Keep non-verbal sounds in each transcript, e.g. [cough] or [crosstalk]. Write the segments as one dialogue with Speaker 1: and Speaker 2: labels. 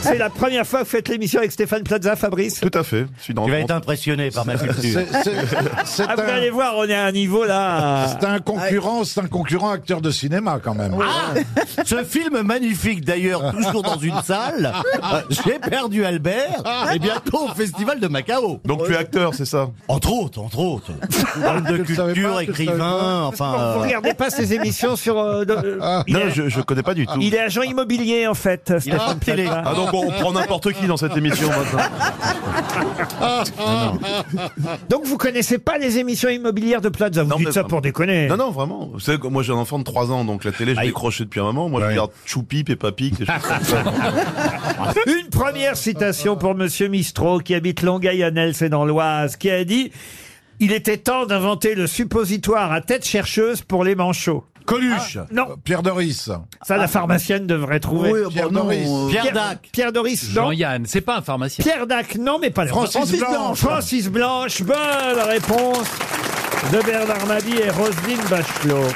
Speaker 1: C'est la première fois que vous faites l'émission avec Stéphane Plaza, Fabrice
Speaker 2: Tout à fait. Je suis dans
Speaker 3: Tu vas être impressionné par ma culture.
Speaker 4: C'est-
Speaker 3: [laughs]
Speaker 4: c'est- C'est
Speaker 1: Ah, vous
Speaker 4: un-
Speaker 1: allez voir, on est à un niveau là.
Speaker 4: c'est un concurrent, c'est un concurrent acteur de cinéma quand même.
Speaker 1: Ah
Speaker 3: [laughs] Ce film magnifique d'ailleurs, toujours dans une salle, euh, j'ai perdu Albert,
Speaker 1: Ah.
Speaker 3: et bientôt au festival de Macao.
Speaker 2: Donc tu es acteur, c'est ça
Speaker 3: Entre autres,
Speaker 1: [laughs]
Speaker 3: entre autres. Homme de
Speaker 4: Tu le savais
Speaker 3: culture,
Speaker 4: pas, tu le savais pas.
Speaker 3: écrivain, enfin...
Speaker 1: Vous
Speaker 3: euh,
Speaker 1: regardez pas ces émissions sur. euh, de- euh, il,
Speaker 2: Ah, Non,
Speaker 1: est,
Speaker 2: je, je connais pas du tout.
Speaker 1: il est agent immobilier en fait,
Speaker 3: pas
Speaker 1: Stéphane
Speaker 3: de télé.
Speaker 1: Plaza.
Speaker 2: Ah donc bon, on prend n'importe qui dans cette émission maintenant.
Speaker 1: [laughs] Ah, Donc vous connaissez pas les émissions immobilières de Plaza. Vous
Speaker 2: Non,
Speaker 1: dites
Speaker 2: mais
Speaker 1: ça
Speaker 2: vraiment.
Speaker 1: pour déconner.
Speaker 2: Non, non, vraiment. Vous savez, que moi j'ai un enfant de 3 ans, donc la télé,
Speaker 3: Ah,
Speaker 2: je l'ai décroché depuis un moment. Moi, je regarde Choupi, Peppa Pig, des choses comme ça.
Speaker 1: Une première citation pour Monsieur Mistro, qui habite Longueuil-en-Elle, c'est dans l'Oise, qui a dit Il était temps d'inventer le suppositoire à tête chercheuse pour les manchots.
Speaker 3: Coluche
Speaker 1: Non,
Speaker 4: Pierre Doris.
Speaker 1: ça la pharmacienne devrait trouver.
Speaker 4: Pierre Doris.
Speaker 3: Pierre Dac
Speaker 1: Pierre Doris, non.
Speaker 5: Jean-Yann, c'est pas un pharmacien.
Speaker 1: Pierre Dac, non, mais pas le-
Speaker 4: Francis Blanche.
Speaker 1: Francis Blanche, bonne réponse de Bernard Mabie et Roselyne Bachelot.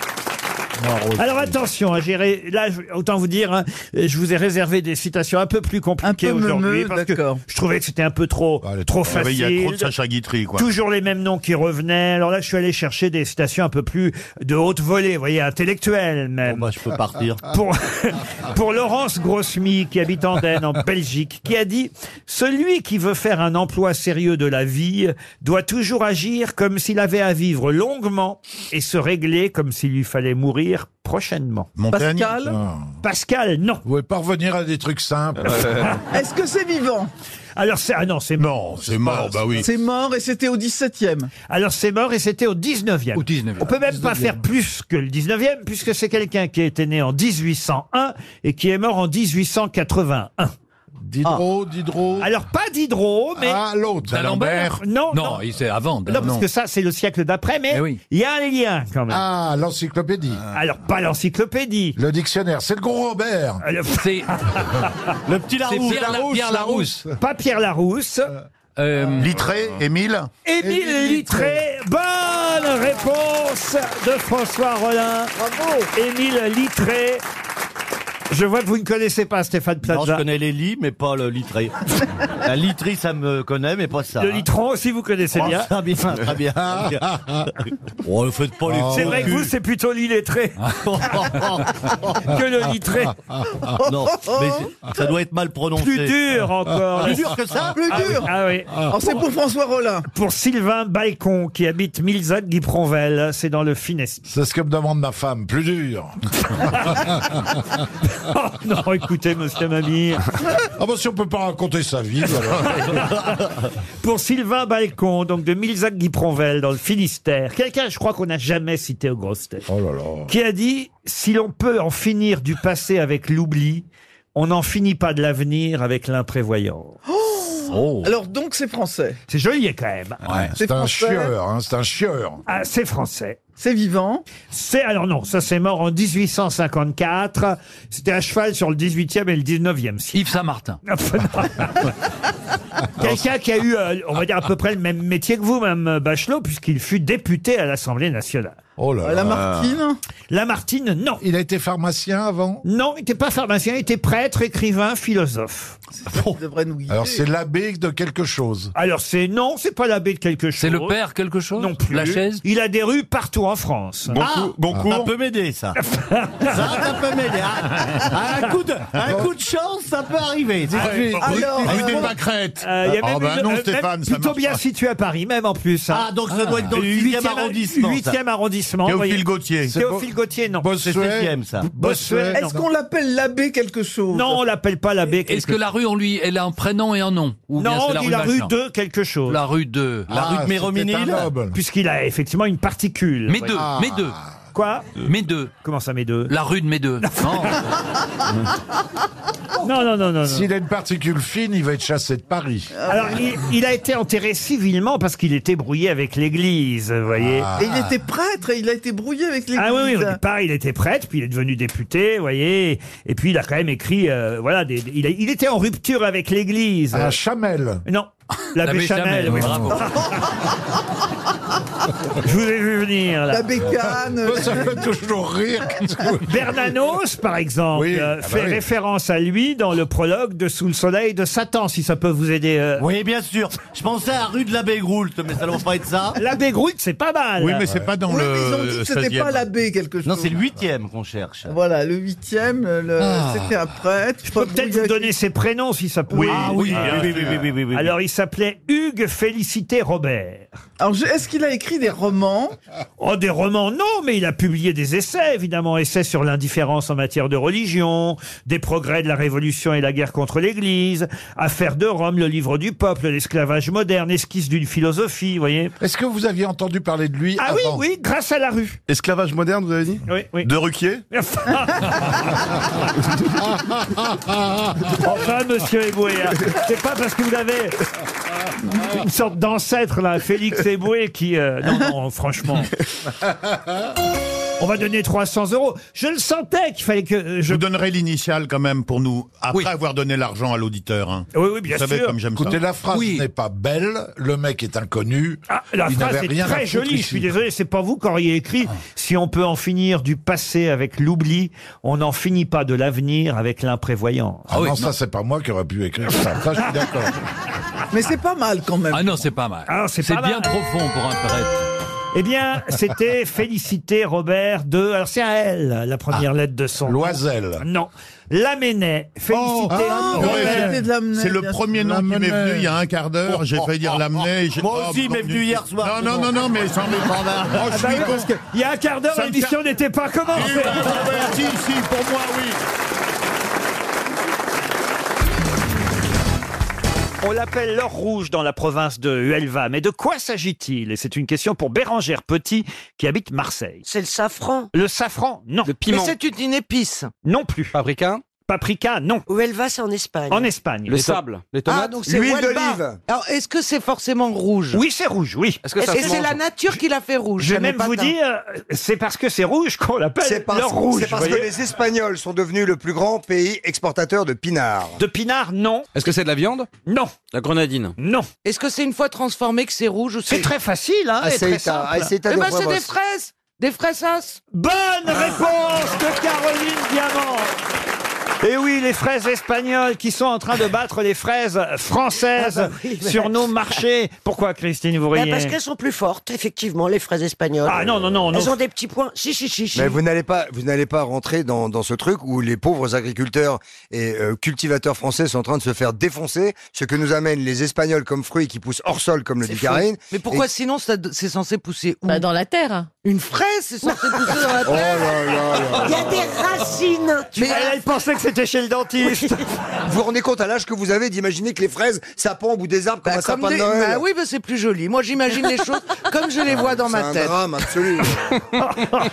Speaker 1: [laughs] Alors attention, hein, j'irai- là, je- autant vous dire, hein, je vous ai réservé des citations un peu plus compliquées
Speaker 6: Un peu meumeux,
Speaker 1: aujourd'hui parce que
Speaker 6: d'accord.
Speaker 1: je trouvais que c'était un peu trop,
Speaker 4: Ah, les
Speaker 1: trop
Speaker 4: trois-
Speaker 2: Ah ouais, Il y a trop
Speaker 1: facile.
Speaker 2: de Sacha Guitry, quoi.
Speaker 1: Toujours les mêmes noms qui revenaient. Alors là, je suis allé chercher des citations un peu plus de haute volée, vous voyez, intellectuelles même
Speaker 3: Bon bah je peux partir.
Speaker 1: [laughs] pour, pour Laurence Grossmy, qui habite Andenne, en Belgique, qui a dit « Celui qui veut faire un emploi sérieux de la vie doit toujours agir comme s'il avait à vivre longuement et se régler comme s'il lui fallait mourir prochainement.
Speaker 2: Montagne.
Speaker 6: Pascal,
Speaker 4: Ah. »
Speaker 1: Pascal, non.
Speaker 4: Vous pouvez pas revenir à des trucs simples.
Speaker 6: Euh,
Speaker 1: [laughs]
Speaker 6: est-ce que c'est vivant
Speaker 1: Alors c'est... Ah non, c'est mort.
Speaker 2: C'est mort, bah oui.
Speaker 6: C'est mort et c'était au 17e.
Speaker 1: Alors c'est mort et c'était au 19e.
Speaker 5: Au 19e.
Speaker 1: On peut même pas faire plus que le 19e, puisque c'est quelqu'un qui était né en 1801 et qui est mort en 1881.
Speaker 4: Diderot, Diderot.
Speaker 1: Alors pas Ah. Diderot, mais...
Speaker 4: Ah, l'autre.
Speaker 5: D'Alembert
Speaker 1: Non, non.
Speaker 5: Non, il c'est avant.
Speaker 3: Ben
Speaker 1: Non, parce que ça, c'est le siècle d'après, mais il
Speaker 5: Eh oui.
Speaker 1: y a un lien quand même.
Speaker 4: Ah, l'encyclopédie.
Speaker 1: Alors, pas l'encyclopédie.
Speaker 4: Le dictionnaire. C'est le gros Robert.
Speaker 1: Euh, le- [laughs]
Speaker 5: C'est
Speaker 3: Le petit
Speaker 5: c'est
Speaker 3: Larousse.
Speaker 5: Pierre, La- Pierre Larousse.
Speaker 1: Pas Pierre Larousse.
Speaker 5: Euh,
Speaker 3: Littré, Émile
Speaker 1: Émile Littré. Bonne réponse de François Rollin.
Speaker 6: Bravo
Speaker 1: Émile Littré. Je vois que vous ne connaissez pas Stéphane
Speaker 3: Non, je
Speaker 1: Plaza.
Speaker 3: connais les lits, mais pas
Speaker 1: [laughs]
Speaker 3: le littré. La litterie, ça me connaît, mais pas ça.
Speaker 1: Le
Speaker 3: hein.
Speaker 1: Litron, si vous connaissez
Speaker 3: Oh,
Speaker 1: bien.
Speaker 3: Très bien, très [laughs] bien.
Speaker 4: [laughs]
Speaker 3: oh, faites pas les fous.
Speaker 1: C'est vrai que
Speaker 3: cul.
Speaker 1: vous, c'est plutôt
Speaker 3: [laughs]
Speaker 1: l'illettré que le littré.
Speaker 3: non, mais c'est- ça doit être mal prononcé.
Speaker 1: Plus dur encore.
Speaker 3: Plus dur que ça
Speaker 6: Plus dur
Speaker 1: Ah oui.
Speaker 6: Alors c'est pour François Rollin.
Speaker 1: Pour Sylvain Balcon, qui habite Milzac Guipronvel, c'est dans le Finistère.
Speaker 4: C'est ce que me demande ma femme. Plus dur.
Speaker 1: [laughs] Oh, non, écoutez, monsieur Mamie.
Speaker 4: Ah bah si on peut pas raconter sa vie,
Speaker 1: [laughs]
Speaker 4: alors.
Speaker 1: Pour Sylvain Balcon, donc de Milzac Guipronvel, dans le Finistère, quelqu'un, je crois qu'on n'a jamais cité au grosses têtes,
Speaker 4: Oh là là.
Speaker 1: qui a dit Si l'on peut en finir du passé avec l'oubli, on n'en finit pas de l'avenir avec l'imprévoyant.
Speaker 6: Oh Alors donc c'est français.
Speaker 1: C'est joli quand même.
Speaker 4: Oh.
Speaker 6: C'est
Speaker 4: C'est un
Speaker 6: français.
Speaker 4: chieur, hein, c'est un chieur.
Speaker 1: Ah, c'est français.
Speaker 6: C'est vivant.
Speaker 1: C'est alors non, ça c'est mort en 1854. C'était à cheval sur le 18e et le 19e siècle. Ah,
Speaker 5: Yves Saint-Martin.
Speaker 1: Enfin,
Speaker 4: [laughs]
Speaker 1: non. Quelqu'un qui a eu, euh, on va dire, à peu près le même métier que vous, même euh, Bachelot, puisqu'il fut député à l'Assemblée nationale.
Speaker 4: Oh là là.
Speaker 6: Lamartine.
Speaker 1: Lamartine, non.
Speaker 4: Il a été pharmacien avant
Speaker 1: Non, il n'était pas pharmacien, il était prêtre, écrivain, philosophe.
Speaker 6: Il devrait nous guider.
Speaker 4: Alors c'est l'abbé de quelque chose.
Speaker 1: Alors c'est non, c'est pas l'abbé de quelque chose.
Speaker 5: C'est le père quelque chose
Speaker 1: Non plus.
Speaker 5: La chaise
Speaker 1: Il a des rues partout en France. Ah
Speaker 2: Bon, coup, bon
Speaker 3: Ça
Speaker 2: cours.
Speaker 3: peut
Speaker 1: [laughs]
Speaker 3: m'aider, ça. ça, ça peut m'aider.
Speaker 7: hein Ah,
Speaker 3: Un, un coup de,
Speaker 2: Ah
Speaker 3: un coup de chance, ça peut arriver. C'est vrai.
Speaker 2: bah,
Speaker 6: Alors, euh,
Speaker 4: pâquerettes
Speaker 1: Euh, il y a
Speaker 2: Ah
Speaker 1: même
Speaker 2: bah
Speaker 1: une-
Speaker 2: non,
Speaker 1: euh, même
Speaker 2: Stéphane, ça
Speaker 1: plutôt
Speaker 2: marche
Speaker 1: bien
Speaker 2: pas.
Speaker 1: situé à Paris, même en plus. hein.
Speaker 3: Ah, donc ça doit être dans le 8e arrondissement. ça.
Speaker 1: 8e arrondissement. voyez.
Speaker 2: Gauthier.
Speaker 1: Théophile Gauthier, non.
Speaker 3: C'est le 7e, ça.
Speaker 1: Bossuet,
Speaker 6: est-ce
Speaker 1: non.
Speaker 6: qu'on l'appelle l'abbé quelque chose
Speaker 1: Non, on l'appelle pas l'abbé.
Speaker 5: Est-ce
Speaker 1: quelque
Speaker 5: que la rue, on lui, elle a un prénom et un nom Ou bien
Speaker 1: Non,
Speaker 5: c'est
Speaker 1: on dit la rue
Speaker 5: Machin
Speaker 1: de quelque chose.
Speaker 5: La rue de.
Speaker 2: Ah,
Speaker 3: La rue de Méroménil.
Speaker 1: Puisqu'il a effectivement une particule.
Speaker 5: Mes deux,
Speaker 2: Ah.
Speaker 5: mes deux,
Speaker 1: Quoi
Speaker 5: mes deux.
Speaker 1: Comment ça, mes deux
Speaker 5: La rue de mes deux. Non,
Speaker 1: Non, non, non, non. non.
Speaker 4: S'il a une particule fine, il va être chassé de Paris.
Speaker 1: Alors, il, il a été enterré civilement parce qu'il était brouillé avec l'église, vous voyez. Ah,
Speaker 6: Et il était prêtre et il a été brouillé avec l'église.
Speaker 1: oui, oui, au départ, il était prêtre, puis il est devenu député, vous voyez. Et puis, il a quand même écrit, euh, voilà, des- des- il, a- il était en rupture avec l'église.
Speaker 4: À Chamel. [laughs]
Speaker 1: Non, l'abbé
Speaker 8: [laughs]
Speaker 5: l'abbé
Speaker 1: Chanel,
Speaker 5: Chamel,
Speaker 1: oui.
Speaker 5: bravo.
Speaker 1: [laughs] Je vous ai vu venir, là.
Speaker 6: La bécane.
Speaker 4: Moi, Oh, ça me fait toujours rire. quand vous-
Speaker 1: [laughs] Bernanos, par exemple,
Speaker 4: Oui,
Speaker 1: euh,
Speaker 4: ah bah
Speaker 1: fait
Speaker 4: oui.
Speaker 1: référence à lui dans le prologue de Sous le soleil de Satan, si ça peut vous aider. euh.
Speaker 3: Oui, bien sûr. Je pensais à rue de l'abbé Groult, mais ça ne va pas être ça.
Speaker 1: L'abbé Groult, c'est pas mal.
Speaker 8: Oui, mais c'est pas dans
Speaker 6: Oui, mais ils ont dit
Speaker 8: le
Speaker 6: que c'était pas
Speaker 8: 16e.
Speaker 6: l'abbé quelque chose.
Speaker 3: Non, c'est le huitième qu'on cherche.
Speaker 6: Voilà, le huitième, le...
Speaker 5: Ah.
Speaker 6: Euh, c'était un prêtre.
Speaker 1: Je peux peut-être vous donner ses prénoms, si ça peut vous aider.
Speaker 3: Ah, oui, oui, oui, oui, oui, oui.
Speaker 1: Alors, il s'appelait Hugues Félicité Robert.
Speaker 6: Alors, je- est-ce qu'il a écrit des romans
Speaker 1: Oh, des romans, non, mais il a publié des essais, évidemment. Essais sur l'indifférence en matière de religion, des progrès de la Révolution et la guerre contre l'Église, Affaires de Rome, le livre du peuple, l'esclavage moderne, esquisse d'une philosophie, vous voyez.
Speaker 4: Est-ce que vous aviez entendu parler de lui
Speaker 1: Ah oui,
Speaker 4: avant
Speaker 1: oui, grâce à la rue.
Speaker 2: Esclavage moderne, vous avez dit
Speaker 1: Oui, oui.
Speaker 2: De Ruquier
Speaker 1: [laughs] Enfin, monsieur Eboué, hein, c'est pas parce que vous avez une sorte d'ancêtre, là, Félix Eboué, qui... euh, non, non, franchement... On va donner 300 euros. Je le sentais qu'il fallait que euh,
Speaker 8: Je
Speaker 1: je...
Speaker 8: vous donnerai l'initiale quand même pour nous, après
Speaker 5: Oui.
Speaker 8: avoir donné l'argent à l'auditeur. hein.
Speaker 1: Oui, oui, bien
Speaker 8: Vous savez
Speaker 1: sûr.
Speaker 8: comme j'aime ça.
Speaker 4: Écoutez, la phrase
Speaker 5: Oui.
Speaker 4: n'est pas belle, le mec est inconnu.
Speaker 1: Ah, la
Speaker 4: il
Speaker 1: phrase
Speaker 4: n'avait
Speaker 1: est
Speaker 4: rien à
Speaker 1: très
Speaker 4: foutre
Speaker 1: jolie, je
Speaker 4: ici.
Speaker 1: suis désolé, c'est pas vous qui auriez écrit Si on peut en finir du passé avec l'oubli, on n'en finit pas de l'avenir avec l'imprévoyance.
Speaker 4: Ah
Speaker 5: Ah oui,
Speaker 4: non,
Speaker 5: non.
Speaker 4: ça, c'est pas moi qui aurais pu écrire ça. Ça, je suis d'accord.
Speaker 6: Mais c'est pas mal quand même.
Speaker 5: Ah non, c'est pas mal.
Speaker 1: Ah, c'est
Speaker 5: c'est
Speaker 1: pas
Speaker 5: bien
Speaker 1: mal.
Speaker 5: profond pour un prêtre.
Speaker 1: Eh bien, c'était [laughs] Félicité Robert de... Alors c'est à elle, la
Speaker 5: Ah.
Speaker 1: première lettre de son...
Speaker 4: Loisel.
Speaker 1: Non. Lamennais. Félicité
Speaker 4: ah,
Speaker 1: Robert.
Speaker 6: Oh, C'était de l'amener,
Speaker 8: C'est le
Speaker 6: bien
Speaker 8: premier nom qui m'est venu il y a un quart
Speaker 1: Oh,
Speaker 8: d'heure, j'ai failli dire l'amener. j'ai-
Speaker 3: Moi
Speaker 8: Oh,
Speaker 3: aussi, il m'est
Speaker 8: bon
Speaker 3: venu
Speaker 8: Dieu.
Speaker 3: hier soir,
Speaker 8: Non, non, non,
Speaker 3: c'est
Speaker 8: non, mais sans
Speaker 3: Bernard.
Speaker 8: Oh, je
Speaker 1: Bah
Speaker 8: suis
Speaker 1: oui,
Speaker 8: con.
Speaker 1: parce que il y a un quart d'heure,
Speaker 8: Ça me
Speaker 1: l'émission n'était pas commencée.
Speaker 8: Si, si, pour moi, oui.
Speaker 1: On l'appelle l'or rouge dans la province de Huelva. Mais de quoi s'agit-il Et c'est une question pour Bérangère Petit qui habite Marseille.
Speaker 9: C'est le safran.
Speaker 1: Le safran, non.
Speaker 10: Le piment.
Speaker 9: Mais c'est une, une épice.
Speaker 1: Non plus.
Speaker 10: Paprika.
Speaker 1: Paprika, non.
Speaker 9: Où elle va, c'est en Espagne.
Speaker 1: En Espagne.
Speaker 10: Le sable. Les
Speaker 9: ah,
Speaker 10: tomates.
Speaker 9: donc c'est
Speaker 10: L'huile
Speaker 9: Huelva.
Speaker 10: d'olive.
Speaker 9: Alors, est-ce que c'est forcément rouge
Speaker 1: Oui, c'est rouge, oui.
Speaker 10: Est-ce que
Speaker 9: Et
Speaker 10: ça
Speaker 9: et
Speaker 10: se
Speaker 9: c'est
Speaker 10: mange
Speaker 9: la nature qui l'a fait rouge.
Speaker 1: Je vais
Speaker 9: ça n'est
Speaker 1: même
Speaker 9: pas
Speaker 1: vous
Speaker 9: d'un-
Speaker 1: dire, euh, c'est parce que c'est rouge qu'on
Speaker 11: C'est
Speaker 1: l'appelle
Speaker 11: parce,
Speaker 1: l'or rouge.
Speaker 11: c'est parce
Speaker 1: vous
Speaker 11: que
Speaker 1: voyez.
Speaker 11: les Espagnols sont devenus le plus grand pays exportateur de pinard.
Speaker 1: De pinard, non.
Speaker 10: Est-ce que c'est de la viande
Speaker 1: Non,
Speaker 10: La grenadine.
Speaker 1: non.
Speaker 9: Est-ce que c'est une fois transformé que c'est rouge ou
Speaker 1: C'est très facile,
Speaker 11: Ah,
Speaker 1: hein, et très
Speaker 11: Aceita,
Speaker 1: simple.
Speaker 11: Aceita
Speaker 9: Eh
Speaker 11: de Ah.
Speaker 9: ben, c'est
Speaker 11: Huevos.
Speaker 9: des fraises. Des fraises
Speaker 1: Bonne réponse de Caroline Diamant. Et Eh oui, les fraises espagnoles qui sont en train de battre les fraises françaises
Speaker 9: Ah bah oui, mais-
Speaker 1: sur nos marchés. Pourquoi, Christine, vous
Speaker 9: Ben,
Speaker 1: riez
Speaker 9: Parce qu'elles sont plus fortes, effectivement, les fraises espagnoles.
Speaker 1: Ah non, non, non, non.
Speaker 9: Elles ont des petits points. Si, si, si, si.
Speaker 11: Mais vous n'allez pas, vous n'allez pas rentrer dans, dans ce truc où les pauvres agriculteurs et euh, cultivateurs français sont en train de se faire défoncer, ce que nous amènent les Espagnols comme fruits qui poussent hors sol, comme le
Speaker 9: C'est
Speaker 11: dit
Speaker 9: fou.
Speaker 11: Karine.
Speaker 9: Mais pourquoi sinon ça- c'est censé pousser où
Speaker 12: Bah, dans la terre.
Speaker 9: Une fraise, c'est censé pousser dans la
Speaker 11: Oh
Speaker 9: terre.
Speaker 11: là là là.
Speaker 9: Il y a des racines. Tu
Speaker 1: Mais
Speaker 9: vois.
Speaker 1: elle, elle pensait que c'était chez le dentiste.
Speaker 11: Vous vous rendez compte à l'âge que vous avez d'imaginer que les fraises, ça pend au bout des arbres comme
Speaker 9: Bah,
Speaker 11: un
Speaker 9: comme
Speaker 11: sapin
Speaker 9: des-
Speaker 11: de Noël.
Speaker 9: bah oui, bah, c'est plus joli. Moi, j'imagine les
Speaker 10: [laughs]
Speaker 9: choses comme je les vois dans
Speaker 11: C'est
Speaker 9: ma
Speaker 11: un
Speaker 9: tête.
Speaker 11: drame
Speaker 9: [laughs]
Speaker 11: absolu. Un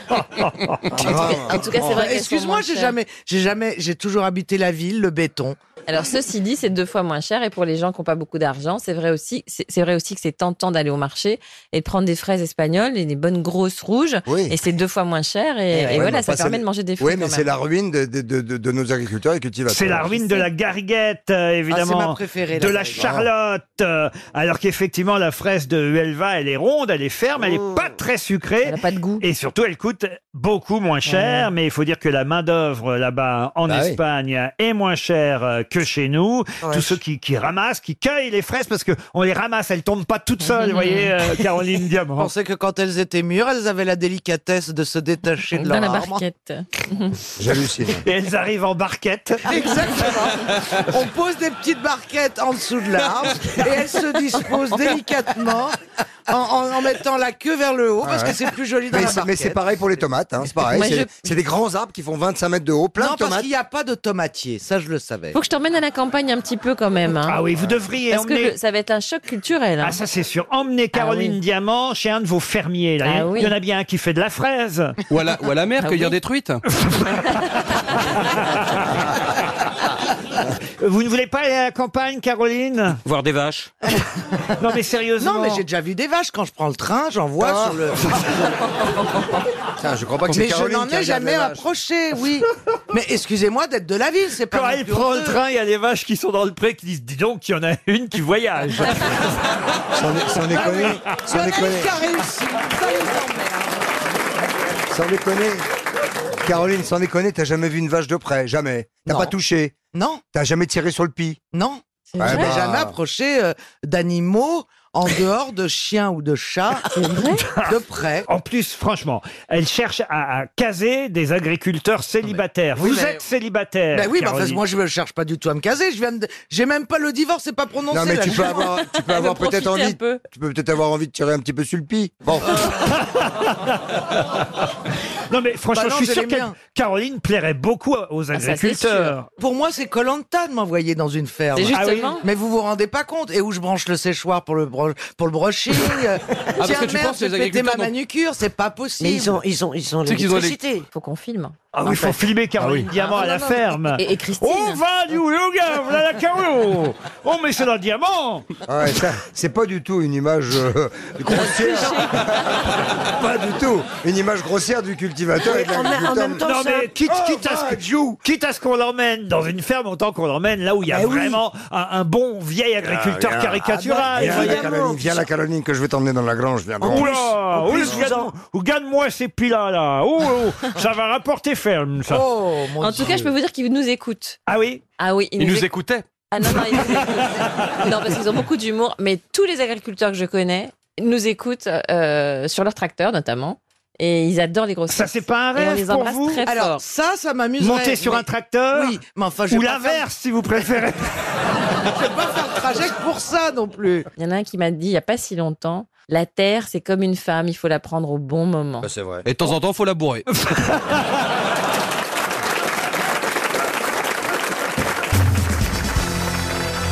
Speaker 11: drame.
Speaker 12: En tout cas, c'est vrai. qu'elles sont
Speaker 9: Excuse-moi,
Speaker 12: moins
Speaker 9: j'ai
Speaker 12: chères.
Speaker 9: jamais, j'ai jamais, j'ai toujours habité la ville, le béton.
Speaker 12: Alors, ceci dit, c'est deux fois moins cher. Et pour les gens qui n'ont pas beaucoup d'argent, c'est vrai aussi, c'est c'est vrai aussi que c'est tentant d'aller au marché et de prendre des fraises espagnoles et des bonnes grosses rouges.
Speaker 11: Oui.
Speaker 12: Et c'est deux fois moins cher.
Speaker 1: Eh
Speaker 12: Et, et
Speaker 11: Ouais, mais
Speaker 12: voilà, ça
Speaker 11: enfin,
Speaker 12: permet
Speaker 11: c'est-
Speaker 12: de manger des fruits.
Speaker 11: Oui, mais
Speaker 12: quand
Speaker 11: c'est
Speaker 12: même.
Speaker 11: la ruine de, de- de- de- de nos agriculteurs et cultivateurs.
Speaker 1: C'est la ruine de la gariguette, euh, évidemment.
Speaker 9: Ah, c'est ma préférée,
Speaker 1: de
Speaker 9: la
Speaker 1: la
Speaker 9: gariguette.
Speaker 1: charlotte. euh, alors qu'effectivement, la fraise de Huelva, elle est ronde, elle est ferme, elle est pas très sucrée.
Speaker 12: Elle n'a pas de goût.
Speaker 1: Et surtout, elle coûte beaucoup moins cher. Mais il faut dire que la main-d'œuvre euh, là-bas, en
Speaker 11: Bah oui.
Speaker 1: Espagne, est moins chère euh, que chez nous. Tous ceux qui, qui ramassent, qui cueillent les fraises, parce que on les ramasse, elles tombent pas toutes seules, vous voyez,
Speaker 9: [laughs]
Speaker 10: [laughs]
Speaker 1: euh, Caroline
Speaker 9: Je
Speaker 1: Diamant.
Speaker 9: pensais que quand elles étaient mûres, elles avaient la délicatesse de se détacher de
Speaker 12: Dans
Speaker 9: leur
Speaker 12: la
Speaker 9: arbre.
Speaker 1: [laughs]
Speaker 12: barquette.
Speaker 11: [laughs] J'hallucine.
Speaker 1: Et elles arrivent en barquette.
Speaker 9: Exactement. On pose des petites barquettes en dessous
Speaker 11: [laughs]
Speaker 9: de l'arbre et elles se disposent délicatement en, en- en mettant la queue vers le haut parce que c'est plus joli dans
Speaker 11: Mais
Speaker 9: la
Speaker 11: c'est-
Speaker 9: barquette.
Speaker 11: Mais c'est pareil pour les tomates, hein, c'est pareil.
Speaker 12: Moi,
Speaker 11: c'est-
Speaker 12: je-
Speaker 11: C'est des grands arbres qui font 25 mètres de haut, plein
Speaker 9: non,
Speaker 11: de
Speaker 9: parce
Speaker 11: tomates.
Speaker 9: qu'il n'y a pas de tomatier, ça je le savais.
Speaker 12: Faut que je t'emmène à la campagne un petit peu quand même. hein.
Speaker 1: Ah oui, vous devriez
Speaker 12: Parce que
Speaker 1: emmener-
Speaker 12: le- ça va être un choc culturel. hein.
Speaker 1: Ah ça c'est sûr. Emmenez Caroline
Speaker 12: Ah oui.
Speaker 1: Diamant chez un de vos fermiers. Là.
Speaker 12: Ah
Speaker 1: Il y en-
Speaker 12: oui.
Speaker 1: Il y en a bien un qui fait de la fraise.
Speaker 10: Ou à la, ou à la mer,
Speaker 12: Ah
Speaker 10: cueillir
Speaker 12: oui.
Speaker 10: des truites.
Speaker 1: Euh, Vous ne voulez pas aller à la campagne, Caroline
Speaker 10: Voir des vaches.
Speaker 1: Non, mais sérieusement.
Speaker 9: Non, mais j'ai déjà vu des vaches. Quand je
Speaker 1: [laughs]
Speaker 9: [laughs] prends le train, j'en vois
Speaker 10: Ah.
Speaker 9: sur le.
Speaker 11: Tiens, je crois pas que c'est
Speaker 9: mais je
Speaker 11: Caroline
Speaker 9: n'en
Speaker 11: qui
Speaker 9: ai
Speaker 11: regarde
Speaker 9: jamais
Speaker 11: les vaches.
Speaker 9: approché, oui. mais excusez-moi d'être de la ville, c'est pas.
Speaker 1: Quand
Speaker 9: non
Speaker 1: elle
Speaker 9: plus
Speaker 1: prend le
Speaker 9: honteux.
Speaker 1: train, il y a des vaches qui sont dans le pré qui disent Dis donc, il y en a une qui
Speaker 9: [laughs]
Speaker 1: voyage.
Speaker 11: Sans, dé- sans déconner,
Speaker 9: Il y en
Speaker 11: sans
Speaker 9: a une
Speaker 11: déconner,
Speaker 9: qui a réussi. Ça les emmerde.
Speaker 11: sans déconner. Caroline, sans déconner, t'as jamais vu une vache de près, jamais. T'as
Speaker 9: Non.
Speaker 11: pas touché.
Speaker 9: Non,
Speaker 11: T'as jamais tiré sur le pis.
Speaker 9: non.
Speaker 11: Ouais,
Speaker 9: je n'ai
Speaker 11: bah.
Speaker 9: jamais approché euh, d'animaux en dehors de chiens ou de chats
Speaker 8: [laughs]
Speaker 9: de près.
Speaker 1: En plus, franchement, elle cherche à, à caser des agriculteurs célibataires.
Speaker 9: Oui,
Speaker 1: Vous
Speaker 9: Ah, mais-
Speaker 1: êtes célibataire.
Speaker 9: Ben oui, bah,
Speaker 1: Caroline.
Speaker 9: parce que moi je ne cherche pas du tout à me caser. Je viens de... j'ai même pas le divorce, c'est pas prononcé.
Speaker 11: Non mais
Speaker 9: là,
Speaker 11: tu
Speaker 9: je- [laughs]
Speaker 11: peux avoir, tu peux
Speaker 12: Elle
Speaker 11: avoir
Speaker 12: veut
Speaker 11: peut-être
Speaker 12: profiter un
Speaker 11: envie,
Speaker 12: peu.
Speaker 11: tu peux peut-être avoir envie de tirer un petit peu sur le pis. Bon,
Speaker 9: Ah.
Speaker 1: Non, mais franchement,
Speaker 9: Bah non,
Speaker 1: je
Speaker 9: je
Speaker 1: suis sûr
Speaker 9: l'aime
Speaker 1: que
Speaker 9: bien. Ah,
Speaker 1: Caroline plairait beaucoup aux
Speaker 12: ça, c'est
Speaker 1: agriculteurs.
Speaker 9: Pour moi, c'est Colanta de m'envoyer dans une ferme.
Speaker 12: C'est
Speaker 1: Ah oui.
Speaker 12: justement.
Speaker 9: Mais vous vous rendez pas compte Et où je branche le séchoir pour le, bro- pour le
Speaker 10: [laughs]
Speaker 9: brushing euh,
Speaker 10: Ah, parce
Speaker 9: Tiens,
Speaker 10: que tu
Speaker 9: merde,
Speaker 10: penses que
Speaker 9: j'ai
Speaker 10: les
Speaker 9: pété ma
Speaker 10: agriculteurs n'ont-
Speaker 9: manucure, c'est pas possible.
Speaker 13: Mais ils ont, ils ont, ils ont
Speaker 10: Tu sais qu'ils ont les-
Speaker 13: l'électricité.
Speaker 12: Faut qu'on filme. Ah
Speaker 1: ah oui, il faut filmer Caroline Diamant à la ferme.
Speaker 12: Et, et Christine.
Speaker 1: On va du yoga, voilà la Caro Oh, mais c'est dans le diamant
Speaker 11: Ah ouais, ça, c'est pas du tout une image
Speaker 13: [laughs]
Speaker 11: euh, grossière. [laughs] pas du tout une image grossière du cultivateur et de
Speaker 13: Mais en- en
Speaker 11: l'agriculteur.
Speaker 13: même temps,
Speaker 1: Non,
Speaker 13: ça- Oh,
Speaker 1: mais Oh, quitte, quitte à ce, que- quitte à ce qu'on l'emmène dans une ferme, autant qu'on l'emmène là où il y a
Speaker 13: Ah oui.
Speaker 1: vraiment un, un bon vieil
Speaker 13: oh.
Speaker 1: agriculteur
Speaker 11: Ah, viens.
Speaker 1: caricatural.
Speaker 11: Viens la
Speaker 1: voyez.
Speaker 11: Caroline, viens la Caroline que je vais t'emmener dans la grange, viens donc.
Speaker 1: Oula,
Speaker 13: bah, en plus,
Speaker 1: oula,
Speaker 13: vous
Speaker 1: regarde-
Speaker 13: en-
Speaker 1: regarde-moi ces pilats là.
Speaker 13: [laughs]
Speaker 1: Oh, oh, ça va rapporter ferme ça.
Speaker 9: Oh, mon
Speaker 12: En tout cas, je peux vous dire qu'ils nous écoutent.
Speaker 1: Ah oui.
Speaker 12: Ah oui, ils,
Speaker 10: Ils
Speaker 12: nous
Speaker 10: nous
Speaker 12: écoutent.
Speaker 10: écoutaient.
Speaker 12: Ah non, non, ils nous écoutent. non, parce qu'ils ont beaucoup d'humour, mais tous les agriculteurs que je connais nous écoutent euh, sur leur tracteur notamment, et ils adorent les grosses
Speaker 1: Ça
Speaker 12: têtes.
Speaker 1: c'est pas un
Speaker 12: Et on
Speaker 1: rêve
Speaker 12: les
Speaker 1: pour
Speaker 12: embrasse
Speaker 1: vous.
Speaker 12: très
Speaker 9: Alors
Speaker 12: fort.
Speaker 9: ça, ça m'amuse.
Speaker 1: Monter sur un tracteur
Speaker 9: Oui, mais enfin, je
Speaker 1: ou
Speaker 9: vais pas faire-
Speaker 1: l'inverse si vous préférez.
Speaker 9: [laughs] je vais pas faire de trajet que pour ça non plus.
Speaker 12: Il y en a un qui m'a dit il y a pas si longtemps, la terre c'est comme une femme, il faut la prendre au bon
Speaker 10: Hein.
Speaker 12: moment.
Speaker 11: Bah,
Speaker 9: Bah,
Speaker 11: c'est vrai.
Speaker 5: Et de temps en temps, faut
Speaker 1: [laughs]
Speaker 5: la bourrer.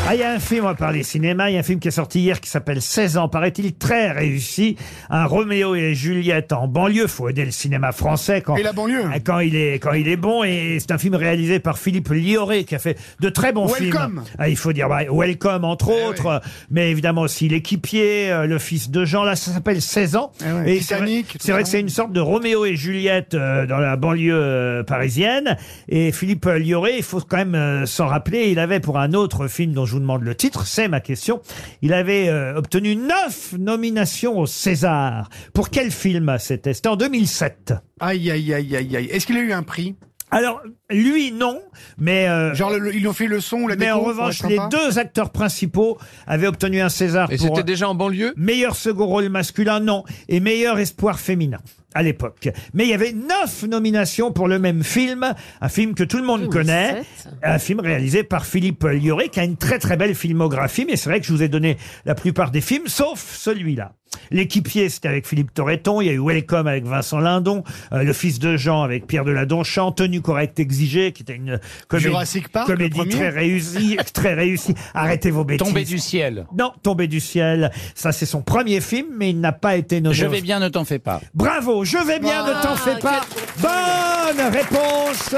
Speaker 1: Ah, il y a un film, on va parler cinéma, il y a un film qui est sorti hier qui s'appelle 16 ans, paraît-il très réussi. Un Roméo et Juliette en banlieue, faut aider le cinéma français quand...
Speaker 8: Et la banlieue.
Speaker 1: Ah, Quand il est, quand il est bon, et c'est un film réalisé par Philippe Lioré qui a fait de très bons films.
Speaker 8: Welcome. Eh
Speaker 1: Ah, il faut dire, bah, Welcome entre autres, mais évidemment aussi L'équipier, euh, Le fils de Jean, là ça s'appelle 16 ans.
Speaker 8: Eh
Speaker 1: c'est
Speaker 8: ouais.
Speaker 1: vrai-
Speaker 8: Titanic, tout
Speaker 1: C'est vrai
Speaker 8: ça.
Speaker 1: que c'est une sorte de Roméo et Juliette euh, dans la banlieue euh, parisienne. Et Philippe Lioré, il faut quand même euh, s'en rappeler, il avait pour un autre film dont je vous demande le titre, c'est ma question, il avait euh, obtenu neuf nominations au César. Pour quel film c'était C'était en 2007.
Speaker 8: Aïe, aïe, aïe, aïe, aïe. Est-ce qu'il a eu un prix
Speaker 1: Alors, lui, non, mais, euh,
Speaker 8: Genre, le- le- ils lui ont fait le son ou la
Speaker 1: mais en
Speaker 8: déco pour
Speaker 1: revanche,
Speaker 8: être
Speaker 1: les
Speaker 8: sympa
Speaker 1: deux acteurs principaux avaient obtenu un César
Speaker 5: Et
Speaker 1: pour
Speaker 5: c'était déjà en banlieue
Speaker 1: meilleur second rôle masculin, non, et meilleur espoir féminin à l'époque. Mais il y avait neuf nominations pour le même film, un film que tout le monde connaît,
Speaker 12: sept.
Speaker 1: un film réalisé par Philippe Lioré, qui a une très très belle filmographie, mais c'est vrai que je vous ai donné la plupart des films, sauf celui-là. L'équipier, c'était avec Philippe Torreton, il y a eu Welcome avec Vincent Lindon, euh, Le fils de Jean avec Pierre Deladonchamp, Tenue correcte exigée, qui était une comédie,
Speaker 8: Jurassic Park, le
Speaker 1: comédie
Speaker 8: premier
Speaker 1: très réussie, très réussie. Arrêtez vos bêtises.
Speaker 14: Tombé du ciel.
Speaker 1: Non, Tombé du ciel. Ça, c'est son premier film, mais il n'a pas été nommé.
Speaker 14: Je
Speaker 1: au-
Speaker 14: vais bien, ne t'en fais pas.
Speaker 1: Bravo, je vais bien, ne t'en fais pas. Bonne réponse.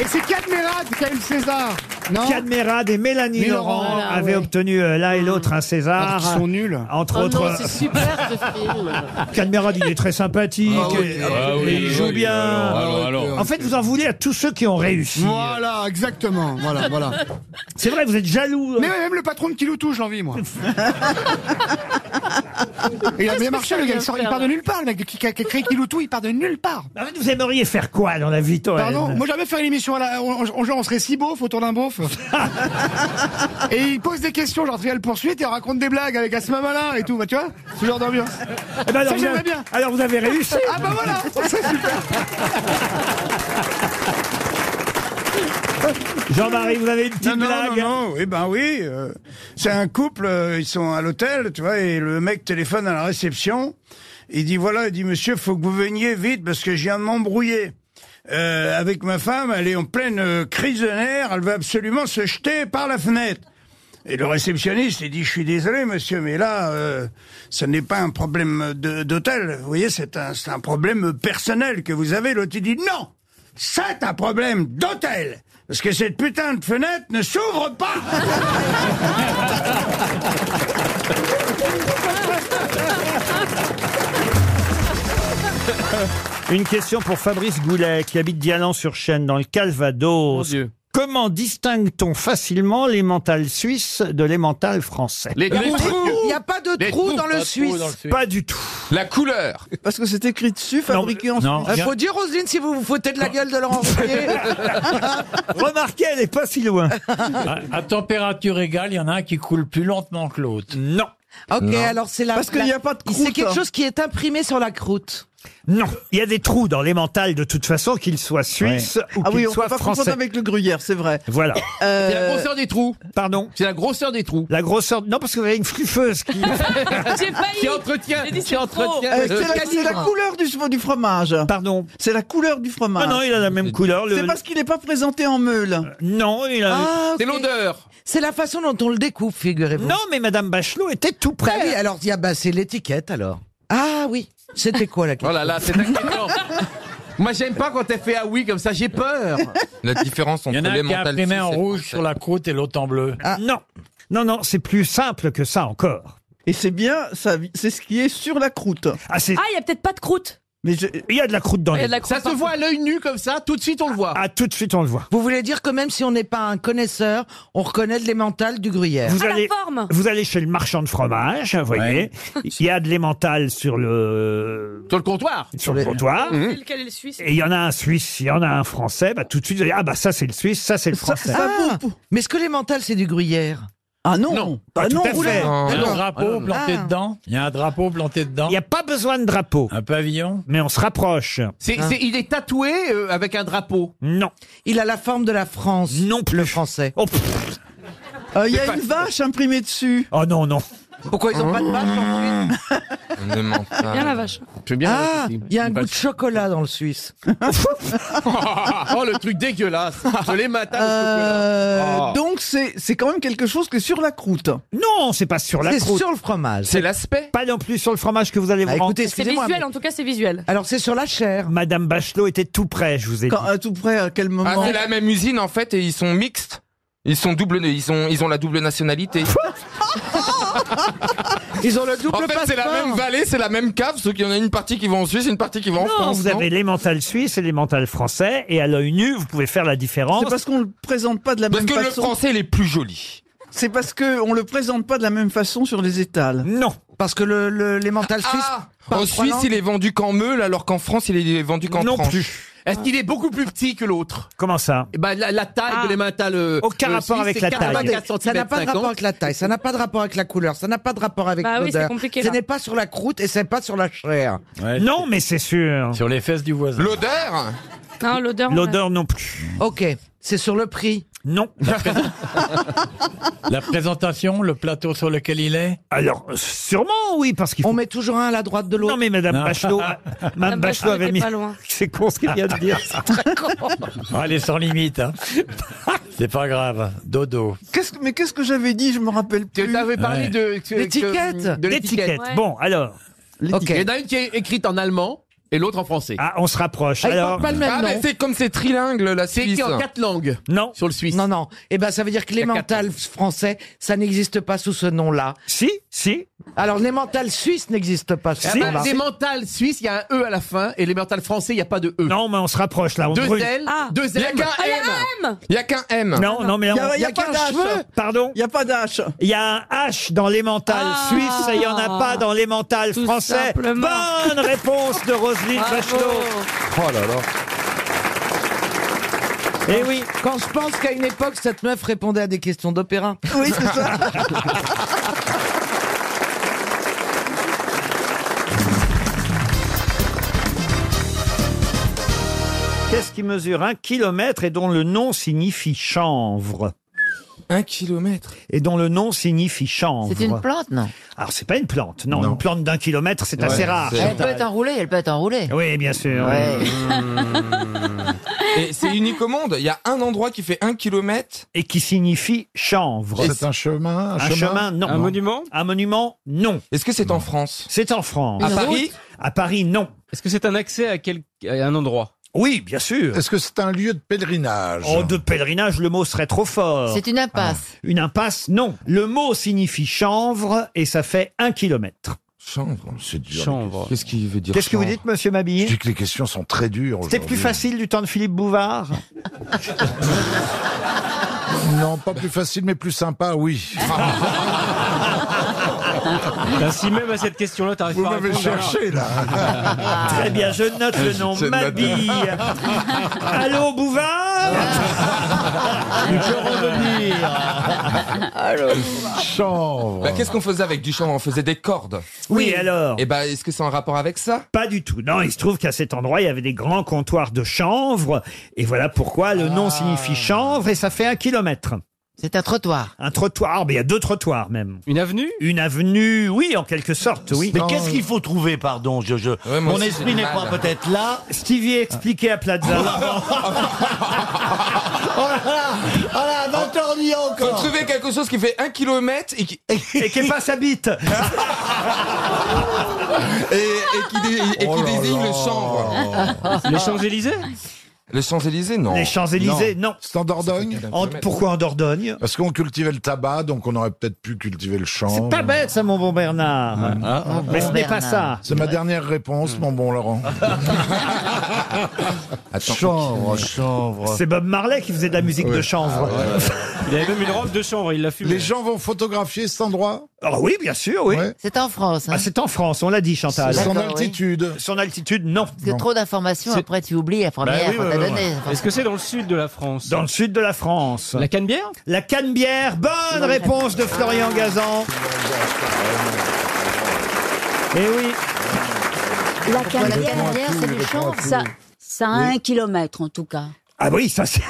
Speaker 8: Et c'est Cadmerade qui a eu le Oh, César, non
Speaker 1: Cadmerade et Mélanie
Speaker 8: Mais
Speaker 1: Laurent,
Speaker 8: Laurent,
Speaker 1: avaient obtenu euh, l'un et l'autre un
Speaker 8: Alors
Speaker 1: César.
Speaker 8: qu'ils sont nuls. Oh
Speaker 1: Entre autres, euh,
Speaker 13: super ce film.
Speaker 1: Cadmerade, il est très sympathique,
Speaker 8: Ah
Speaker 1: et-
Speaker 14: Ah
Speaker 1: et il joue bien. Ah
Speaker 5: Alors, alors.
Speaker 1: en fait, vous en voulez à tous ceux qui ont réussi.
Speaker 8: Voilà, exactement. Voilà, voilà.
Speaker 1: C'est vrai, vous êtes jaloux. hein.
Speaker 8: Mais ouais, même le patron de Kiloutou, je l'envie, moi. Et il a bien marché, le gars. Il, sort- il part de nulle part, le mec qui a qui a créé Kiloutou, il part de nulle part.
Speaker 1: En fait, Ah, vous aimeriez faire quoi dans la vie, Toen
Speaker 8: Pardon, moi j'avais fait une émission à la, on, on- genre on serait si beauf autour
Speaker 1: [laughs]
Speaker 8: d'un beauf. et il pose des questions, genre trial poursuite et on raconte des blagues avec à ce moment-là et tout, bah, tu vois, ce genre d'ambiance.
Speaker 1: Eh ben alors,
Speaker 8: Ça,
Speaker 1: vous
Speaker 8: j'aimerais
Speaker 1: avez-
Speaker 8: bien.
Speaker 1: alors, vous avez réussi.
Speaker 8: Ah bah voilà, [laughs] c'est super.
Speaker 1: Jean-Marie, vous avez une petite
Speaker 7: Non, non,
Speaker 1: blague
Speaker 7: non, non, eh ben oui. euh, c'est un couple, euh, ils sont à l'hôtel, tu vois, et le mec téléphone à la réception. Il dit, voilà, il dit, monsieur, faut que vous veniez vite parce que je viens de m'embrouiller. Euh, avec ma femme, elle est en pleine euh, crise de nerfs, elle va absolument se jeter par la fenêtre. Et le réceptionniste, il dit, je suis désolé, monsieur, mais là, euh, ce n'est pas un problème de- d'hôtel. Vous voyez, c'est un, c'est un problème personnel que vous avez. L'autre, il dit, non, c'est un problème d'hôtel. Parce que cette putain de fenêtre ne s'ouvre pas
Speaker 1: Une question pour Fabrice Goulet, qui habite Dialan-sur-Chêne, dans le Calvados. Comment distingue-t-on facilement l'emmental suisse de l'emmental français
Speaker 9: Les trous. Il n'y a pas de
Speaker 1: Les
Speaker 9: trou
Speaker 1: trous.
Speaker 9: dans
Speaker 1: Pas
Speaker 9: le
Speaker 1: de trou
Speaker 9: suisse.
Speaker 1: dans le suisse. Pas du tout.
Speaker 9: La couleur. Parce que c'est écrit dessus, fabriqué
Speaker 1: Non,
Speaker 9: en
Speaker 1: non,
Speaker 9: Suisse. Il
Speaker 1: bien-
Speaker 9: faut dire, Roselyne, si vous vous foutez de la gueule de Laurent
Speaker 3: [laughs]
Speaker 9: Ruquier.
Speaker 14: [laughs]
Speaker 1: Remarquez, elle est pas si loin.
Speaker 14: à, à température égale, il y en a un qui coule plus lentement que l'autre.
Speaker 1: Non.
Speaker 9: Ok, alors c'est la.
Speaker 14: Parce qu'il
Speaker 9: la-
Speaker 14: n'y a pas de
Speaker 9: C'est
Speaker 14: croûte,
Speaker 9: quelque
Speaker 14: hein.
Speaker 9: chose qui est imprimé sur la croûte.
Speaker 1: Non, il y a des trous dans l'emmental de toute façon, qu'il soit suisse ou
Speaker 6: Ah oui,
Speaker 1: qu'il
Speaker 6: on peut
Speaker 1: soit
Speaker 6: pas confondre
Speaker 1: français.
Speaker 6: avec le gruyère, c'est vrai.
Speaker 1: Voilà.
Speaker 6: Euh, C'est la grosseur
Speaker 9: [laughs]
Speaker 1: des trous. Pardon C'est la grosseur des trous. La grosseur. Non, parce que vous avez une fluffeuse [laughs] qui.
Speaker 14: Qui entretient, qui entretient.
Speaker 6: Euh,
Speaker 14: le
Speaker 6: c'est, la, c'est la
Speaker 14: calibre.
Speaker 6: couleur du, du fromage.
Speaker 1: Pardon
Speaker 6: C'est la couleur du fromage.
Speaker 1: Ah non, il a la même couleur, le-
Speaker 6: C'est parce qu'il n'est pas présenté en meule.
Speaker 1: Non, il a.
Speaker 9: C'est l'odeur. Ah, C'est la façon dont on le découpe, figurez-vous.
Speaker 1: Non, mais Madame Bachelot était tout près.
Speaker 9: oui, alors il y a- bah, c'est l'étiquette alors. Ah oui. C'était quoi la question
Speaker 5: Oh là là,
Speaker 9: [laughs]
Speaker 5: c'est inquiétant. Moi, j'aime pas quand elle fait ah oui comme ça, j'ai peur.
Speaker 10: [laughs] La différence
Speaker 14: Il y
Speaker 10: entre
Speaker 14: en a un qui a
Speaker 10: l'emmental
Speaker 14: imprimé
Speaker 10: suisse
Speaker 14: en
Speaker 10: et-
Speaker 14: rouge sur la croûte et l'autre en bleu.
Speaker 6: Ah.
Speaker 1: Non, non, non, c'est plus simple que ça encore.
Speaker 6: Et c'est bien, ça, c'est ce qui est sur la croûte.
Speaker 1: Ah, c'est...
Speaker 15: Ah, il n'y a peut-être pas de croûte.
Speaker 1: Mais il y a de la croûte dans les.
Speaker 5: Ça se voit à l'œil nu comme ça, tout de suite on le voit.
Speaker 1: Ah, tout de suite on le voit.
Speaker 9: Vous voulez dire que même si on n'est pas un connaisseur, on reconnaît de l'emmental du
Speaker 15: Ah,
Speaker 9: gruyère.
Speaker 1: Vous allez, vous allez chez le marchand de fromage, vous voyez. Il y a de l'emmental sur le. Sur le comptoir. Sur le comptoir.
Speaker 15: Lequel est le suisse
Speaker 1: Et il y en a un suisse, il y en a un français, bah tout de suite, vous allez, ah bah ça c'est le suisse, ça c'est le français.
Speaker 9: Ah, mais est-ce que l'emmental c'est du gruyère
Speaker 6: Ah non.
Speaker 1: Pas tout à fait.
Speaker 9: Ah
Speaker 14: Il y a un drapeau planté dedans. Il y a un drapeau planté dedans. Il n'y
Speaker 1: Ah. a pas besoin de drapeau.
Speaker 14: Un pavillon.
Speaker 1: Mais on se rapproche.
Speaker 5: C'est- c'est- il est tatoué euh, avec un drapeau.
Speaker 1: Hein Non.
Speaker 9: Il a la forme de la France.
Speaker 1: Non
Speaker 9: Le français. Euh,
Speaker 1: Oh,
Speaker 6: Il
Speaker 1: Ah,
Speaker 6: y a une vache imprimée dessus.
Speaker 1: Oh non, non.
Speaker 9: Pourquoi ils ont
Speaker 1: Oh.
Speaker 9: pas de vache en Suisse
Speaker 1: [laughs]
Speaker 15: Bien la vache.
Speaker 9: Ah, il y a un goût de chocolat dans le Suisse.
Speaker 5: [laughs] oh le truc dégueulasse. Je les
Speaker 9: hein.
Speaker 5: matins.
Speaker 6: Euh,
Speaker 5: au chocolat. Oh.
Speaker 6: Donc c'est, c'est quand même quelque chose que sur la croûte.
Speaker 1: Non, c'est pas sur la
Speaker 9: C'est
Speaker 1: croûte.
Speaker 9: sur le fromage. C'est
Speaker 5: l'aspect.
Speaker 1: Pas non plus sur le fromage que vous allez vous rendre.
Speaker 15: C'est visuel, en tout cas, c'est visuel.
Speaker 9: Alors c'est sur la chair.
Speaker 1: Madame Bachelot était tout près, je vous ai dit.
Speaker 6: tout près, à quel moment
Speaker 10: Ah, c'est la même usine en fait et ils sont mixtes. Ils sont double, ils ont, ils ont la
Speaker 1: [laughs]
Speaker 10: double nationalité.
Speaker 9: Ils ont le double
Speaker 10: En fait, c'est la
Speaker 9: passeport.
Speaker 10: même vallée, c'est la même cave, sauf qu'il y en a une partie qui va en Suisse, une partie qui va en
Speaker 1: Non,
Speaker 10: France.
Speaker 1: vous
Speaker 10: non
Speaker 1: avez l'emmental suisse et l'emmental français, et à l'œil nu, vous pouvez faire la différence.
Speaker 6: C'est parce qu'on le présente pas de la
Speaker 10: Parce
Speaker 6: même
Speaker 10: que
Speaker 6: façon.
Speaker 10: le français, il est plus joli.
Speaker 6: C'est parce que on le présente pas de la même façon sur les étals.
Speaker 1: Non.
Speaker 9: Parce que le, le- l'emmental suisse. parle
Speaker 10: Ah,
Speaker 9: trois
Speaker 10: En Suisse,
Speaker 9: langues.
Speaker 10: il est vendu qu'en meule, alors qu'en France, il est vendu qu'en
Speaker 1: Non
Speaker 10: tranche.
Speaker 1: plus.
Speaker 5: Est-ce qu'il est beaucoup plus petit que l'autre
Speaker 1: Comment ça
Speaker 5: Eh ben, la, la taille de l'emmental. euh, euh, suisse, c'est 84
Speaker 9: Ah. Ça n'a pas de
Speaker 5: centimètres
Speaker 9: rapport
Speaker 5: 50.
Speaker 9: avec la taille, ça n'a pas de rapport avec la couleur, ça n'a pas de rapport avec
Speaker 15: Bah oui, c'est
Speaker 9: l'odeur.
Speaker 15: compliqué,
Speaker 9: ce
Speaker 15: là.
Speaker 9: n'est pas sur la croûte et c'est pas sur la chair.
Speaker 1: Non, mais c'est sûr.
Speaker 14: Sur les fesses du voisin.
Speaker 10: L'odeur
Speaker 15: Non, l'odeur. on a-
Speaker 1: L'odeur non plus.
Speaker 9: Ok, c'est sur le prix. [laughs]
Speaker 1: Non.
Speaker 14: La présentation, le plateau sur lequel il est.
Speaker 1: Alors, euh, sûrement, oui, parce qu'il
Speaker 9: On met toujours un à la droite de l'autre.
Speaker 1: Non, mais Madame
Speaker 14: Non. [laughs]
Speaker 9: [laughs]
Speaker 1: Bachelot, Madame
Speaker 14: Madame
Speaker 1: Bachelot
Speaker 14: Bachelot
Speaker 1: avait
Speaker 14: était
Speaker 1: mis.
Speaker 14: pas loin.
Speaker 1: [laughs] C'est con ce qu'il vient de dire.
Speaker 14: Ah, elle est sans limite. hein. C'est pas grave. Dodo.
Speaker 6: Qu'est-ce que- mais qu'est-ce que j'avais dit Je me rappelle plus.
Speaker 5: Tu avais parlé
Speaker 14: Ouais.
Speaker 5: de. que- que-
Speaker 1: L'étiquette.
Speaker 5: De l'étiquette.
Speaker 1: L'étiquette. Bon, alors.
Speaker 5: Il y en a une qui est écrite en allemand et l'autre en français.
Speaker 1: Ah, on se rapproche. Alors.
Speaker 10: Ah, mais c'est comme c'est trilingue, la
Speaker 5: C'est
Speaker 10: Suisse.
Speaker 5: écrit en quatre langues.
Speaker 1: Non.
Speaker 5: Sur le Suisse.
Speaker 9: Non, non. Eh ben, ça veut dire que l'emmental français, ça n'existe pas sous ce nom-là.
Speaker 1: Si, si. Eh
Speaker 9: Alors, l'emmental suisse n'existe pas sous
Speaker 3: Eh
Speaker 5: Ah
Speaker 9: ce
Speaker 3: ben,
Speaker 5: bah,
Speaker 9: nom-là.
Speaker 5: les mentales suisses, il y a un E à la fin, et les mentales français, il n'y a pas de E.
Speaker 1: Non, mais on se rapproche là. On
Speaker 5: deux
Speaker 1: brûle.
Speaker 5: L,
Speaker 15: Ah.
Speaker 5: deux
Speaker 10: Il y
Speaker 5: M.
Speaker 10: a qu'un
Speaker 15: Ah, il y a
Speaker 10: M.
Speaker 15: un M
Speaker 10: Il y a qu'un M.
Speaker 1: Ah, Non, non, mais là,
Speaker 6: Il n'y a,
Speaker 1: on-
Speaker 6: il y a
Speaker 9: y a
Speaker 6: pas
Speaker 9: qu'un
Speaker 6: d'âge.
Speaker 9: cheveu.
Speaker 1: Pardon
Speaker 6: Il n'y a pas d'âge.
Speaker 1: Il y a un H dans l'emmental
Speaker 15: Ah.
Speaker 1: suisse et il n'y en a pas dans l'emmental
Speaker 15: Tout
Speaker 1: français.
Speaker 15: simplement.
Speaker 1: Bonne réponse de Roselyne Bachelot.
Speaker 10: Oh là là.
Speaker 1: Eh oui.
Speaker 9: Quand je pense qu'à une époque, cette meuf répondait à des questions d'opéra.
Speaker 6: Oui, c'est ça.
Speaker 9: [laughs]
Speaker 1: Qu'est-ce qui mesure un kilomètre et dont le nom signifie chanvre
Speaker 10: Un kilomètre.
Speaker 1: Et dont le nom signifie chanvre.
Speaker 13: C'est une plante, non
Speaker 1: Alors, c'est pas une plante, non. Une plante d'un kilomètre, c'est assez rare.
Speaker 13: Elle peut être enroulée, elle peut être enroulée.
Speaker 1: Oui, bien sûr.
Speaker 13: Ouais.
Speaker 10: Et c'est unique au monde. Il y a un endroit qui fait un kilomètre.
Speaker 1: Et qui signifie chanvre.
Speaker 4: C'est un chemin, un,
Speaker 1: Un chemin, non.
Speaker 10: Un monument
Speaker 1: Un monument, non.
Speaker 10: Est-ce que c'est en France
Speaker 1: C'est en France.
Speaker 10: À Paris
Speaker 1: À Paris, non.
Speaker 16: Est-ce que c'est un accès à, quel... à un endroit
Speaker 1: Oui, bien sûr.
Speaker 4: Est-ce que c'est un lieu de pèlerinage
Speaker 1: Oh, de pèlerinage, le mot serait trop fort. Ah.
Speaker 13: C'est une impasse.
Speaker 1: Une impasse, non. Le mot signifie chanvre et ça fait un kilomètre.
Speaker 4: Chanvre, c'est dur.
Speaker 1: Chanvre.
Speaker 4: Qu'est-ce qu'il veut
Speaker 1: dire, Qu'est-ce que vous chanvre dites, monsieur Mabille
Speaker 4: Je dis que les questions sont très dures.
Speaker 1: C'était plus
Speaker 4: aujourd'hui.
Speaker 1: facile du temps de Philippe Bouvard
Speaker 4: Non, pas plus facile, mais plus sympa, oui.
Speaker 16: si même à cette question-là, t'arrives
Speaker 4: Vous
Speaker 16: pas à
Speaker 4: m'avez
Speaker 16: répondre, alors.
Speaker 4: cherché, là.
Speaker 1: [laughs] Très bien, je note le nom.
Speaker 16: Je note.
Speaker 1: Mabille.
Speaker 10: [laughs]
Speaker 1: Allô, Bouvard
Speaker 10: Tu peux revenir.
Speaker 4: Chanvre.
Speaker 10: Bah, Qu'est-ce qu'on faisait avec du chanvre On faisait des cordes.
Speaker 1: Oui, alors
Speaker 10: Et bah, est-ce que c'est en rapport avec ça
Speaker 1: Pas du tout. Non, il se trouve qu'à cet endroit, il y avait des grands comptoirs de chanvre. Et voilà pourquoi le
Speaker 10: Ah.
Speaker 1: nom signifie chanvre et ça fait un kilomètre.
Speaker 13: C'est un trottoir.
Speaker 1: Un trottoir, mais il y a deux trottoirs même. Une avenue Une avenue, oui, en quelque sorte, oui.
Speaker 3: Mais qu'est-ce qu'il faut trouver, pardon, je, je-
Speaker 1: moi
Speaker 3: Mon
Speaker 1: aussi, j'ai
Speaker 3: esprit
Speaker 1: du
Speaker 3: n'est pas
Speaker 1: mal.
Speaker 3: peut-être là.
Speaker 1: Stevie expliqué à Plaza.
Speaker 3: Oh là là, oh là, va t'en dire
Speaker 10: Faut
Speaker 3: encore.
Speaker 10: trouver quelque chose qui fait un kilomètre et qui.
Speaker 1: et qui passe sa
Speaker 10: [laughs]
Speaker 1: bite
Speaker 10: Et, et qui, dé- et qui
Speaker 1: Oh là
Speaker 10: désigne
Speaker 1: là.
Speaker 10: le chanvre.
Speaker 1: Les
Speaker 10: Champs-Élysées [laughs]
Speaker 1: Ah,
Speaker 10: Les Champs-Élysées, non.
Speaker 1: Les Champs-Élysées, non.
Speaker 4: C'est en Dordogne
Speaker 1: En- pourquoi en Dordogne
Speaker 4: Parce qu'on cultivait le tabac, donc on aurait peut-être pu cultiver le chanvre.
Speaker 1: C'est pas bête ça, mon bon Bernard. [laughs]
Speaker 17: Ah,
Speaker 1: Mais ce n'est pas ça.
Speaker 4: C'est ma dernière réponse, mon bon Laurent. chanvre, chanvre.
Speaker 1: C'est Bob Marley qui faisait de la musique de chanvre.
Speaker 10: Ah
Speaker 16: Il avait même une robe de chanvre, il l'a fumée.
Speaker 4: Les gens vont photographier cet endroit
Speaker 1: [laughs] Ah oui, bien sûr, oui.
Speaker 13: C'est en France. hein.
Speaker 1: Ah, c'est en France, on l'a dit, Chantal.
Speaker 4: Son
Speaker 13: D'accord, oui.
Speaker 4: altitude.
Speaker 1: Son altitude, non.
Speaker 13: Parce que trop d'informations, après tu oublies la
Speaker 16: Bah
Speaker 13: première
Speaker 16: oui,
Speaker 1: hein,
Speaker 13: qu'on
Speaker 16: ouais,
Speaker 13: t'a
Speaker 16: ouais,
Speaker 13: donnée.
Speaker 16: ouais. Est-ce que c'est dans le sud de la France
Speaker 1: Dans le sud de la France.
Speaker 16: La cannebière
Speaker 1: La canebière, bonne réponse Ah. de Florian Gazan. Et Eh oui.
Speaker 17: La
Speaker 1: la
Speaker 17: canadière,
Speaker 1: canadière,
Speaker 17: c'est du chanvre. Ça, ça a un kilomètre en tout cas.
Speaker 1: Ah oui, ça c'est.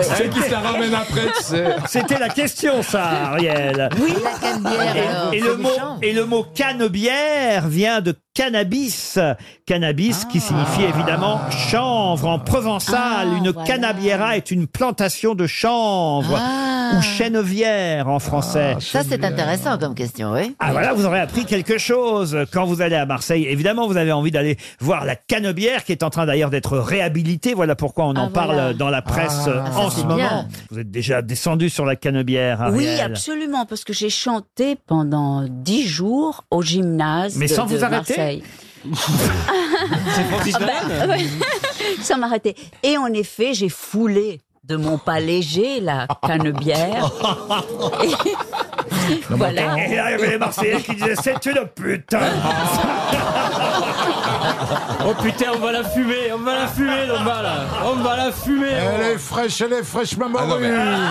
Speaker 10: Celle qui se la ramène après, tu sais.
Speaker 1: [laughs] C'était la question, ça, Ariel.
Speaker 13: Oui, la cannebière.
Speaker 1: Et-
Speaker 13: alors,
Speaker 1: Et,
Speaker 13: c'est
Speaker 1: le
Speaker 13: du
Speaker 1: mot,
Speaker 13: chanvre.
Speaker 1: et le mot cannebière vient de cannabis. Cannabis
Speaker 13: Ah.
Speaker 1: qui signifie évidemment chanvre. En provençal, une cannabiera est une plantation de chanvre ou chènevière en français.
Speaker 13: Ah. Ça, c'est intéressant comme question, oui.
Speaker 1: Ah voilà, vous aurez appris quelque chose quand vous allez à Marseille. Évidemment, vous avez envie d'aller voir la canebière qui est en train d'ailleurs d'être réhabilitée. Voilà pourquoi on en
Speaker 17: Ah, voilà.
Speaker 1: parle dans la presse
Speaker 17: Ah.
Speaker 1: euh,
Speaker 17: Ah, ça,
Speaker 1: en
Speaker 17: c'est
Speaker 1: ce
Speaker 17: bien.
Speaker 1: moment. Vous êtes déjà descendu sur la canebière,
Speaker 17: Oui,
Speaker 1: Ariel.
Speaker 17: absolument, parce que j'ai chanté pendant dix jours au gymnase
Speaker 1: Mais
Speaker 17: de,
Speaker 1: sans
Speaker 17: de
Speaker 1: vous arrêter
Speaker 17: Marseille.
Speaker 16: C'est Francis
Speaker 17: Ah bah, [laughs]
Speaker 16: Lalanne
Speaker 17: ouais, sans m'arrêter. Et en effet, j'ai foulé de mon pas léger la
Speaker 1: [laughs]
Speaker 17: cannebière. Et- voilà.
Speaker 1: Et là, il y avait les Marseillais qui disaient c'est une pute.
Speaker 16: [laughs] Oh putain, on va la fumer, on va la fumer, le bas là. On va la fumer.
Speaker 4: Elle
Speaker 18: oh.
Speaker 4: est fraîche, elle est fraîche,
Speaker 18: Ah
Speaker 4: maman.
Speaker 13: Putain,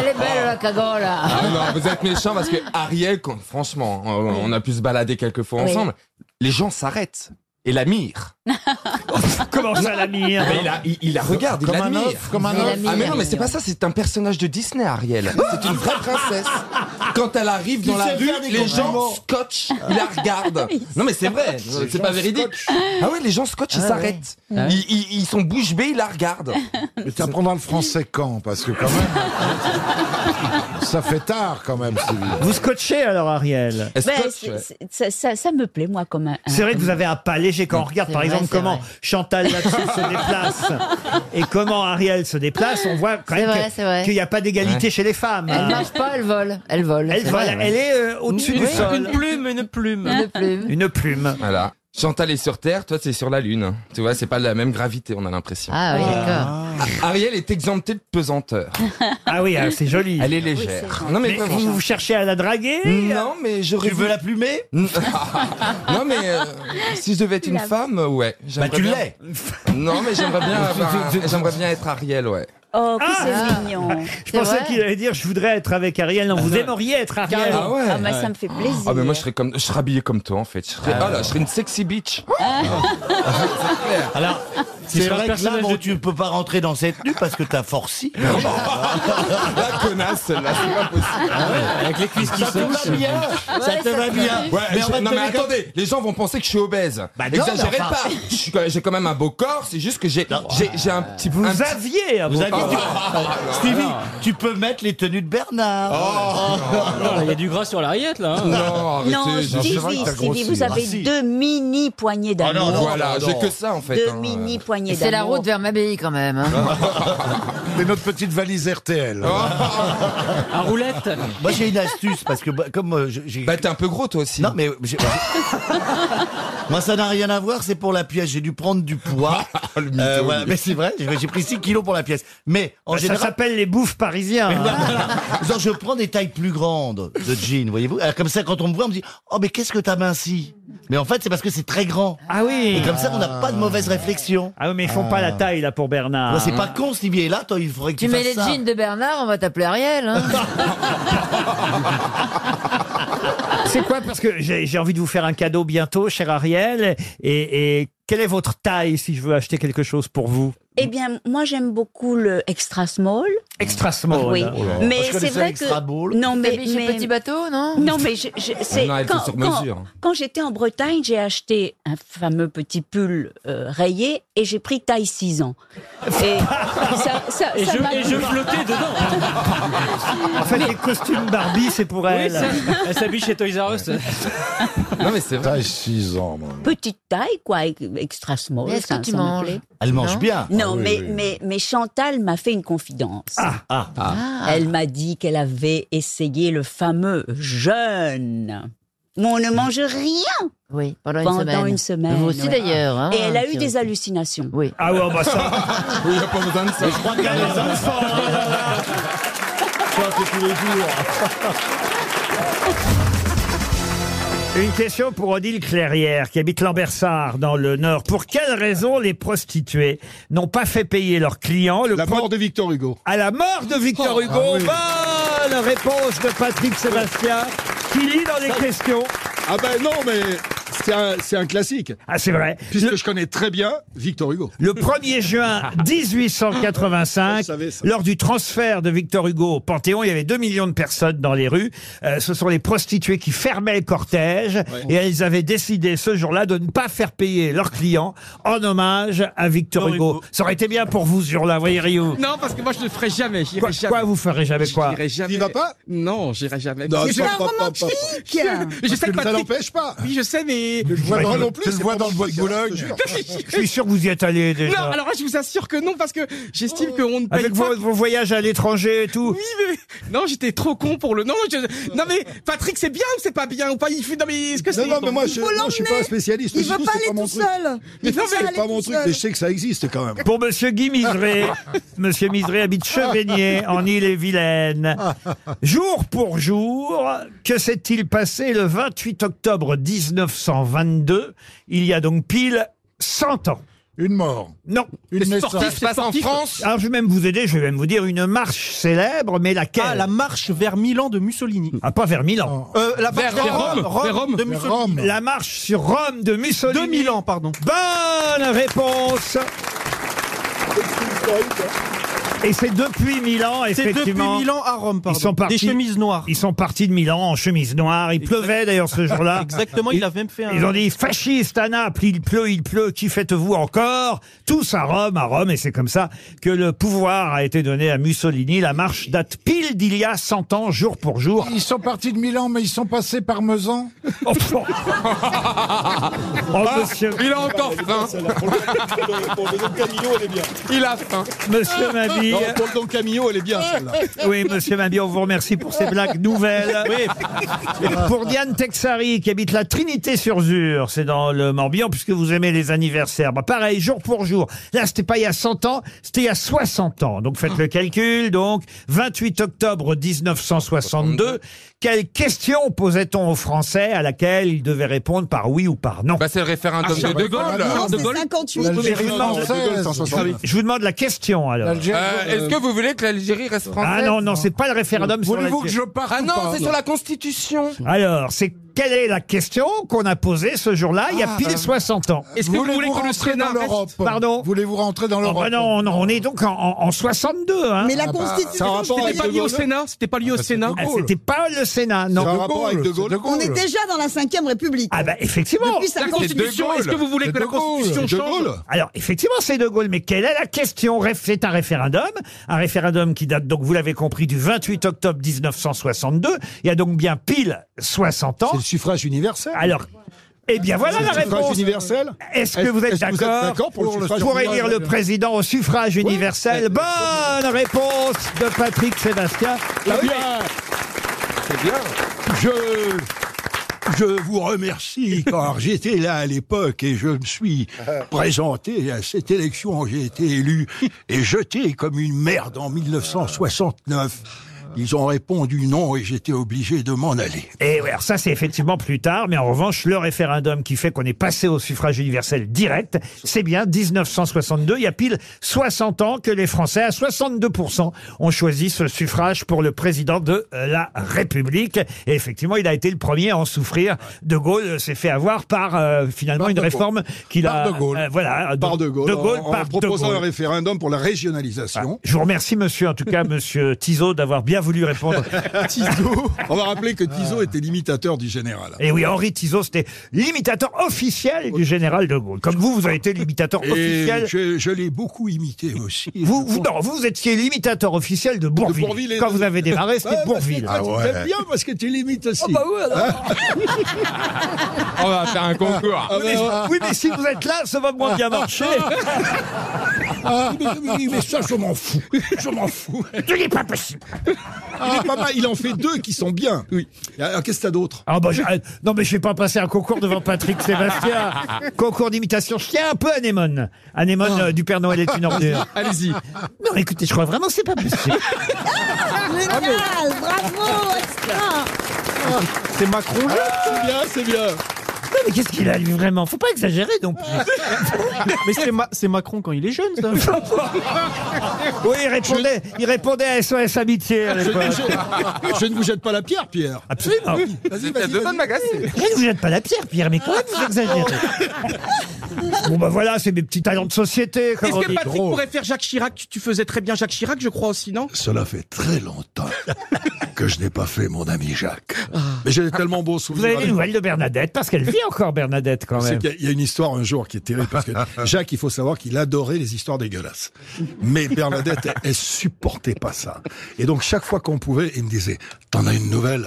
Speaker 13: elle est belle la cagole. là.
Speaker 10: Ah non, vous êtes méchant parce que Ariel, quand- franchement, hein, on on a pu se balader quelques fois
Speaker 13: Oui.
Speaker 10: ensemble. Les gens s'arrêtent et la mirent.
Speaker 1: [laughs] Comment ça, la mire
Speaker 10: Mais il, la- il- il la regarde,
Speaker 4: Comme
Speaker 10: il
Speaker 4: un
Speaker 10: l'admire.
Speaker 4: œuf, comme un
Speaker 10: Ah,
Speaker 4: œuf.
Speaker 10: mais non, mais c'est pas ça, c'est un personnage de Disney, Ariel. C'est une vraie princesse. Quand elle arrive
Speaker 3: Qui
Speaker 10: dans la
Speaker 3: sait
Speaker 10: rue,
Speaker 3: Ah. faire des
Speaker 10: les gens
Speaker 3: compliments.
Speaker 10: scotchent, ils la regardent. Non, mais c'est vrai,
Speaker 3: Les
Speaker 10: c'est
Speaker 3: gens
Speaker 10: pas véridique. Ah ouais, les gens scotchent, ils
Speaker 3: Ah ouais.
Speaker 10: s'arrêtent.
Speaker 3: Ah ouais.
Speaker 10: Ils, ils- ils sont bouche bée, ils la regardent.
Speaker 4: Mais t'apprendras le français quand Parce que quand même, ça fait tard quand même, Sylvie.
Speaker 1: Vous scotchez alors, Ariel
Speaker 17: Ben, c'est- c'est- ça, ça- ça me plaît, moi, comme un.
Speaker 1: C'est vrai que vous avez un pas léger quand on regarde
Speaker 17: C'est
Speaker 1: par
Speaker 17: vrai,
Speaker 1: exemple
Speaker 17: c'est
Speaker 1: comment
Speaker 17: vrai.
Speaker 1: Chantal
Speaker 13: [laughs]
Speaker 1: là se déplace et comment Ariel se déplace, on voit quand
Speaker 13: C'est
Speaker 1: même que-
Speaker 13: vrai, c'est vrai.
Speaker 1: qu'il n'y a pas d'égalité
Speaker 10: Ouais.
Speaker 1: chez les femmes.
Speaker 13: Elle
Speaker 1: hein.
Speaker 13: marche pas, elle vole. Elle vole.
Speaker 1: Elle,
Speaker 13: c'est
Speaker 1: vole,
Speaker 13: vrai, ouais.
Speaker 1: elle est euh, au-dessus du
Speaker 13: Oui.
Speaker 1: sol.
Speaker 16: plume, une plume.
Speaker 13: Une plume.
Speaker 1: Une plume.
Speaker 10: Voilà. Chantal est sur Terre, toi t'es sur la Lune. Tu vois, c'est pas la même gravité, on a l'impression.
Speaker 13: Ah oui, d'accord.
Speaker 10: Ah, Ariel est exemptée de pesanteur.
Speaker 1: [laughs] Ah oui, ah, c'est joli.
Speaker 10: Elle est légère. non mais,
Speaker 1: Mais
Speaker 10: vraiment.
Speaker 1: vous, euh, vous cherchez à la draguer
Speaker 10: Non mais je
Speaker 3: Tu veux la
Speaker 10: [laughs]
Speaker 3: plumer
Speaker 10: non mais euh, si je devais être une femme, euh, ouais.
Speaker 3: Bah
Speaker 10: j'aimerais
Speaker 3: tu
Speaker 10: bien-
Speaker 3: l'es.
Speaker 10: [laughs] Non mais j'aimerais
Speaker 1: [laughs]
Speaker 10: bien, avoir un- j'aimerais bien être Ariel, ouais.
Speaker 17: Oh, que
Speaker 13: Ah.
Speaker 17: c'est mignon.
Speaker 1: [laughs] Je
Speaker 13: C'est
Speaker 1: pensais
Speaker 13: vrai.
Speaker 17: [laughs]
Speaker 1: qu'il [laughs] allait dire je voudrais être avec Ariel.
Speaker 3: Ah
Speaker 1: Non, vous aimeriez être Ariel.
Speaker 10: Ah ouais.
Speaker 17: Ah, bah, ça me fait plaisir.
Speaker 10: Ah mais moi je serais comme, je
Speaker 1: Ah.
Speaker 10: oh serais habillé comme toi en fait. Je serais,
Speaker 16: Ah.
Speaker 10: ah là, je serais une sexy bitch.
Speaker 16: Alors,
Speaker 3: C'est vrai que là, bon, tu peux pas rentrer dans cette nuit parce que t'as forci.
Speaker 10: [laughs] [laughs] La connasse, celle-là, c'est pas
Speaker 8: Ah
Speaker 10: possible.
Speaker 3: Ah Avec les cuisses qui
Speaker 10: Ça te va
Speaker 3: sautent.
Speaker 10: bien,
Speaker 3: Ouais,
Speaker 10: ça te
Speaker 3: ça
Speaker 10: va
Speaker 3: te va
Speaker 10: bien.
Speaker 3: bien.
Speaker 10: Ouais,
Speaker 3: Mais
Speaker 10: je-
Speaker 3: on va
Speaker 10: non,
Speaker 3: te
Speaker 10: mais
Speaker 3: les-
Speaker 10: attendez, les gens vont penser que je suis obèse.
Speaker 3: Bah non,
Speaker 10: Exagérez
Speaker 3: mais enfin-
Speaker 10: pas. Je suis quand- J'ai quand même un beau corps, c'est juste que j'ai j'ai- j'ai un petit
Speaker 1: Vous
Speaker 10: un petit- Ah,
Speaker 1: aviez un
Speaker 10: Vous
Speaker 1: beau
Speaker 10: aviez
Speaker 1: corps.
Speaker 10: du-
Speaker 3: Ah, Stevie,
Speaker 10: Ah.
Speaker 3: tu peux mettre les tenues de Bernard.
Speaker 10: Oh,
Speaker 3: Oh.
Speaker 16: Il y a du gras sur l'ariette là.
Speaker 17: non,
Speaker 16: hein.
Speaker 17: Stevie, Stevie,
Speaker 3: hein.
Speaker 17: vous
Speaker 3: Ah,
Speaker 17: avez deux mini poignées d'amour.
Speaker 10: non, Ah, Voilà, non, j'ai non. que ça, en fait,
Speaker 17: Deux
Speaker 10: hein.
Speaker 17: mini poignées
Speaker 13: Et
Speaker 17: d'amour.
Speaker 13: c'est la route vers Mabille quand même. hein.
Speaker 4: C'est notre petite valise RTL.
Speaker 16: À roulette.
Speaker 3: Moi, j'ai une astuce parce que bah, comme euh, je- j'ai. Bah,
Speaker 10: t'es un peu gros toi aussi.
Speaker 3: Non, mais j'ai-
Speaker 10: [laughs]
Speaker 3: moi, ça n'a rien à voir. C'est pour la pièce. J'ai dû prendre du
Speaker 10: [laughs]
Speaker 3: poids.
Speaker 10: Ah,
Speaker 3: Euh, voilà, mais c'est vrai. J'ai j'ai pris 6 kilos pour la pièce. Mais en
Speaker 1: Bah, ça
Speaker 3: général,
Speaker 1: s'appelle les bouffes parisiens. hein.
Speaker 3: [laughs] Non, je prends des tailles plus grandes de jeans, voyez-vous. Alors, Comme ça, quand on me voit, on me dit Oh, mais qu'est-ce que t'as minci Mais en fait, c'est parce que c'est très grand.
Speaker 1: Ah oui
Speaker 3: Et comme ça, on n'a pas de mauvaise réflexion.
Speaker 1: Ah oui, mais ils font pas la taille là pour Bernard.
Speaker 3: Ouais, Bah, c'est pas con, Stevie. Et là, toi, il faudrait que tu,
Speaker 13: Tu mets
Speaker 3: fasses
Speaker 13: les
Speaker 3: ça.
Speaker 13: jeans de Bernard, on va t'appeler Ariel. hein.
Speaker 1: C'est quoi Parce que j'ai j'ai envie de vous faire un cadeau bientôt, cher Ariel. Et, et quelle est votre taille si je veux acheter quelque chose pour vous
Speaker 17: Eh bien, moi, j'aime beaucoup le extra small.
Speaker 1: Extra small.
Speaker 17: Oui,
Speaker 1: Oh là là.
Speaker 17: mais c'est vrai que non mais,
Speaker 13: T'habilles chez
Speaker 17: mais-
Speaker 13: Petit Bateau, non
Speaker 17: non mais je, je- c'est
Speaker 10: Non, elle fait
Speaker 17: quand,
Speaker 10: sur
Speaker 17: quand-
Speaker 10: mesure.
Speaker 17: quand j'étais en Bretagne, j'ai acheté un fameux petit pull euh, rayé et j'ai pris taille 6 ans. Et ça, ça-
Speaker 16: Et
Speaker 17: ça
Speaker 16: je,
Speaker 17: m'a-
Speaker 16: et je
Speaker 17: [laughs]
Speaker 16: flottais dedans.
Speaker 1: En fait, les costumes Barbie, c'est pour
Speaker 16: Oui,
Speaker 1: elle.
Speaker 16: ça, elle s'habille chez Toys R Us.
Speaker 10: Non, mais c'est
Speaker 4: vrai. T'as 6 ans, moi.
Speaker 17: petite taille quoi, e- extra small.
Speaker 13: Mais est-ce
Speaker 17: ça-
Speaker 13: que tu
Speaker 17: ça me
Speaker 13: manges
Speaker 17: plaît.
Speaker 3: Elle mange
Speaker 17: Non.
Speaker 3: bien.
Speaker 17: Non,
Speaker 4: Ah oui,
Speaker 17: mais,
Speaker 4: oui.
Speaker 17: mais, mais Chantal m'a fait une confidence.
Speaker 3: Ah,
Speaker 17: Elle m'a dit qu'elle avait essayé le fameux jeûne. Mais on ne mange rien
Speaker 13: Oui, pendant une
Speaker 17: pendant
Speaker 13: semaine.
Speaker 17: une semaine.
Speaker 13: Vous aussi
Speaker 17: ouais.
Speaker 13: d'ailleurs. hein,
Speaker 17: Et elle a eu
Speaker 13: Thierry.
Speaker 17: des hallucinations.
Speaker 13: Oui.
Speaker 1: Ah ouais, oh, bah
Speaker 13: [laughs]
Speaker 1: ça.
Speaker 10: Oui, il n'y a pas besoin de ça.
Speaker 3: Je crois qu'elle
Speaker 8: Ah,
Speaker 3: a les enfants.
Speaker 4: Toi, t'es tous les jours.
Speaker 1: [laughs] Une question pour Odile Clairière, qui habite Lambersart, dans le Nord. Pour quelles raisons les prostituées n'ont pas fait payer leurs clients le La mort de Victor Hugo. Oh, ah À la mort de Victor Hugo Bonne réponse de Patrick Sébastien, qui lit dans les questions.
Speaker 18: Ah ben non, mais c'est un, c'est un classique.
Speaker 1: Ah, c'est vrai.
Speaker 18: Puisque je connais très bien Victor Hugo.
Speaker 1: Le 1er juin 1885, lors du transfert de Victor Hugo au Panthéon, il y avait 2 millions de personnes dans les rues. Euh, ce sont les prostituées qui fermaient le cortège et elles avaient décidé ce jour-là de ne pas faire payer leurs clients en hommage à Victor Hugo. Ça aurait été bien pour vous ce jour-là, voyez-vous.
Speaker 16: Non, parce que moi je le ferai jamais. J'irai
Speaker 1: Quoi,
Speaker 16: jamais.
Speaker 1: quoi vous ferez jamais quoi
Speaker 16: J'irai jamais.
Speaker 18: va pas
Speaker 16: Non, j'irai jamais.
Speaker 18: Non,
Speaker 16: Parce
Speaker 18: c'est
Speaker 16: que-
Speaker 18: pas- pas- pas- pas-
Speaker 16: Je, je sais que
Speaker 18: Ça
Speaker 16: Patrick.
Speaker 18: l'empêche pas.
Speaker 16: Oui, je sais, mais.
Speaker 18: Je vois
Speaker 1: Ouais,
Speaker 18: dans
Speaker 1: tu
Speaker 18: non
Speaker 1: le-
Speaker 18: plus.
Speaker 1: tu le
Speaker 18: c'est
Speaker 1: vois
Speaker 18: pas
Speaker 1: dans le bois de
Speaker 18: possible,
Speaker 1: Boulogne.
Speaker 18: je te jure.
Speaker 1: Je suis sûr que vous y êtes allé déjà.
Speaker 16: Non, alors là, je vous assure que non, parce que
Speaker 18: Oh.
Speaker 16: j'estime qu'on ne paye
Speaker 1: Avec
Speaker 16: pas.
Speaker 1: vos, vos voyages à l'étranger et tout.
Speaker 16: Oui, mais- Non, j'étais trop con pour le. Non, non, je- non, mais Patrick, c'est bien ou c'est pas bien ou pas Il fait. Non, mais est-ce que c'est.
Speaker 18: Non, non, mais moi, je,
Speaker 16: Il faut
Speaker 18: moi, je suis
Speaker 16: l'emmener.
Speaker 18: pas un spécialiste.
Speaker 16: Il
Speaker 18: mais
Speaker 16: veut
Speaker 18: surtout,
Speaker 16: pas
Speaker 18: c'est
Speaker 16: aller
Speaker 18: mon
Speaker 16: tout
Speaker 18: truc.
Speaker 16: seul.
Speaker 18: Mais
Speaker 16: Il veut pas
Speaker 18: c'est
Speaker 16: aller
Speaker 18: pas
Speaker 16: tout
Speaker 18: mon truc,
Speaker 16: seul.
Speaker 18: mais je sais que ça existe quand même.
Speaker 1: Pour Monsieur Guy
Speaker 18: [laughs]
Speaker 1: Miseré, Monsieur Miseré habite Chevenier, en
Speaker 18: [laughs]
Speaker 1: Ille-et-Vilaine. Jour pour jour, que s'est-il passé le 28 octobre 1922 Il y a donc pile 100 ans.
Speaker 4: Une mort.
Speaker 1: Non.
Speaker 4: Une
Speaker 16: C'est
Speaker 4: naissance.
Speaker 16: sportif, c'est sportif.
Speaker 1: Alors je vais même vous aider, je vais même vous dire une marche célèbre, mais laquelle
Speaker 19: Ah, la marche vers Milan de Mussolini.
Speaker 1: Ah, pas vers Milan.
Speaker 19: Euh, la marche
Speaker 16: Vers
Speaker 19: vers
Speaker 16: Rome,
Speaker 19: Rome,
Speaker 16: vers Rome.
Speaker 19: de
Speaker 16: Vers
Speaker 19: Mussolini.
Speaker 4: Oh. Rome.
Speaker 1: La marche sur Rome de Mussolini.
Speaker 19: 2000 ans, pardon.
Speaker 1: Bonne réponse Et c'est depuis Milan,
Speaker 19: C'est depuis
Speaker 1: effectivement.
Speaker 19: Milan à Rome, pardon.
Speaker 1: Ils sont partis.
Speaker 19: Des chemises noires.
Speaker 1: Ils sont partis de Milan en chemise noire. Il pleuvait d'ailleurs ce jour-là.
Speaker 19: [laughs] Exactement, il a même fait un-
Speaker 1: Ils ont dit fasciste à Naples, il pleut, il pleut, qui faites-vous encore Tous à Rome, à Rome, et c'est comme ça que le pouvoir a été donné à Mussolini. La marche date pile d'il y a 100 ans, jour pour jour.
Speaker 4: Ils sont partis de Milan, mais ils sont passés par Mesan.
Speaker 1: [laughs] Oh,
Speaker 18: [laughs]
Speaker 1: oh. Oh, monsieur,
Speaker 10: Il a encore faim. [laughs] Il a faim.
Speaker 1: monsieur Mabille.
Speaker 18: Non, pour le Don Camillo, elle est bien celle-là.
Speaker 1: [laughs] Oui, monsieur Mabille, on vous remercie pour ces blagues nouvelles.
Speaker 10: Ah.
Speaker 1: Pour Diane Texari, qui habite la Trinité-sur-Zur, c'est dans le Morbihan, puisque vous aimez les anniversaires. Bah, pareil, jour pour jour. Là, c'était pas il y a 100 ans, c'était il y a 60 ans. Donc, faites le calcul. Donc, 28 octobre 1962. Quelle question posait-on aux Français à laquelle ils devaient répondre par oui ou par non?
Speaker 10: Bah, c'est le référendum de De Gaulle.
Speaker 18: De Gaulle.
Speaker 4: L'Algérie
Speaker 18: Non, non, De Gaulle,
Speaker 4: française.
Speaker 18: c'est en 69.
Speaker 1: Je vous demande la question, alors.
Speaker 10: Euh, Est-ce que vous voulez que l'Algérie reste française
Speaker 1: Ah non, non, c'est pas le référendum sur
Speaker 4: Voulez-vous
Speaker 1: la-
Speaker 4: que je parte
Speaker 10: Ah
Speaker 4: ou
Speaker 10: non,
Speaker 4: pas
Speaker 10: c'est sur la Constitution.
Speaker 1: Alors, c'est Quelle est la question qu'on a posée ce jour-là, il y a
Speaker 4: Ah,
Speaker 1: pile
Speaker 4: euh,
Speaker 1: 60 ans
Speaker 4: Voulez-vous rentrer dans l'Europe Pardon Voulez-vous rentrer dans
Speaker 1: Oh,
Speaker 4: l'Europe
Speaker 1: bah non, non, on est donc en, en- en 62. hein.
Speaker 4: Mais la Ah bah, Constitution, ça a rapport
Speaker 16: C'était
Speaker 4: avec
Speaker 16: pas
Speaker 4: De
Speaker 16: lié au
Speaker 18: hein
Speaker 4: Gaulle
Speaker 16: Sénat C'était pas lié
Speaker 18: bah,
Speaker 16: au Sénat
Speaker 1: Ah, C'était pas le Sénat, non.
Speaker 16: Ça a un rapport avec De Gaulle.
Speaker 20: On est déjà dans la 5ème République.
Speaker 1: Ah bah effectivement.
Speaker 20: Depuis sa constitution, est-ce que vous voulez que la constitution change
Speaker 1: Alors effectivement c'est De Gaulle, mais quelle est la question Réf- C'est un référendum, un référendum qui date donc, vous l'avez compris, du 28 octobre 1962. Il y a donc bien pile 60 ans. C'est le
Speaker 18: suffrage universel.
Speaker 1: Alors, eh bien voilà
Speaker 18: C'est
Speaker 1: la
Speaker 18: le suffrage
Speaker 1: réponse.
Speaker 18: universel
Speaker 1: Est-ce que
Speaker 18: Est-ce-
Speaker 1: vous êtes
Speaker 18: est-ce que vous êtes
Speaker 1: d'accord
Speaker 18: d'accord pour le suffrage
Speaker 1: élire le
Speaker 18: universel
Speaker 1: président au suffrage universel Bonne réponse de Patrick Sébastien.
Speaker 14: Ah
Speaker 18: Eh bien, c'est bien. Je, je vous remercie car j'étais là à l'époque et je me suis présenté à cette élection. J'ai été élu et jeté comme une merde en 1969. Ils ont répondu non et j'étais obligé de m'en aller.
Speaker 1: Et ouais, alors ça, c'est effectivement plus tard, mais en revanche, le référendum qui fait qu'on est passé au suffrage universel direct, c'est bien 1962. Il y a pile 60 ans que les Français, à 62%, ont choisi ce suffrage pour le président de euh, la République. Et effectivement, il a été le premier à en souffrir. De Gaulle euh, s'est fait avoir par, euh, finalement, une
Speaker 18: de Gaulle.
Speaker 1: réforme qu'il a...
Speaker 18: Par De Gaulle.
Speaker 1: euh, voilà.
Speaker 18: Par De Gaulle, en, en
Speaker 1: par De
Speaker 18: proposant
Speaker 1: Gaulle. Ah.
Speaker 18: un référendum pour la régionalisation.
Speaker 1: Je vous remercie, monsieur, en tout cas,
Speaker 18: [laughs]
Speaker 1: monsieur Tizot, d'avoir bien voulu répondre
Speaker 18: Tizot. On va rappeler que Tizot était l'imitateur du général.
Speaker 1: Et Eh oui, Henri Tizot, c'était l'imitateur officiel du général de Gaulle. Comme vous, vous avez été l'imitateur
Speaker 18: Et
Speaker 1: officiel.
Speaker 18: je, je l'ai beaucoup imité aussi.
Speaker 1: Vous, vous, non, vous étiez l'imitateur officiel de Bourville.
Speaker 18: Bourville et
Speaker 1: Quand
Speaker 18: de-
Speaker 1: vous avez démarré, c'était
Speaker 18: Ouais,
Speaker 1: Bourville.
Speaker 18: parce que- ah, tu t'aimes bien parce que tu l'imites aussi.
Speaker 10: On va faire un concours.
Speaker 18: Ah,
Speaker 1: Mais-
Speaker 18: bah,
Speaker 1: oui, mais si vous êtes là, ça va moins bien marcher.
Speaker 18: Ah, mais, mais- mais ça, je m'en fous. Je
Speaker 1: [laughs]
Speaker 18: m'en fous.
Speaker 1: Ce n'est pas possible.
Speaker 18: Il est pas mal. Il en fait deux qui sont bien. Oui. Alors, qu'est-ce que t'as d'autre
Speaker 1: Ah bah, j'arrête. non mais je vais pas passer un concours devant
Speaker 18: [laughs]
Speaker 1: Patrick Sébastien. concours d'imitation. Je tiens un peu Anémone. Anémone
Speaker 18: Ah.
Speaker 1: euh, du Père Noël est une
Speaker 18: [laughs]
Speaker 1: ordure.
Speaker 16: Allez-y.
Speaker 1: Non écoutez, je crois vraiment que c'est pas possible.
Speaker 20: Génial, bravo, extra.
Speaker 1: C'est Macron
Speaker 3: Ah,
Speaker 18: C'est bien, c'est bien.
Speaker 1: mais qu'est-ce qu'il a lui vraiment Faut pas exagérer donc.
Speaker 3: Ah.
Speaker 16: [laughs]
Speaker 19: Mais c'est Ma- c'est Macron quand il est jeune, ça.
Speaker 1: Oui, il répondait, il répondait à SOS Amitié à
Speaker 18: Je,
Speaker 1: l'époque.
Speaker 18: je- je ne vous jette pas la pierre, Pierre.
Speaker 1: Absolument.
Speaker 18: Vas-y, vas-y, vas-y.
Speaker 1: Je ne vous jette pas la pierre, Pierre, mais quand même, vous exagérez. bon, bah voilà, c'est mes petits talents de société, comme
Speaker 16: Est-ce
Speaker 1: on
Speaker 16: que
Speaker 1: dit.
Speaker 16: Patrick pourrait faire Jacques Chirac tu, tu faisais très bien Jacques Chirac, je crois aussi, non
Speaker 18: Cela fait très longtemps que je n'ai pas fait mon ami Jacques.
Speaker 3: Ah.
Speaker 18: Mais j'ai tellement beau
Speaker 1: Vous
Speaker 18: souvenir.
Speaker 1: avez des nouvelles de Bernadette, parce qu'elle vit encore, Bernadette, quand même.
Speaker 18: C'est qu'il y a- il y a une histoire un jour qui est terrible
Speaker 1: [laughs]
Speaker 18: parce que Jacques, il faut savoir qu'il adorait les histoires dégueulasses. Mais Bernadette, elle, elle supportait pas ça. Et donc chaque fois qu'on pouvait, il me disait "T'en as
Speaker 1: [laughs]
Speaker 18: une nouvelle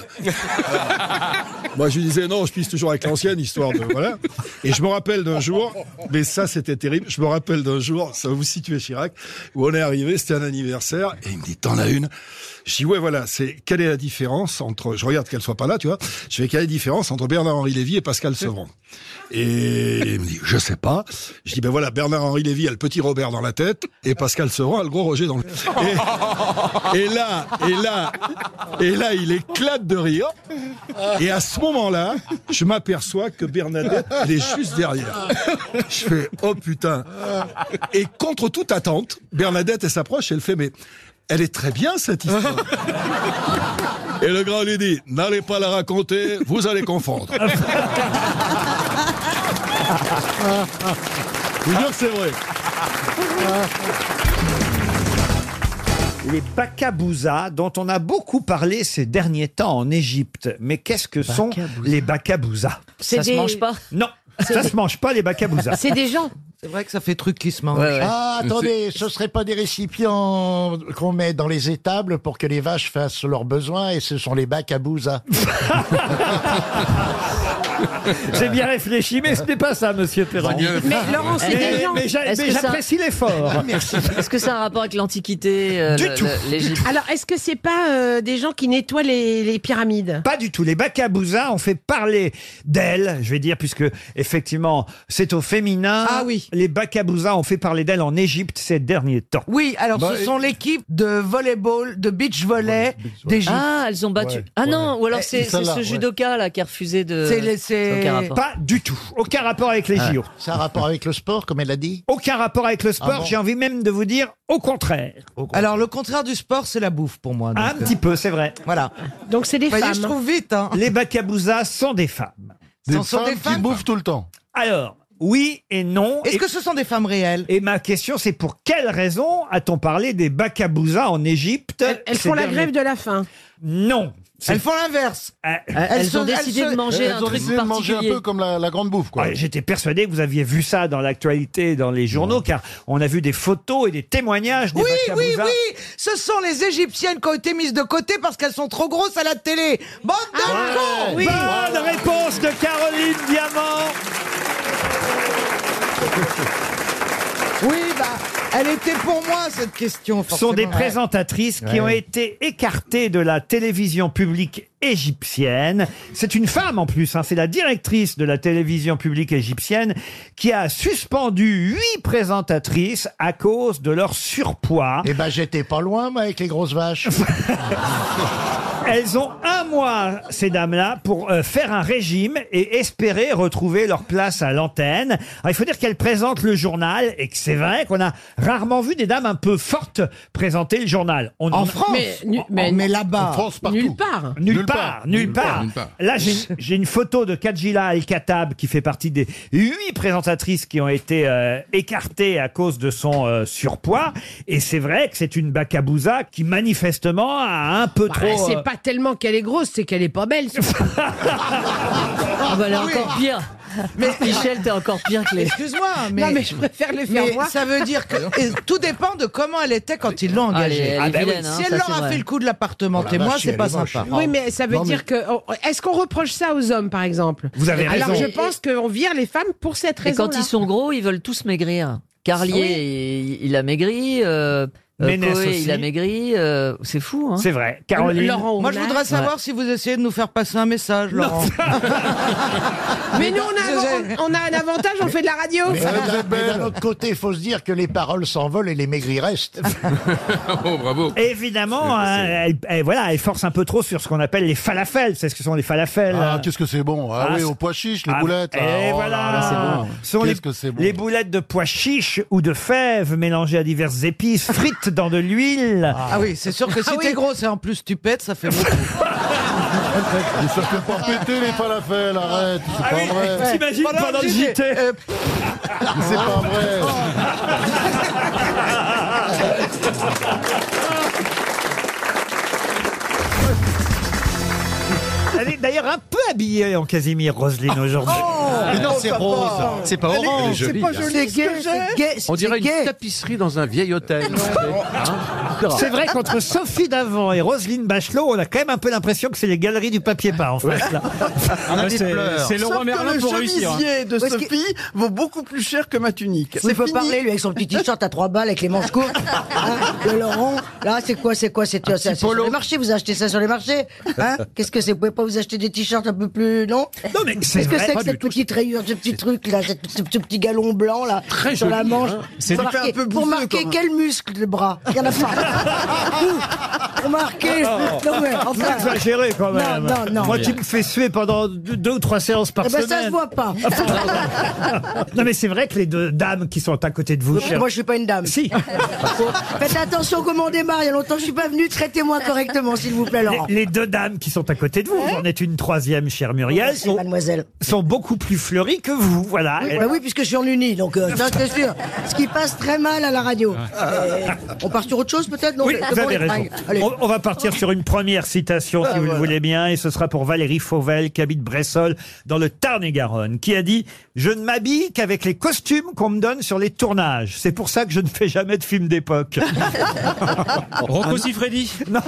Speaker 18: Moi, je lui disais "Non, je pisse toujours avec l'ancienne histoire de voilà." Et je me rappelle d'un jour, mais ça c'était terrible. Je me rappelle d'un jour, ça va vous situer Chirac, où on est arrivé, c'était un anniversaire, et il me dit "T'en as une je dis ouais voilà, c'est quelle est la différence entre je regarde qu'elle soit pas là, tu vois. Je fais quelle est la différence entre Bernard Henri Lévy et Pascal Sevran Et il me dit je sais pas. Je dis ben voilà, Bernard Henri Lévy a le petit Robert dans la tête et Pascal Sevran a le gros Roger dans le et, et là et là et là il éclate de rire. Et à ce moment-là, je m'aperçois que Bernadette elle est juste derrière. Je fais oh putain. Et contre toute attente, Bernadette elle s'approche, elle fait mais elle est très bien cette histoire. Et le grand lui dit, n'allez pas la raconter, vous allez confondre.
Speaker 1: [laughs]
Speaker 10: Ah,
Speaker 18: Je vous jure que c'est vrai.
Speaker 1: Les Bakabouza, dont on a beaucoup parlé ces derniers temps en Égypte. Mais qu'est-ce que sont les Bakabouza
Speaker 12: Ça se mange pas.
Speaker 1: Non, ça se mange pas, les Bakabouza.
Speaker 12: C'est des gens.
Speaker 9: C'est vrai que ça fait truc qui se mange.
Speaker 3: Ah, attendez, ce serait pas des récipients qu'on met dans les étables pour que les vaches fassent leurs besoins et ce sont les bacs à bouza.
Speaker 1: [laughs] J'ai bien réfléchi, mais ce n'est pas ça, monsieur Perron.
Speaker 12: Mais Laurent, c'est
Speaker 1: Mais-
Speaker 12: des gens.
Speaker 1: mais j'a-
Speaker 12: Est-ce
Speaker 1: mais
Speaker 12: que ça- [laughs]
Speaker 1: j'apprécie [laughs] l'effort.
Speaker 12: Est-ce que ça a un rapport avec l'Antiquité, euh,
Speaker 1: Du
Speaker 12: le-
Speaker 1: tout,
Speaker 12: le- l'Égypte
Speaker 20: Alors, est-ce que c'est pas euh, des gens qui nettoient les, les pyramides
Speaker 1: Pas du tout. Les Bakabouza ont fait parler d'elle, je vais dire, puisque effectivement, c'est au féminin.
Speaker 9: Ah oui.
Speaker 1: Les Bakabouza ont fait parler d'elle en Égypte ces derniers temps.
Speaker 9: Oui, alors
Speaker 1: Bah,
Speaker 9: ce
Speaker 1: et-
Speaker 9: sont l'équipe de volleyball, de beach volley d'Égypte.
Speaker 12: Ah, elles ont battu. ah non, ou alors
Speaker 9: Eh,
Speaker 12: c'est c'est
Speaker 9: celle-là,
Speaker 12: ce
Speaker 9: ouais.
Speaker 12: judoka là qui a refusé de.
Speaker 9: C'est les- c'est
Speaker 21: aucun rapport.
Speaker 1: Pas du tout. Aucun rapport avec les JO.
Speaker 22: Ça a rapport avec le sport, comme elle a dit Ah
Speaker 1: Aucun rapport avec le sport.
Speaker 22: bon
Speaker 1: J'ai envie même de vous dire au contraire.
Speaker 9: Alors, le contraire du sport, c'est la bouffe pour moi.
Speaker 3: euh,
Speaker 1: Un petit peu, c'est vrai.
Speaker 9: Voilà.
Speaker 1: Donc c'est
Speaker 9: des Voyez, je femmes. trouve vite, hein.
Speaker 1: Les bacabouzas sont des femmes.
Speaker 9: Ce Des sont des femmes qui femmes bouffent
Speaker 1: tout le temps. Alors, oui et non. Est-ce que
Speaker 9: ce sont des femmes réelles
Speaker 1: Et ma question, c'est pour quelle raison a-t-on parlé des bacabouzas en Égypte
Speaker 6: Elles, elles font la grève de la faim. Euh,
Speaker 1: Non.
Speaker 9: Elles font l'inverse.
Speaker 12: Eh,
Speaker 6: elles ont décidé de manger
Speaker 1: Eh, elles
Speaker 6: un
Speaker 1: ont
Speaker 6: truc
Speaker 1: décidé de manger
Speaker 6: particulier.
Speaker 1: un peu comme la, grande bouffe. J'étais persuadé que vous aviez vu ça dans l'actualité, dans les journaux, car on a vu des photos et des témoignages des
Speaker 9: Oui, oui,
Speaker 1: bacabouzas.
Speaker 9: oui Ce sont les Égyptiennes qui ont été mises de côté parce qu'elles sont trop grosses à la télé Bande de
Speaker 12: Ah,
Speaker 9: cons
Speaker 1: Bonne réponse de Caroline Diamant
Speaker 9: Oui, bah, elle était pour moi, cette question,
Speaker 1: sont
Speaker 9: forcément.
Speaker 1: des
Speaker 9: Ouais.
Speaker 1: présentatrices qui
Speaker 9: Ouais.
Speaker 1: ont été écartées de la télévision publique égyptienne. C'est une femme en plus, hein. c'est la directrice de la télévision publique égyptienne qui a suspendu huit présentatrices à cause de leur surpoids. Eh ben j'étais pas loin moi avec les grosses [laughs] vaches. Elles ont un mois, ces dames-là, pour euh, faire un régime et espérer retrouver leur place à l'antenne. Alors, Il faut dire qu'elles présentent le journal et que c'est vrai qu'on a rarement vu des dames un peu fortes présenter le journal. On-
Speaker 6: En
Speaker 1: on-
Speaker 6: France. Mais nu-
Speaker 1: En-
Speaker 6: mais-
Speaker 1: en- mais là-bas.
Speaker 6: En France, partout. Nulle part.
Speaker 1: Nulle,
Speaker 6: Nulle
Speaker 1: part,
Speaker 6: part.
Speaker 1: Nulle
Speaker 6: Nulle
Speaker 1: part.
Speaker 6: part, nulle part.
Speaker 1: Là, j'ai
Speaker 6: [laughs]
Speaker 1: j'ai une photo de Kajila Al-Khattab qui fait partie des huit présentatrices qui ont été euh, écartées à cause de son euh, surpoids. Et c'est vrai que c'est une bacabouza qui manifestement a un peu
Speaker 6: Bah,
Speaker 1: trop.
Speaker 6: c'est
Speaker 1: euh,
Speaker 6: pas tellement qu'elle est grosse, c'est qu'elle est pas belle.
Speaker 13: Ah
Speaker 9: bah, elle est encore
Speaker 6: pire.
Speaker 9: Mais-
Speaker 6: Michel, t'es encore pire que les.
Speaker 9: Excuse-moi, mais...
Speaker 6: Non, mais je préfère les faire
Speaker 9: Mais
Speaker 6: voir.
Speaker 9: ça veut dire que et tout dépend de comment elle était quand ils l'ont
Speaker 6: Ah,
Speaker 9: engagée.
Speaker 6: elle est- elle est
Speaker 9: bah oui.
Speaker 6: vilaine, hein,
Speaker 9: si elle
Speaker 6: ça,
Speaker 9: leur
Speaker 6: c'est
Speaker 9: a
Speaker 6: vrai.
Speaker 9: fait le coup de l'appartement
Speaker 6: Oh la
Speaker 9: témoin,
Speaker 6: vache,
Speaker 9: c'est
Speaker 6: elle
Speaker 9: pas
Speaker 6: est moche.
Speaker 9: sympa.
Speaker 6: Oui, mais ça veut dire que. oh, Est-ce qu'on reproche ça aux hommes, par exemple
Speaker 1: Vous avez
Speaker 6: Alors,
Speaker 1: raison.
Speaker 6: je pense qu'on vire les femmes pour cette
Speaker 23: Et
Speaker 6: raison.
Speaker 23: quand ils sont gros, ils veulent tous maigrir. Carlier,
Speaker 6: Oui.
Speaker 23: il, il a maigri. Euh, euh,
Speaker 1: Ménès
Speaker 23: Coé,
Speaker 1: aussi.
Speaker 23: il a maigri. euh, c'est fou. Hein.
Speaker 1: C'est vrai. Caroline.
Speaker 9: Moi, je voudrais savoir si vous essayez de nous faire passer un message, Laurent.
Speaker 6: [laughs] Mais nous, on a, on a un avantage, on fait de la radio.
Speaker 22: Mais d'un- mais d'un autre côté, il faut se dire que les paroles s'envolent et les maigris restent.
Speaker 10: ah.
Speaker 24: oh, bravo.
Speaker 1: [laughs] Évidemment, hein, elle, elle- voilà, elle force un peu trop sur ce qu'on appelle les falafels. C'est ce que sont les falafels.
Speaker 25: Ah,
Speaker 1: hein.
Speaker 25: qu'est-ce que c'est bon Ah, oui,
Speaker 1: c'est-
Speaker 25: au pois chiche, les
Speaker 1: Ah,
Speaker 25: boulettes.
Speaker 1: Et
Speaker 25: là. Oh là
Speaker 1: voilà.
Speaker 25: là, c'est bon.
Speaker 1: Ce sont les,
Speaker 25: Qu'est-ce que c'est bon.
Speaker 1: les boulettes de pois chiches ou de fèves mélangées à diverses épices, frites dans de l'huile.
Speaker 9: Ah oui, c'est sûr que si
Speaker 1: Ah oui.
Speaker 9: t'es grosse et en plus tu pètes, ça fait beaucoup.
Speaker 25: Ils se font pas péter les falafels, arrête. C'est
Speaker 9: Ah
Speaker 25: pas
Speaker 9: oui,
Speaker 1: [laughs]
Speaker 25: vrai.
Speaker 9: t'imagines Pendant pendant le le JT, JT. euh,
Speaker 25: [laughs] C'est pas vrai.
Speaker 10: Ah.
Speaker 1: Elle est d'ailleurs un peu habillée en Casimir Roselyne
Speaker 25: [laughs]
Speaker 1: aujourd'hui.
Speaker 8: Mais Oh, non, c'est rose. C'est pas
Speaker 1: Elle est-
Speaker 8: orange.
Speaker 1: c'est pas joli.
Speaker 8: C'est gay, c'est
Speaker 9: gay,
Speaker 8: On dirait une tapisserie dans un vieil hôtel. hein.
Speaker 1: [laughs] C'est vrai qu'entre Sophie Davant et Roselyne Bachelot, on a quand même un peu l'impression que c'est les galeries du papier peint en face. là.
Speaker 3: On a des Ah, C'est- pleurs. c'est Leroy
Speaker 1: Sauf que
Speaker 3: Merlin
Speaker 1: le
Speaker 3: pour
Speaker 1: chemisier-
Speaker 3: réussir, hein.
Speaker 26: de Sophie vaut beaucoup plus cher que ma tunique.
Speaker 1: C'est
Speaker 26: Il faut
Speaker 1: fini.
Speaker 26: parler, lui, avec son petit t-shirt à trois balles, avec les manches [laughs] courtes. Hein, le Laurent, là, c'est quoi, c'est quoi, c'est c'est- c'est sur les marchés, vous achetez ça sur les marchés.
Speaker 1: [laughs]
Speaker 26: Hein Qu'est-ce que c'est Vous pouvez pas vous acheter des t-shirts un peu plus, non
Speaker 1: Non, mais c'est
Speaker 26: Qu'est-ce que
Speaker 1: vrai,
Speaker 26: c'est
Speaker 1: pas
Speaker 26: que
Speaker 1: du
Speaker 26: cette petite rayure, ce petit truc, là, cette- ce, ce petit galon blanc, là, sur la joli, manche hein. C'est Pour du fait un marquer- peu Pour bouffeux, marquer quand même. quel muscle le bras Il y en
Speaker 1: [laughs]
Speaker 26: a pas. Où Pour marquer.
Speaker 1: Oh.
Speaker 26: Non, mais enfin.
Speaker 1: Vous exagérez quand même.
Speaker 26: Non, non, non.
Speaker 1: Moi qui me fais suer pendant deux, deux ou trois séances par
Speaker 26: Eh ben,
Speaker 1: semaine.
Speaker 26: ça se voit pas.
Speaker 1: [laughs] Non mais c'est vrai que les deux dames qui sont à côté de vous.
Speaker 26: Moi, je suis pas une dame.
Speaker 1: Si.
Speaker 26: [laughs] Faites attention comment on démarre. Il y a longtemps, je suis pas venue. Traitez-moi correctement, s'il vous plaît, Laurent.
Speaker 1: Les, les deux dames qui sont à côté de vous,
Speaker 26: Hein
Speaker 1: vous en êtes une troisième, chère Muriel, sont, sont beaucoup plus fleuries que vous. Voilà.
Speaker 26: Ah, Oui,
Speaker 1: Elles-
Speaker 26: bah oui, puisque je suis en uni, donc euh, ça, c'est sûr. Ce qui passe très mal à la radio. Euh, on part sur autre chose, peut-être Non,
Speaker 1: Oui,
Speaker 26: c'est-
Speaker 1: vous
Speaker 26: comment
Speaker 1: avez
Speaker 26: les
Speaker 1: raison. Oh.
Speaker 26: fringues Allez. [laughs]
Speaker 1: On, on va partir sur une première citation, si
Speaker 26: Ah,
Speaker 1: vous le
Speaker 26: voilà.
Speaker 1: voulez bien, et ce sera pour Valérie Fauvel, qui habite Bressol, dans le Tarn-et-Garonne, qui a dit « Je ne m'habille qu'avec les costumes qu'on me donne sur les tournages. C'est pour ça que je ne fais jamais de films
Speaker 26: [laughs]
Speaker 1: d'époque. »
Speaker 3: Rocco
Speaker 1: Freddy Non.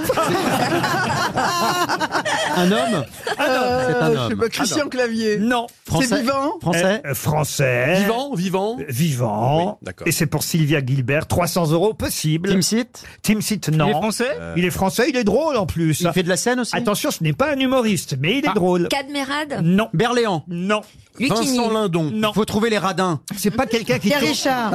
Speaker 3: Un homme
Speaker 26: Euh,
Speaker 3: C'est un
Speaker 26: je sais
Speaker 3: homme.
Speaker 26: pas, Christian
Speaker 8: Ah
Speaker 3: Un homme.
Speaker 26: Clavier.
Speaker 1: Non.
Speaker 3: Français.
Speaker 26: C'est vivant
Speaker 3: Français.
Speaker 1: Euh, euh, français. Euh,
Speaker 3: Vivant, vivant.
Speaker 1: Vivant.
Speaker 3: Oui, d'accord.
Speaker 1: et c'est pour Sylvia Gilbert, 300 euros possible. Team Site Timsit, non.
Speaker 14: Il est français Euh.
Speaker 1: Il est français, il est drôle en plus. Il fait de la scène aussi Attention, ce n'est pas un humoriste, mais il
Speaker 27: Bah,
Speaker 1: est drôle.
Speaker 2: Cadmerade
Speaker 1: Non. Berléand Non.
Speaker 2: Lucchini. Vincent
Speaker 1: Lindon Non. Faut trouver les radins. C'est pas quelqu'un qui...
Speaker 25: Pierre
Speaker 1: tourne-
Speaker 25: Richard.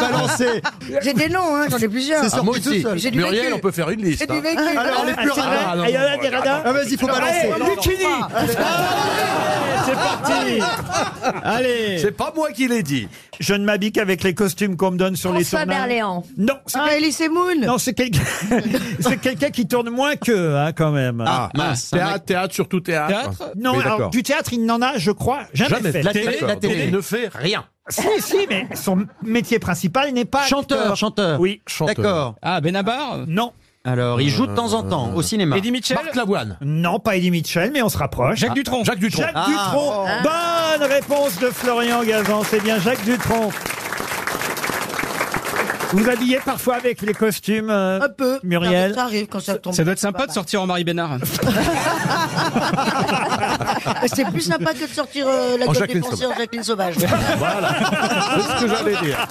Speaker 1: balancer.
Speaker 25: J'ai des noms, hein, j'en ai plusieurs.
Speaker 1: C'est sorti
Speaker 2: Ah, moi aussi.
Speaker 25: J'ai du
Speaker 2: Muriel,
Speaker 25: vécu.
Speaker 2: on peut faire une liste.
Speaker 25: J'ai du
Speaker 2: hein.
Speaker 25: vécu.
Speaker 2: Alors, les plus
Speaker 25: Ah, c'est vrai
Speaker 2: radins.
Speaker 25: Ah, il y en a des radins
Speaker 2: Ah, vas-y, faut balancer.
Speaker 25: Allez,
Speaker 2: Lucchini. ah,
Speaker 1: C'est parti [laughs]
Speaker 26: Ah,
Speaker 1: Allez
Speaker 2: C'est pas moi qui l'ai dit.
Speaker 1: Je ne m'habille qu'avec les costumes qu'on me donne sur
Speaker 2: François
Speaker 1: les tournages.
Speaker 2: Berléand.
Speaker 1: Non. Ah, Elise Moon Non, c'est quelqu'un c'est quelqu'un qui tourne moins qu'eux, hein, quand même.
Speaker 2: Ah, mince. Théâtre, théâtre, surtout théâtre.
Speaker 1: Théâtre Non,
Speaker 2: Oui,
Speaker 1: alors,
Speaker 2: d'accord.
Speaker 1: du théâtre, il n'en a, je crois, jamais,
Speaker 2: Jamais
Speaker 1: fait.
Speaker 2: fait. La télé, D'accord, la télé donc il ne fait rien.
Speaker 1: Si, si, mais son métier principal n'est pas
Speaker 11: Chanteur,
Speaker 1: acteur.
Speaker 11: chanteur.
Speaker 1: Oui.
Speaker 11: Chanteur. D'accord.
Speaker 1: Ah, Benabar Non.
Speaker 11: Alors, il joue de temps en temps au cinéma.
Speaker 1: Eddie Mitchell
Speaker 11: Marc Lavoine.
Speaker 1: Non, pas Eddie Mitchell, mais on se rapproche.
Speaker 11: Jacques Dutronc.
Speaker 1: Jacques Dutronc.
Speaker 11: Ah.
Speaker 2: Ah.
Speaker 1: Bonne réponse de Florian Gazan. C'est bien Jacques Dutronc. Vous habillez parfois avec les costumes Un peu. Muriel
Speaker 25: Ça arrive quand ça tombe.
Speaker 16: Ça doit être sympa de sortir en Marie
Speaker 2: [laughs]
Speaker 16: Bénard.
Speaker 25: C'est plus sympa que de sortir euh, la
Speaker 16: En
Speaker 25: gueule
Speaker 16: Jacqueline
Speaker 25: dépensée en
Speaker 16: Sauvage.
Speaker 25: Jacqueline
Speaker 1: [laughs]
Speaker 25: Sauvage.
Speaker 2: Voilà. C'est ce que j'allais
Speaker 8: [laughs]
Speaker 2: dire.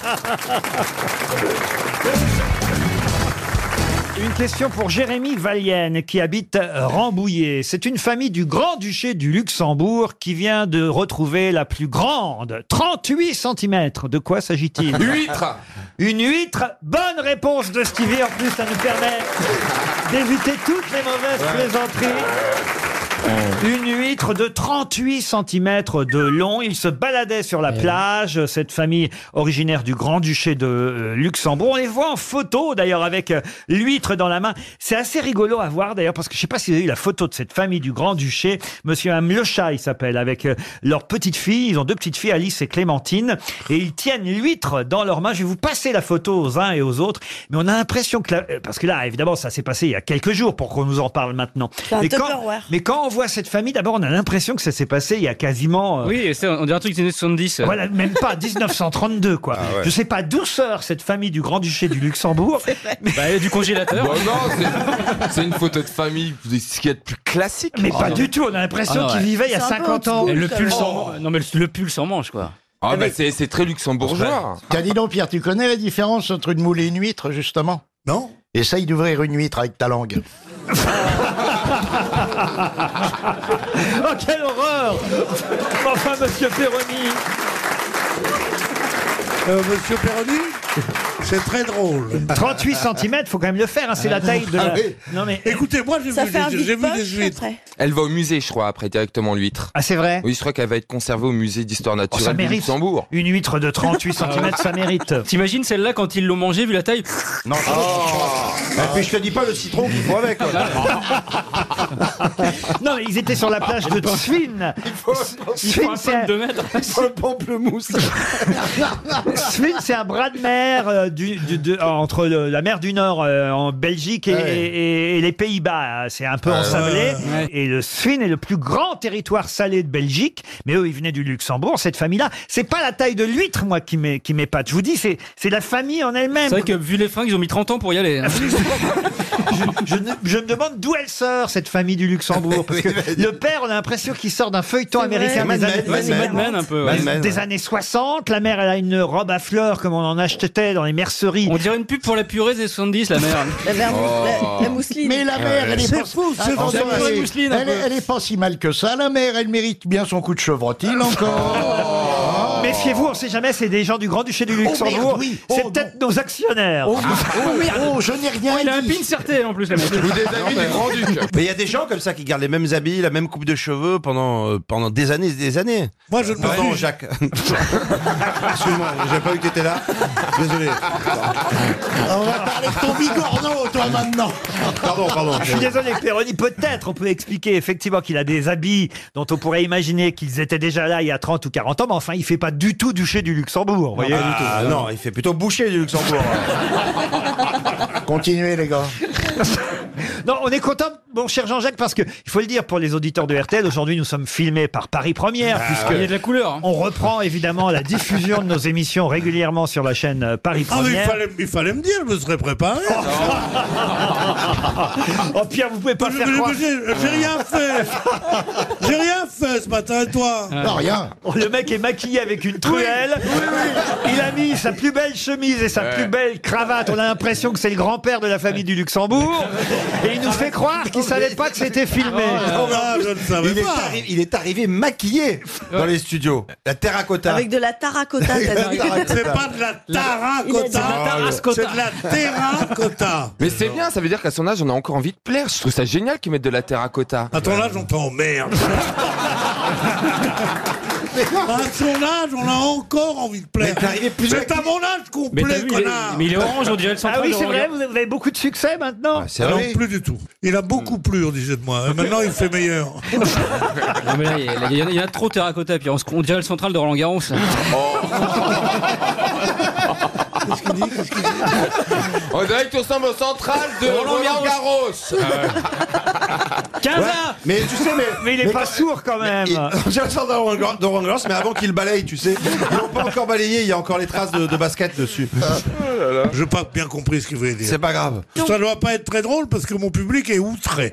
Speaker 1: Une question pour Jérémy Valienne qui habite Rambouillet. C'est une famille du Grand-Duché du Luxembourg qui vient de retrouver la plus grande, 38 cm. De quoi s'agit-il
Speaker 2: Huître.
Speaker 1: Une huître Bonne réponse de Stevie. En plus, ça nous permet d'éviter toutes les mauvaises plaisanteries. Une huître de 38 cm de long. Il se baladait sur la plage, cette famille originaire du Grand-Duché de euh, Luxembourg. On les voit en photo d'ailleurs avec euh, l'huître dans la main. C'est assez rigolo à voir d'ailleurs parce que je sais pas si vous avez eu la photo de cette famille du Grand-Duché. Monsieur Amlocha, il s'appelle, avec euh, leur petite fille. Ils ont deux petites filles, Alice et Clémentine. Et ils tiennent l'huître dans leurs mains. Je vais vous passer la photo aux uns et aux autres. Mais on a l'impression que... la- euh, Parce que là, évidemment, ça s'est passé il y a quelques jours pour qu'on nous en parle maintenant.
Speaker 28: un
Speaker 1: Mais quand,
Speaker 28: Tupperware.
Speaker 1: mais quand on voit cette famille, d'abord, on a l'impression que ça s'est passé il y a quasiment. euh, ah,
Speaker 28: Oui, c'est- on dirait un truc des années 70.
Speaker 1: Voilà, même pas 1932, quoi.
Speaker 26: Ah,
Speaker 1: Je sais pas d'où sort cette famille du Grand-Duché du Luxembourg.
Speaker 28: Bah, du congélateur.
Speaker 10: Bon, non, c'est- c'est une photo de famille, ce qu'il y a de plus classique.
Speaker 1: Mais pas du tout, on a l'impression
Speaker 10: Ah,
Speaker 1: qu'ils
Speaker 10: ouais.
Speaker 1: vivaient il y a 50 ans. Eh,
Speaker 28: Le pull sans...
Speaker 1: Oh.
Speaker 28: Non, mais le, le pull sans manche, quoi.
Speaker 10: Ah, bah, c'est c'est très luxembourgeois.
Speaker 29: Tiens, dis donc, Pierre, tu connais la différence entre une moule et une huître, justement Non. Essaye d'ouvrir une huître avec ta langue.
Speaker 1: [laughs] Oh, quelle horreur Enfin, monsieur Perroni
Speaker 26: Euh, Monsieur Perroni, c'est très drôle.
Speaker 1: 38 cm, faut quand même le faire, hein, c'est la taille de. la-
Speaker 26: Ah oui.
Speaker 1: Non, mais.
Speaker 26: Écoutez, moi, j'ai
Speaker 1: Ça
Speaker 26: vu,
Speaker 1: fait un
Speaker 26: j'ai- j'ai vu
Speaker 1: vide-poche,
Speaker 26: des huîtres. Oh,
Speaker 10: Elle va au musée, je crois, après directement l'huître.
Speaker 1: Ah, c'est vrai
Speaker 10: Oui, je crois qu'elle va être conservée au musée d'histoire
Speaker 1: Oh, ça
Speaker 10: naturelle du
Speaker 1: mérite.
Speaker 10: Luxembourg.
Speaker 1: Une huître de
Speaker 26: [laughs]
Speaker 1: 38 cm, ça mérite.
Speaker 28: T'imagines celle-là quand ils l'ont mangée, vu la taille
Speaker 2: Non,
Speaker 3: Ah.
Speaker 2: Et puis je te dis pas le citron qu'il faut
Speaker 28: [laughs]
Speaker 2: avec. quoi.
Speaker 1: Non, mais ils étaient sur la
Speaker 28: Ah,
Speaker 1: plage de Tsvin.
Speaker 26: Ah,
Speaker 1: Tsvin, c'est un-
Speaker 2: le pamplemousse.
Speaker 1: Svin, c'est un bras de mer euh, du- du- de- entre le- la mer du Nord euh, en Belgique et,
Speaker 2: Ouais.
Speaker 1: et- et les Pays-Bas. C'est un peu
Speaker 2: Ouais.
Speaker 1: ensablé.
Speaker 2: Ouais.
Speaker 1: Et le Svin est le plus grand territoire salé de Belgique. Mais eux, ils venaient du Luxembourg, cette famille-là. C'est pas la taille de l'huître, moi, qui m'é- qui m'épate. Je vous dis, c'est c'est la famille en elle-même.
Speaker 28: C'est vrai que vu les fringues, ils ont mis 30 ans pour y aller. hein.
Speaker 1: je, ne- je me demande d'où elle sort, cette famille
Speaker 29: [laughs]
Speaker 1: du Luxembourg. Parce que le père, on a l'impression qu'il sort d'un feuilleton
Speaker 28: C'est vrai.
Speaker 1: américain
Speaker 28: Mad
Speaker 1: des
Speaker 28: Men,
Speaker 1: années,
Speaker 28: ouais, c'est Mad Men un peu, ouais.
Speaker 1: des-
Speaker 28: Mad Men,
Speaker 1: des
Speaker 28: ouais.
Speaker 1: années 60. La mère, elle a une robe à fleurs comme on en achetait dans les merceries.
Speaker 28: On dirait une pub pour la purée des 70, la merde.
Speaker 29: [laughs] La merde,
Speaker 9: Oh.
Speaker 29: la- la mousseline. Mais la mère, elle est, pas... Oh. Ah c'est
Speaker 28: Ah, c'est pour la mousseline, un
Speaker 29: elle,
Speaker 28: peu.
Speaker 29: est- elle est pas si mal que ça, la mère. Elle mérite bien son coup de chevrotille encore.
Speaker 1: Ah.
Speaker 29: Oh,
Speaker 1: Méfiez-vous, on sait jamais, c'est des gens du Grand-Duché du
Speaker 29: merde,
Speaker 1: Luxembourg.
Speaker 29: oui. Ah.
Speaker 1: c'est peut-être nos actionnaires. Ah.
Speaker 29: oh, je n'ai rien
Speaker 28: Il a un pin certé en plus, le mec.
Speaker 2: Mais il y a des gens comme ça qui gardent les mêmes habits, la même coupe de cheveux pendant, euh, pendant des années et des années.
Speaker 26: Moi, je ne
Speaker 2: Pardon,
Speaker 26: m'en
Speaker 2: Jacques. [laughs] Excuse-moi, j'avais pas vu que t'étais là. Désolé.
Speaker 29: On va parler de ton
Speaker 7: Oh,
Speaker 29: bigorneau, toi, maintenant.
Speaker 2: Pardon, pardon.
Speaker 1: Je suis désolé, Péroni. Peut-être on peut expliquer effectivement qu'il a des habits dont on pourrait imaginer qu'ils étaient déjà là il y a 30 ou 40 ans, mais enfin, il fait pas du tout duché du Luxembourg. vous voyez.
Speaker 2: Ah, non, il fait plutôt boucher du Luxembourg.
Speaker 29: Continuez, les gars.
Speaker 1: [laughs] Non, on est content, mon cher Jean-Jacques, parce que il faut le dire pour les auditeurs de RTL, aujourd'hui nous sommes filmés par Paris Première, puisque
Speaker 28: Il y a de la couleur. hein.
Speaker 1: on reprend évidemment la diffusion de nos émissions régulièrement sur la chaîne euh, Paris
Speaker 26: Ah, mais il
Speaker 1: Première.
Speaker 26: fallait, il fallait me dire, je me serais préparé.
Speaker 1: oh Pierre, vous pouvez pas
Speaker 26: Je-
Speaker 1: faire
Speaker 26: je-
Speaker 1: croire.
Speaker 26: J'ai j'ai rien fait. J'ai rien fait ce matin, toi
Speaker 28: Euh,
Speaker 1: Non, rien. Le mec est maquillé avec une truelle. Il a mis sa plus belle chemise et sa plus belle cravate. On a l'impression que c'est le grand-père de la famille du Luxembourg. Et il nous fait croire
Speaker 26: Oh,
Speaker 1: qu'il savait pas que c'était
Speaker 26: Ah
Speaker 1: filmé.
Speaker 28: Oh,
Speaker 2: il, est arri- il est arrivé maquillé dans les studios. La terracotta.
Speaker 6: Avec de la
Speaker 3: [laughs]
Speaker 6: taracota, t'as dit.
Speaker 26: C'est pas de la taracota, c'est de la terracotta.
Speaker 10: Mais c'est bien, ça veut dire qu'à son âge, on a encore envie de plaire. Je trouve ça génial qu'ils mettent de la terracotta.
Speaker 26: À ton âge, on
Speaker 18: oh,
Speaker 26: t'emmerde. À son âge, on a encore envie de plaire. C'est à mon âge qu'on
Speaker 28: Mais t'as
Speaker 26: plaît,
Speaker 28: vu, il est-
Speaker 26: connard.
Speaker 28: mais il est orange, on dirait le central
Speaker 1: Ah oui, c'est
Speaker 28: de
Speaker 1: vrai,
Speaker 28: regard.
Speaker 1: vous avez beaucoup de succès maintenant.
Speaker 26: Ah non, plus du tout. Il a beaucoup plu, on disait de moi. Et Euh, maintenant, il fait meilleur.
Speaker 28: [laughs] Non, mais là, il y a- il y, en a- il y en a trop terracotta, puis on, se- on dirait le central de Roland Garros.
Speaker 1: Oh
Speaker 10: On dirait que tu ressembles au central de
Speaker 28: Roland
Speaker 10: Roland Garros.
Speaker 2: Ouais, Mais tu sais, mais.
Speaker 1: [laughs] Mais il est pas sourd quand même.
Speaker 2: [laughs] J'ai le sens de Roland Gar- de Roland Garros, mais avant qu'il balaye, tu sais. Ils l'ont pas encore balayé, il y a encore les traces de, de basket dessus.
Speaker 26: Je n'ai pas bien compris ce qu'il voulait dire.
Speaker 2: C'est pas grave.
Speaker 26: Ça ne doit pas être très drôle parce que mon public
Speaker 18: [laughs]
Speaker 26: est outré.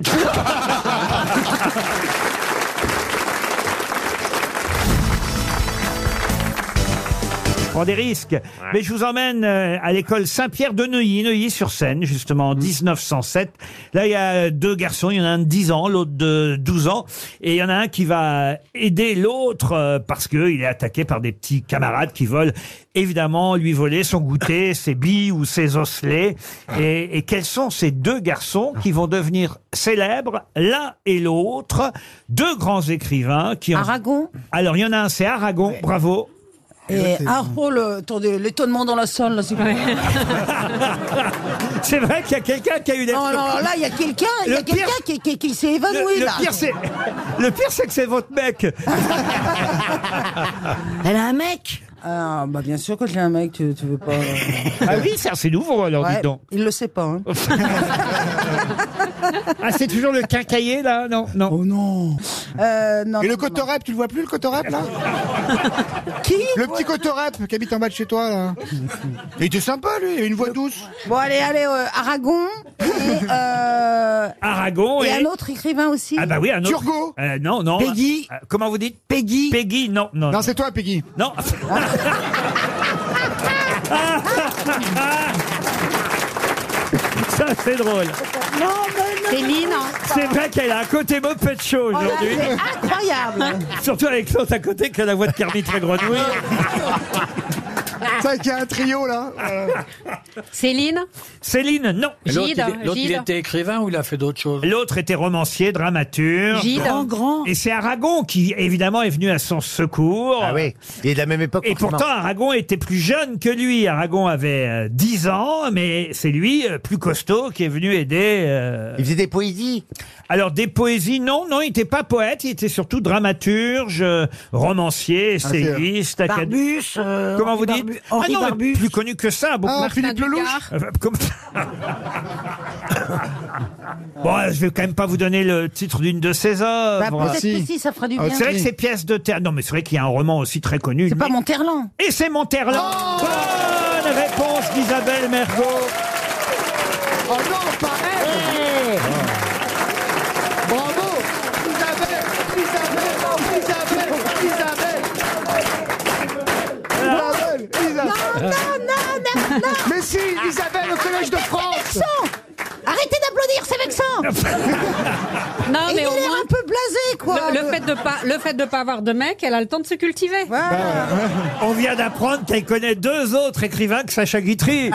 Speaker 1: prend des risques. Mais je vous emmène euh, à l'école Saint-Pierre de Neuilly, Neuilly-sur-Seine, justement, en 1907. Là, il y a euh, deux garçons, il y en a un de 10 ans, l'autre de 12 ans, et il y en a un qui va aider l'autre euh, parce qu'il est attaqué par des petits camarades qui veulent évidemment lui voler son goûter, ses billes ou ses osselets. Et, et quels sont ces deux garçons qui vont devenir célèbres, l'un et l'autre, deux grands écrivains qui ont...
Speaker 6: Aragon
Speaker 1: Alors, il y en a un, c'est Aragon, bravo.
Speaker 6: Et ah oh, le, attendez, l'étonnement dans la salle, là, c'est [laughs] pas
Speaker 1: C'est vrai qu'il y a quelqu'un qui a eu des.
Speaker 6: Oh non, là, il y a quelqu'un, il y a
Speaker 1: Le pire-
Speaker 6: quelqu'un qui, qui- qui s'est évanoui,
Speaker 1: le, le
Speaker 6: là.
Speaker 1: pire, c'est le pire, c'est que c'est votre mec.
Speaker 6: Ah, Elle a un mec Ah, bah bien sûr, quand il y a un mec, tu, tu veux pas. euh.
Speaker 1: [laughs]
Speaker 6: bah
Speaker 1: Ah oui, ça c'est nouveau alors,
Speaker 6: Ouais,
Speaker 1: dis donc.
Speaker 6: Il le sait pas, hein.
Speaker 1: [laughs] Ah, c'est toujours le quincailler là, non, non. Oh non.
Speaker 6: Euh, non.
Speaker 8: Et le cotorep, tu le vois plus le cotorep là
Speaker 6: [laughs] Qui
Speaker 8: Le petit cotorep qui habite en bas de chez toi
Speaker 26: [laughs]
Speaker 8: là. Il était sympa lui, il a une voix douce.
Speaker 6: Bon, allez, allez, euh, Aragon. Et, euh,
Speaker 1: Aragon et,
Speaker 6: et un autre écrivain aussi.
Speaker 1: Ah bah oui, un autre.
Speaker 8: Turgot.
Speaker 1: [laughs] Euh, non, non.
Speaker 8: Peggy.
Speaker 1: Euh, comment vous dites
Speaker 8: Peggy.
Speaker 1: Peggy, non, non.
Speaker 8: Non, c'est toi Peggy.
Speaker 1: Non. [laughs] Ça c'est drôle.
Speaker 6: Non, mais non.
Speaker 1: Céline, C'est vrai qu'elle a un côté moped show
Speaker 6: Oh là,
Speaker 1: aujourd'hui.
Speaker 6: c'est incroyable. hein.
Speaker 1: Surtout avec l'autre à côté qui a la voix de Kermit la grenouille.
Speaker 8: C'est vrai qu'il y a un trio
Speaker 7: [laughs]
Speaker 8: là. Euh,
Speaker 12: Céline
Speaker 1: Céline, non.
Speaker 12: L'autre, il est- Gide, l'autre, il Gide. était
Speaker 1: écrivain ou il a fait d'autres choses L'autre était romancier, dramaturge.
Speaker 12: Gide. Grand,
Speaker 1: Et c'est Aragon qui, évidemment, est venu à son secours. Ah oui,
Speaker 8: il est de la même époque.
Speaker 1: Et
Speaker 8: forcément.
Speaker 1: pourtant, Aragon était plus jeune que lui. Aragon avait euh, 10 ans, mais c'est lui, euh, plus costaud, qui est venu aider... Il faisait des poésies Alors, des poésies, non, non, il n'était pas poète, il était surtout dramaturge, euh, romancier,
Speaker 6: c'est-
Speaker 1: essayiste... acad-
Speaker 6: Barbus, euh,
Speaker 1: Comment
Speaker 6: Henri
Speaker 1: vous dites
Speaker 6: Barbu-
Speaker 1: Ah
Speaker 6: Henri
Speaker 1: non, mais
Speaker 6: Barbu.
Speaker 1: plus connu que ça. Beaucoup
Speaker 6: Ah,
Speaker 1: Martin
Speaker 6: Philippe Lelouch
Speaker 1: Euh, comme- Bon, euh, je vais quand même pas vous donner le titre d'une de ses œuvres. Ah,
Speaker 6: Bah, peut-être que si, ça fera du bien.
Speaker 1: C'est vrai que ces pièces de théâtre. Non, mais c'est vrai qu'il y a un roman aussi très connu.
Speaker 6: C'est pas Oh Monterland.
Speaker 1: Et c'est Monterland. Bonne réponse d'Isabelle Mergo.
Speaker 8: Oh non, pas elle Bravo Isabelle Isabelle oh, Isabelle Isabelle Isabelle Isabelle
Speaker 6: Non, non, non, non, non.
Speaker 8: Mais si Isabelle au
Speaker 7: [laughs]
Speaker 8: Collège de France
Speaker 6: Vexant Arrêtez d'applaudir, c'est
Speaker 1: [laughs]
Speaker 6: vexant
Speaker 7: Non,
Speaker 6: Il
Speaker 7: mais
Speaker 6: a
Speaker 7: au
Speaker 6: l'air
Speaker 7: moins.
Speaker 6: un peu blasé, quoi.
Speaker 7: Le, le fait de pas, le fait de pas avoir de mec, elle a le temps de se cultiver.
Speaker 1: Bah, On vient d'apprendre qu'elle connaît deux autres écrivains que Sacha
Speaker 7: [laughs]
Speaker 1: Guitry.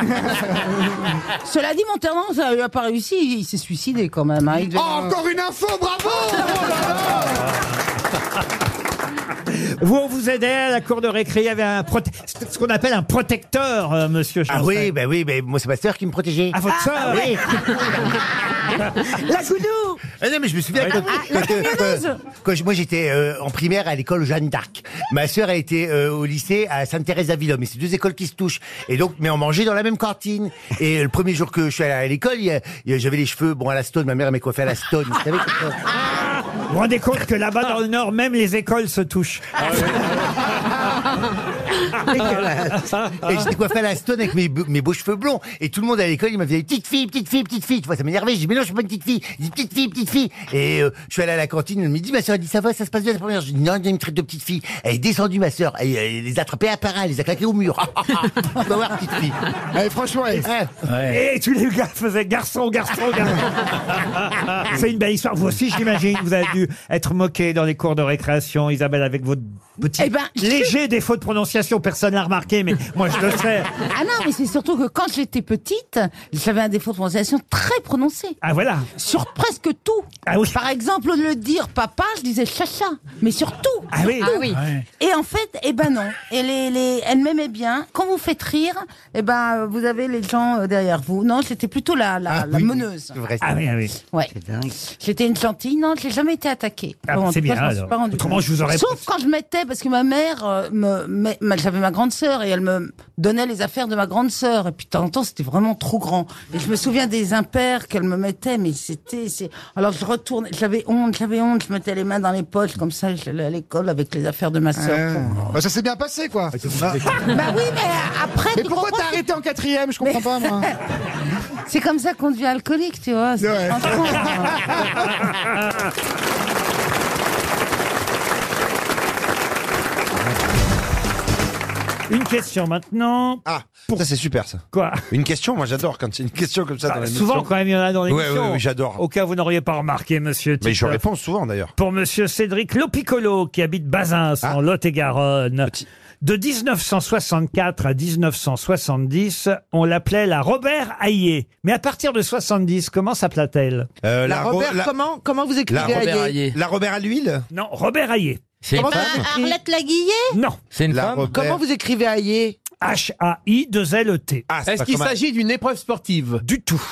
Speaker 6: Cela dit, Monterland, ça lui a pas réussi. il- Il s'est suicidé quand même. hein, il devait-
Speaker 8: Oh, encore une info, bravo Oh là là
Speaker 1: vous, on vous aidait à la cour de récré. Il y avait un prote- c'est ce qu'on appelle un protecteur, euh, monsieur
Speaker 15: Ah oui, ben oui, ben moi c'est ma sœur qui me protégeait.
Speaker 1: À votre
Speaker 15: Ah,
Speaker 1: sœur [laughs]
Speaker 15: oui.
Speaker 6: [laughs] La goudou
Speaker 15: Ah non, mais je me souviens
Speaker 6: Ah,
Speaker 15: quand,
Speaker 6: la
Speaker 15: quand, euh,
Speaker 6: camionneuse.
Speaker 15: quand- quand je- moi j'étais euh, en primaire à l'école Jeanne d'Arc. Ma sœur elle était euh, au lycée à Sainte-Thérèse-à-Vilhomme. Et c'est deux écoles qui se touchent. Et donc, mais on mangeait dans la même cantine. Et le premier jour que je suis allé à l'école, il y a- il y a- j'avais les cheveux bon à la stone. Ma mère elle m'a coiffé à la stone. Vous savez comme ça.
Speaker 1: Vous vous rendez compte que là-bas dans le Nord, même les écoles se touchent.
Speaker 15: Dégueulasse. Et j'étais coiffé à la Stone avec mes, be- mes beaux cheveux blonds. Et tout le monde à l'école, il m'a dit petite fille, petite fille, petite fille. Tu vois, ça m'énervait. J'ai dit, mais non, je suis pas une petite fille. Il dit petite fille, petite fille. Et euh, je suis allé à la cantine le midi. Ma soeur a dit, ça va, ça se passe bien la première. J'ai dit, non, elle me traite de petite fille. Elle est descendue, ma soeur. Elle, elle les a attrapés à part, elle les a claqués au mur. [laughs] tu vas voir, petite fille. franchement,
Speaker 1: Et tu les gar- faisais garçon, garçon,
Speaker 15: [laughs]
Speaker 1: garçon. C'est une belle histoire. Vous aussi, j'imagine, vous avez dû être moqué dans les cours de récréation, Isabelle, avec votre petit léger défaut de prononciation. Personne n'a remarqué, mais moi, je le sais.
Speaker 6: Ah non, mais c'est surtout que quand j'étais petite, j'avais un défaut de prononciation très prononcé.
Speaker 1: Ah voilà.
Speaker 6: Sur presque tout.
Speaker 1: Ah
Speaker 6: Par exemple, le dire papa, je disais chacha, mais sur tout.
Speaker 1: Ah oui.
Speaker 6: Sur
Speaker 1: Ah
Speaker 6: tout.
Speaker 1: oui. Ouais.
Speaker 6: Et en fait, eh ben non. Et les, les, elle m'aimait bien. Quand vous faites rire, eh ben vous avez les gens euh, derrière vous. Non, j'étais plutôt la, la, la meneuse.
Speaker 1: Ah oui, ah oui.
Speaker 6: Ouais. J'étais une gentille. Non, j'ai jamais été attaquée.
Speaker 1: Ah,
Speaker 6: Bon, en
Speaker 1: c'est
Speaker 6: tout
Speaker 1: bien,
Speaker 6: cas, je m'en suis
Speaker 1: alors.
Speaker 6: pas rendue
Speaker 1: Autrement,
Speaker 6: compte.
Speaker 1: je vous aurais-
Speaker 6: Sauf quand je mettais, parce que ma mère, euh, me, me- ma- j'avais ma grande sœur et elle me donnait les affaires de ma grande sœur. Et puis de temps en temps, c'était vraiment trop grand. Et je me souviens des impairs qu'elle me mettait, mais c'était, c'est. Alors je retournais, j'avais honte, j'avais honte. Je mettais les mains dans les poches comme ça. J'allais à l'école avec les affaires de ma sœur.
Speaker 8: Bah, ça s'est bien passé,
Speaker 1: Ah,
Speaker 8: quoi. bah
Speaker 6: oui, mais après.
Speaker 8: Mais pourquoi t'as arrêté en quatrième Je comprends pas, moi.
Speaker 6: [laughs] C'est comme ça qu'on devient alcoolique, tu vois. c'est- franchement,
Speaker 1: Une question maintenant.
Speaker 2: Ah, ça c'est super ça.
Speaker 1: Quoi
Speaker 2: Une question, moi j'adore quand c'est une question comme ça dans
Speaker 1: Ah,
Speaker 2: l'émission.
Speaker 1: Souvent, quand même, il y en a dans les
Speaker 2: Ouais, ouais, ouais, j'adore.
Speaker 1: Au cas où vous n'auriez pas remarqué, monsieur.
Speaker 2: Mais je
Speaker 1: Titoff.
Speaker 2: réponds souvent d'ailleurs.
Speaker 1: Pour monsieur Cédric Lopicolo, qui habite Bazins,
Speaker 2: Ah.
Speaker 1: en Lot-et-Garonne. De 1964 à 1970, on l'appelait la Robert Hayé. Mais à partir de 70, comment s'appela-t-elle
Speaker 2: Euh, la Ro- la-
Speaker 1: comment vous
Speaker 2: La Robert, la Robert à l'huile
Speaker 1: Non, Robert Hayé.
Speaker 2: C'est une Comment femme
Speaker 1: ça
Speaker 2: ça
Speaker 6: Arlette Laguillet
Speaker 1: Non.
Speaker 2: C'est une femme
Speaker 9: Comment vous écrivez Aïe
Speaker 1: H-A-I-2-L-E-T.
Speaker 2: c'est Est-ce pas qu'il comme un- s'agit
Speaker 1: d'une épreuve sportive E Du tout.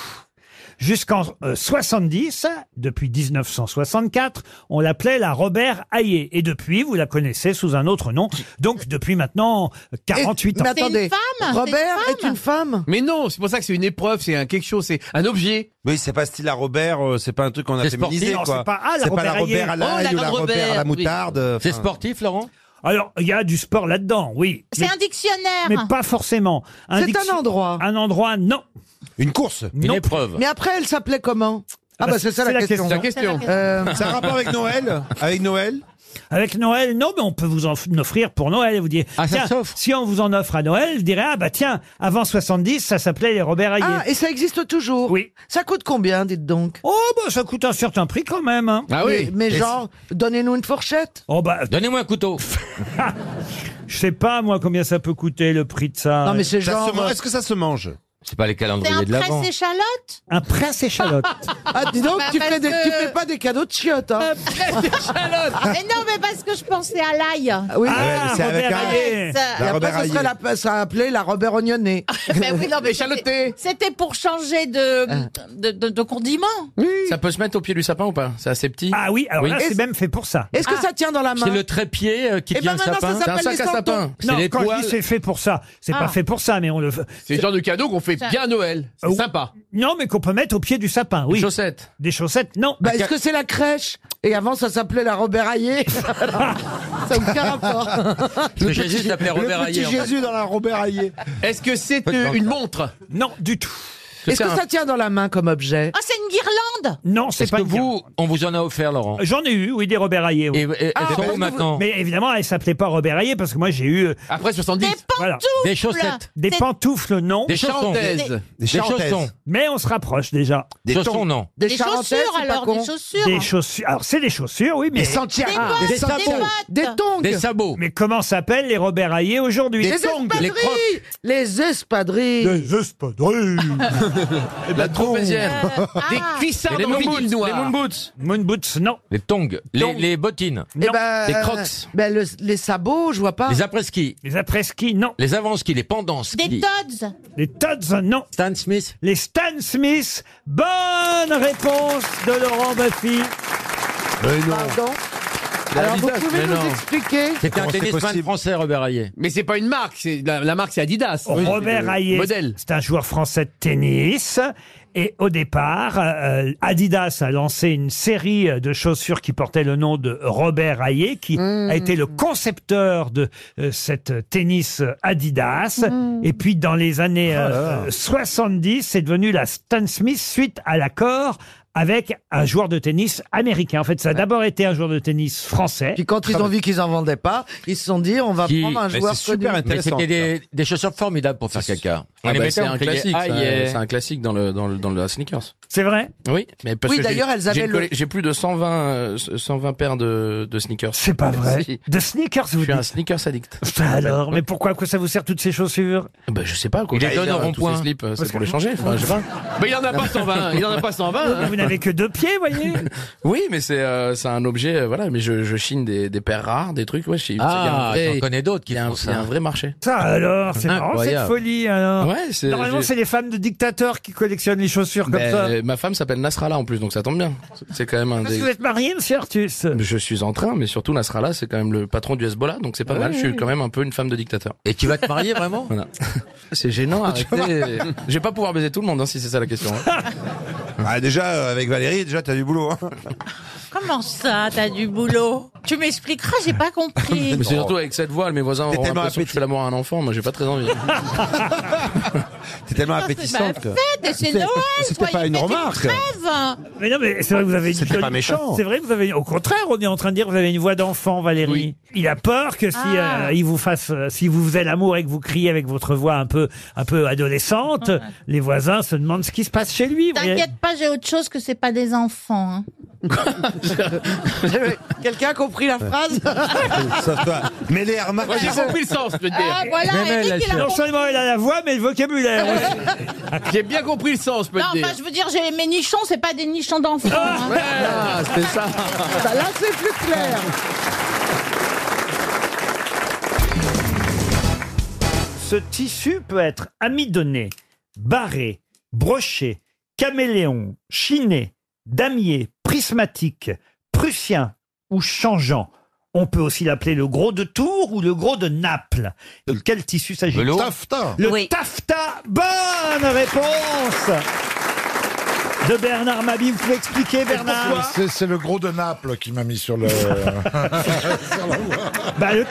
Speaker 1: Jusqu'en euh, 70, depuis 1964, on l'appelait la Robert Hayé. Et depuis, vous la connaissez sous un autre nom. Donc, depuis maintenant euh, 48 ans.
Speaker 9: Mais attendez, Robert est une femme
Speaker 5: Mais non, c'est pour ça que c'est une épreuve, c'est un quelque chose, c'est un objet.
Speaker 2: Oui, c'est pas style à Robert, euh, c'est pas un truc qu'on a
Speaker 5: C'est sportif.
Speaker 2: féminisé
Speaker 5: Non,
Speaker 2: quoi.
Speaker 5: c'est pas- ah, la
Speaker 2: C'est pas la
Speaker 5: Robert Hayé.
Speaker 2: Robert à
Speaker 5: Oh, la
Speaker 2: l'ail ou la
Speaker 5: grande
Speaker 2: Robert à la
Speaker 5: Robert, oui.
Speaker 2: moutarde. euh,
Speaker 1: C'est
Speaker 2: enfin.
Speaker 1: sportif, Laurent Alors, il y a du sport là-dedans, oui.
Speaker 3: C'est
Speaker 1: Mais-
Speaker 3: un dictionnaire.
Speaker 1: Mais pas forcément.
Speaker 3: C'est un
Speaker 1: endroit. Un endroit, non.
Speaker 2: Une course
Speaker 1: Une
Speaker 2: épreuve.
Speaker 9: Mais après, elle s'appelait comment Ah bah c'est ça la question. Euh,
Speaker 2: Ça a rapport avec Noël Avec Noël
Speaker 1: Avec Noël, non, mais on peut vous en f- en offrir pour Noël. et Vous dire,
Speaker 2: ça
Speaker 9: Ah,
Speaker 1: tiens, si on vous en offre à Noël, vous direz, ah bah tiens, avant 70, ça s'appelait les Robert Hayé.
Speaker 9: Ah, et ça existe toujours
Speaker 1: Oui.
Speaker 9: Ça coûte combien, dites donc
Speaker 1: Oh, bah ça coûte un certain prix quand même.
Speaker 9: Ah oui Mais, mais
Speaker 1: Et
Speaker 9: genre, donnez-nous une fourchette.
Speaker 1: Oh bah,
Speaker 11: Donnez-moi un couteau.
Speaker 1: [laughs] je sais pas, moi, combien ça peut coûter le prix de ça.
Speaker 11: Non, mais c'est Ça genre- se
Speaker 9: euh,
Speaker 11: mange-
Speaker 2: Est-ce que ça se mange
Speaker 11: C'est pas les
Speaker 3: C'est un
Speaker 11: calendriers
Speaker 3: presse échalote
Speaker 1: Un prince
Speaker 3: [laughs]
Speaker 1: échalote.
Speaker 9: Ah, dis donc, [laughs]
Speaker 3: Bah,
Speaker 9: tu, fais
Speaker 3: parce
Speaker 9: des,
Speaker 3: que-
Speaker 9: tu fais pas des cadeaux de chiottes, hein
Speaker 3: Presse
Speaker 6: [laughs]
Speaker 3: échalote Mais non, mais parce que je pensais à l'ail.
Speaker 9: Oui,
Speaker 3: Ah,
Speaker 9: c'est avec
Speaker 3: Robert
Speaker 9: un-
Speaker 3: Hayé. Ça-
Speaker 9: Et après, ça serait la, ça appelait la Robert
Speaker 3: [laughs]
Speaker 9: Ognonnet.
Speaker 3: Mais Ben oui,
Speaker 9: [laughs]
Speaker 3: non, mais c'était- C'était pour changer de, de, de- de condiment.
Speaker 10: Ça peut se mettre au pied du sapin ou pas C'est assez petit
Speaker 1: Ah oui, alors là, c'est même fait pour ça. Ah.
Speaker 3: Est-ce que
Speaker 9: ça tient dans la main
Speaker 10: C'est le trépied euh, qui
Speaker 9: Eh
Speaker 10: tient
Speaker 9: ben
Speaker 10: le
Speaker 9: maintenant, ça
Speaker 10: sapin. C'est un
Speaker 9: s'appelle
Speaker 10: sac
Speaker 9: les
Speaker 10: à sapin.
Speaker 9: santons.
Speaker 10: C'est
Speaker 1: Non,
Speaker 10: les
Speaker 1: quand je
Speaker 10: toiles.
Speaker 1: dis
Speaker 3: [laughs]
Speaker 1: c'est fait pour ça, c'est
Speaker 10: Ah.
Speaker 1: pas fait pour ça, mais on le.
Speaker 10: C'est le genre de cadeau qu'on fait bien à Noël. C'est
Speaker 1: Oh.
Speaker 10: sympa.
Speaker 1: Non, mais qu'on peut mettre au pied du sapin, oui. Des chaussettes. Des chaussettes, non.
Speaker 9: Bah, est-ce que c'est la crèche Et avant, ça s'appelait la Robert Hayé. [laughs] ça n'a aucun [laughs] rapport.
Speaker 10: Le Jésus s'appelait Robert Hayé. en fait.
Speaker 9: dans la Robert Hayé.
Speaker 10: Est-ce que c'est euh, une montre
Speaker 1: Non, du tout.
Speaker 9: Est-ce que ça tient dans la main comme objet
Speaker 3: Ah, c'est une guirlande
Speaker 1: Non, c'est
Speaker 10: Est-ce
Speaker 1: pas
Speaker 10: que
Speaker 1: une
Speaker 10: vous, on vous en a offert, Laurent
Speaker 1: Euh, J'en ai eu, oui, des Robert Hayé. oui.
Speaker 10: elles Ah, sont où parce que vous- maintenant
Speaker 1: Mais évidemment, elles s'appelaient pas Robert Hayé parce que moi j'ai eu. euh,
Speaker 10: Après 70 Des
Speaker 1: Voilà.
Speaker 10: Des chaussettes.
Speaker 1: Des
Speaker 10: Des-
Speaker 1: pantoufles, non.
Speaker 10: Des chaussons. Des- Des Des charentaises. chaussons.
Speaker 1: Mais on se rapproche déjà.
Speaker 10: Des Chaussons, tons. non.
Speaker 3: Des Des charentaises, chaussures, c'est pas alors, con. des chaussures.
Speaker 1: Des chaussures. Alors, c'est des chaussures, oui, mais.
Speaker 3: Des sentières. Des bottes, Des sabots. des bottes. Des tongs.
Speaker 1: Des
Speaker 10: sabots.
Speaker 1: Mais comment s'appellent les Robert Hayé aujourd'hui
Speaker 9: les espadrilles Les espadrilles
Speaker 1: Les
Speaker 3: [laughs]
Speaker 1: espadrilles
Speaker 3: Eh
Speaker 1: Eh
Speaker 3: ben,
Speaker 1: ben,
Speaker 10: La tropézière.
Speaker 19: [laughs]
Speaker 9: Euh,
Speaker 10: Des
Speaker 9: ah.
Speaker 10: cuissards
Speaker 9: Les
Speaker 10: dans
Speaker 9: moon
Speaker 10: le
Speaker 9: boots,
Speaker 10: vide,
Speaker 9: les
Speaker 10: Les
Speaker 9: moon
Speaker 10: moon boots.
Speaker 1: Moon boots, non.
Speaker 10: Les tongs. Les, les bottines.
Speaker 9: Eh ben, ah.
Speaker 10: Des
Speaker 9: euh,
Speaker 10: crocs.
Speaker 9: ben, le- les sabots, je vois pas.
Speaker 10: Les après-ski.
Speaker 1: Les après-ski, non.
Speaker 10: Les avant-ski, les pendants
Speaker 3: Des Todds
Speaker 1: Les Todds, non.
Speaker 10: Stan Smith.
Speaker 1: Les Stan Smith. Bonne réponse de Laurent Baffy.
Speaker 9: Pardon Alors, vous pouvez nous expliquer
Speaker 5: C'était un tennisman français, Robert Hayé. Mais c'est pas une marque, c'est- la, la marque c'est Adidas.
Speaker 19: Euh,
Speaker 3: Euh,
Speaker 1: Robert Hayes,
Speaker 5: Modèle.
Speaker 1: c'est un joueur français de tennis. Et au départ, euh, Adidas a lancé une série de chaussures qui portaient le nom de Robert Hayé, qui
Speaker 9: Mmh.
Speaker 1: a été le concepteur de euh, cette tennis Adidas.
Speaker 9: Mmh.
Speaker 1: Et puis, dans les années euh, 70, c'est devenu la Stan Smith suite à l'accord avec un joueur de tennis américain. En fait, ça a d'abord été un joueur de tennis français.
Speaker 9: Puis quand ils ont vu qu'ils en vendaient pas, ils se sont dit on va
Speaker 5: Qui-
Speaker 9: prendre un
Speaker 5: Mais
Speaker 9: joueur
Speaker 5: c'est super
Speaker 9: connu.
Speaker 5: intéressant. Mais c'était des, des chaussures formidables pour faire caca.
Speaker 19: On les
Speaker 5: bah,
Speaker 19: mettait
Speaker 5: c'est
Speaker 19: en
Speaker 5: un classique.
Speaker 19: classique.
Speaker 5: ça,
Speaker 19: ça,
Speaker 5: euh,
Speaker 19: C'est un classique dans le dans le dans le sneakers.
Speaker 1: C'est vrai
Speaker 19: Oui, mais parce
Speaker 1: Oui,
Speaker 19: que j'ai-
Speaker 1: d'ailleurs, elles
Speaker 19: j'ai
Speaker 1: avaient
Speaker 19: une
Speaker 1: le-
Speaker 19: collé- J'ai plus de 120 euh, 120 paires de de sneakers.
Speaker 1: C'est pas vrai.
Speaker 19: [laughs] Si.
Speaker 1: De sneakers, vous
Speaker 19: Je suis un
Speaker 1: dites
Speaker 3: [laughs]
Speaker 19: sneakers addict.
Speaker 1: Alors, mais pourquoi que ça vous sert toutes ces chaussures
Speaker 19: Bah, je sais pas. Quoi.
Speaker 1: Il les
Speaker 19: J'ai-
Speaker 1: donne au
Speaker 19: tous ces
Speaker 1: rond-point.
Speaker 19: slips, euh,
Speaker 1: Parce
Speaker 19: C'est pour
Speaker 1: que-
Speaker 19: les changer. Enfin, je
Speaker 3: [laughs]
Speaker 19: sais pas. Mais il en a pas
Speaker 3: hein.
Speaker 19: 120. Il en a pas 120.
Speaker 1: Vous n'avez que deux pieds, voyez
Speaker 19: Oui, mais c'est euh, c'est un objet. euh, voilà, mais je, je chine des, des paires rares, des trucs. Ouais, je- il y a un
Speaker 5: Ah,
Speaker 19: vrai-
Speaker 5: t'en connais d'autres qui
Speaker 19: il y a un-
Speaker 5: font ça.
Speaker 19: Il y a un vrai marché.
Speaker 1: Ça alors, c'est marrant cette
Speaker 19: Incroyable.
Speaker 1: folie alors.
Speaker 19: Ouais, c'est-
Speaker 1: Normalement,
Speaker 19: j'ai-
Speaker 1: c'est les femmes de dictateurs qui collectionnent les chaussures comme
Speaker 19: Ben,
Speaker 1: ça.
Speaker 19: euh, Ma femme s'appelle Nasrallah en plus, donc ça tombe bien. C'est quand même un
Speaker 1: Parce
Speaker 19: des.
Speaker 1: que vous êtes marié, monsieur Artus
Speaker 19: Je suis en train, mais surtout Nasrallah, c'est quand même le patron du Hezbollah, donc c'est pas
Speaker 1: Ouais,
Speaker 19: mal. Je
Speaker 1: ouais.
Speaker 19: suis quand même un peu une femme de dictateur. Et tu
Speaker 5: vas te marier,
Speaker 19: [laughs]
Speaker 5: vraiment
Speaker 19: C'est gênant.
Speaker 5: Tu
Speaker 19: Arrêtez.
Speaker 5: vois
Speaker 19: Je vais pas pouvoir baiser tout le monde hein, si c'est ça la question.
Speaker 2: [laughs] Ah, déjà, euh, avec Valérie, déjà, t'as du boulot. hein.
Speaker 6: Comment ça, t'as du boulot Tu m'expliqueras, j'ai pas compris.
Speaker 19: Mais c'est surtout avec cette voile, mes voisins auront l'impression que je fais l'amour à un enfant. Moi, j'ai pas très envie.
Speaker 2: T'es tellement
Speaker 1: Ah,
Speaker 9: Oh.
Speaker 6: appétissante,
Speaker 2: que-
Speaker 6: Fête, c'est
Speaker 2: C'était-
Speaker 6: Noël
Speaker 2: c'était pas
Speaker 6: soyez-
Speaker 2: une
Speaker 6: faites
Speaker 2: remarque.
Speaker 6: trêve.
Speaker 1: Mais non, mais Eh, c'est vrai que vous avez. une
Speaker 2: C'était
Speaker 1: jolie-
Speaker 2: pas méchant.
Speaker 1: C'est vrai que vous avez. Au contraire, on est en train de dire que vous avez une voix d'enfant, Valérie. Il a peur que si
Speaker 8: Ah.
Speaker 1: euh, il vous fasse, euh, si vous faisiez l'amour et que vous criez avec votre voix un peu, un peu adolescente, les voisins se demandent ce qui se passe chez lui. vous voyez.
Speaker 6: T'inquiète pas, j'ai autre chose que c'est pas des enfants. hein.
Speaker 1: [laughs]
Speaker 9: Quelqu'un a compris la [laughs] phrase
Speaker 2: Sauf toi. Mais les remarques.
Speaker 9: Moi, j'ai compris le sens, je veux dire. Ah, voilà,
Speaker 1: Même elle,
Speaker 9: Eric,
Speaker 1: elle
Speaker 9: il a
Speaker 1: sait. non
Speaker 9: compris.
Speaker 1: seulement elle a la voix, mais le
Speaker 9: Ah
Speaker 1: vocabulaire.
Speaker 9: [laughs]
Speaker 3: [laughs]
Speaker 5: J'ai bien compris le sens, je peux
Speaker 6: Non,
Speaker 5: te dire.
Speaker 6: enfin, je veux dire, j'ai mes nichons, c'est pas des nichons d'enfants. hein.
Speaker 5: Ah, c'était ça.
Speaker 9: Bah là, c'est plus clair.
Speaker 1: Ce tissu peut être amidonné, barré, broché, caméléon, chiné, damier, prismatique, prussien ou changeant. On peut aussi l'appeler le gros de Tours ou le gros de Naples. De quel tissu s'agit-il
Speaker 18: Le taffetas.
Speaker 1: Le taffetas. Bonne réponse de Bernard Mabille. Vous pouvez expliquer, Bernard
Speaker 18: C'est- C'est le gros de Naples qui m'a mis sur le.
Speaker 1: Bah, le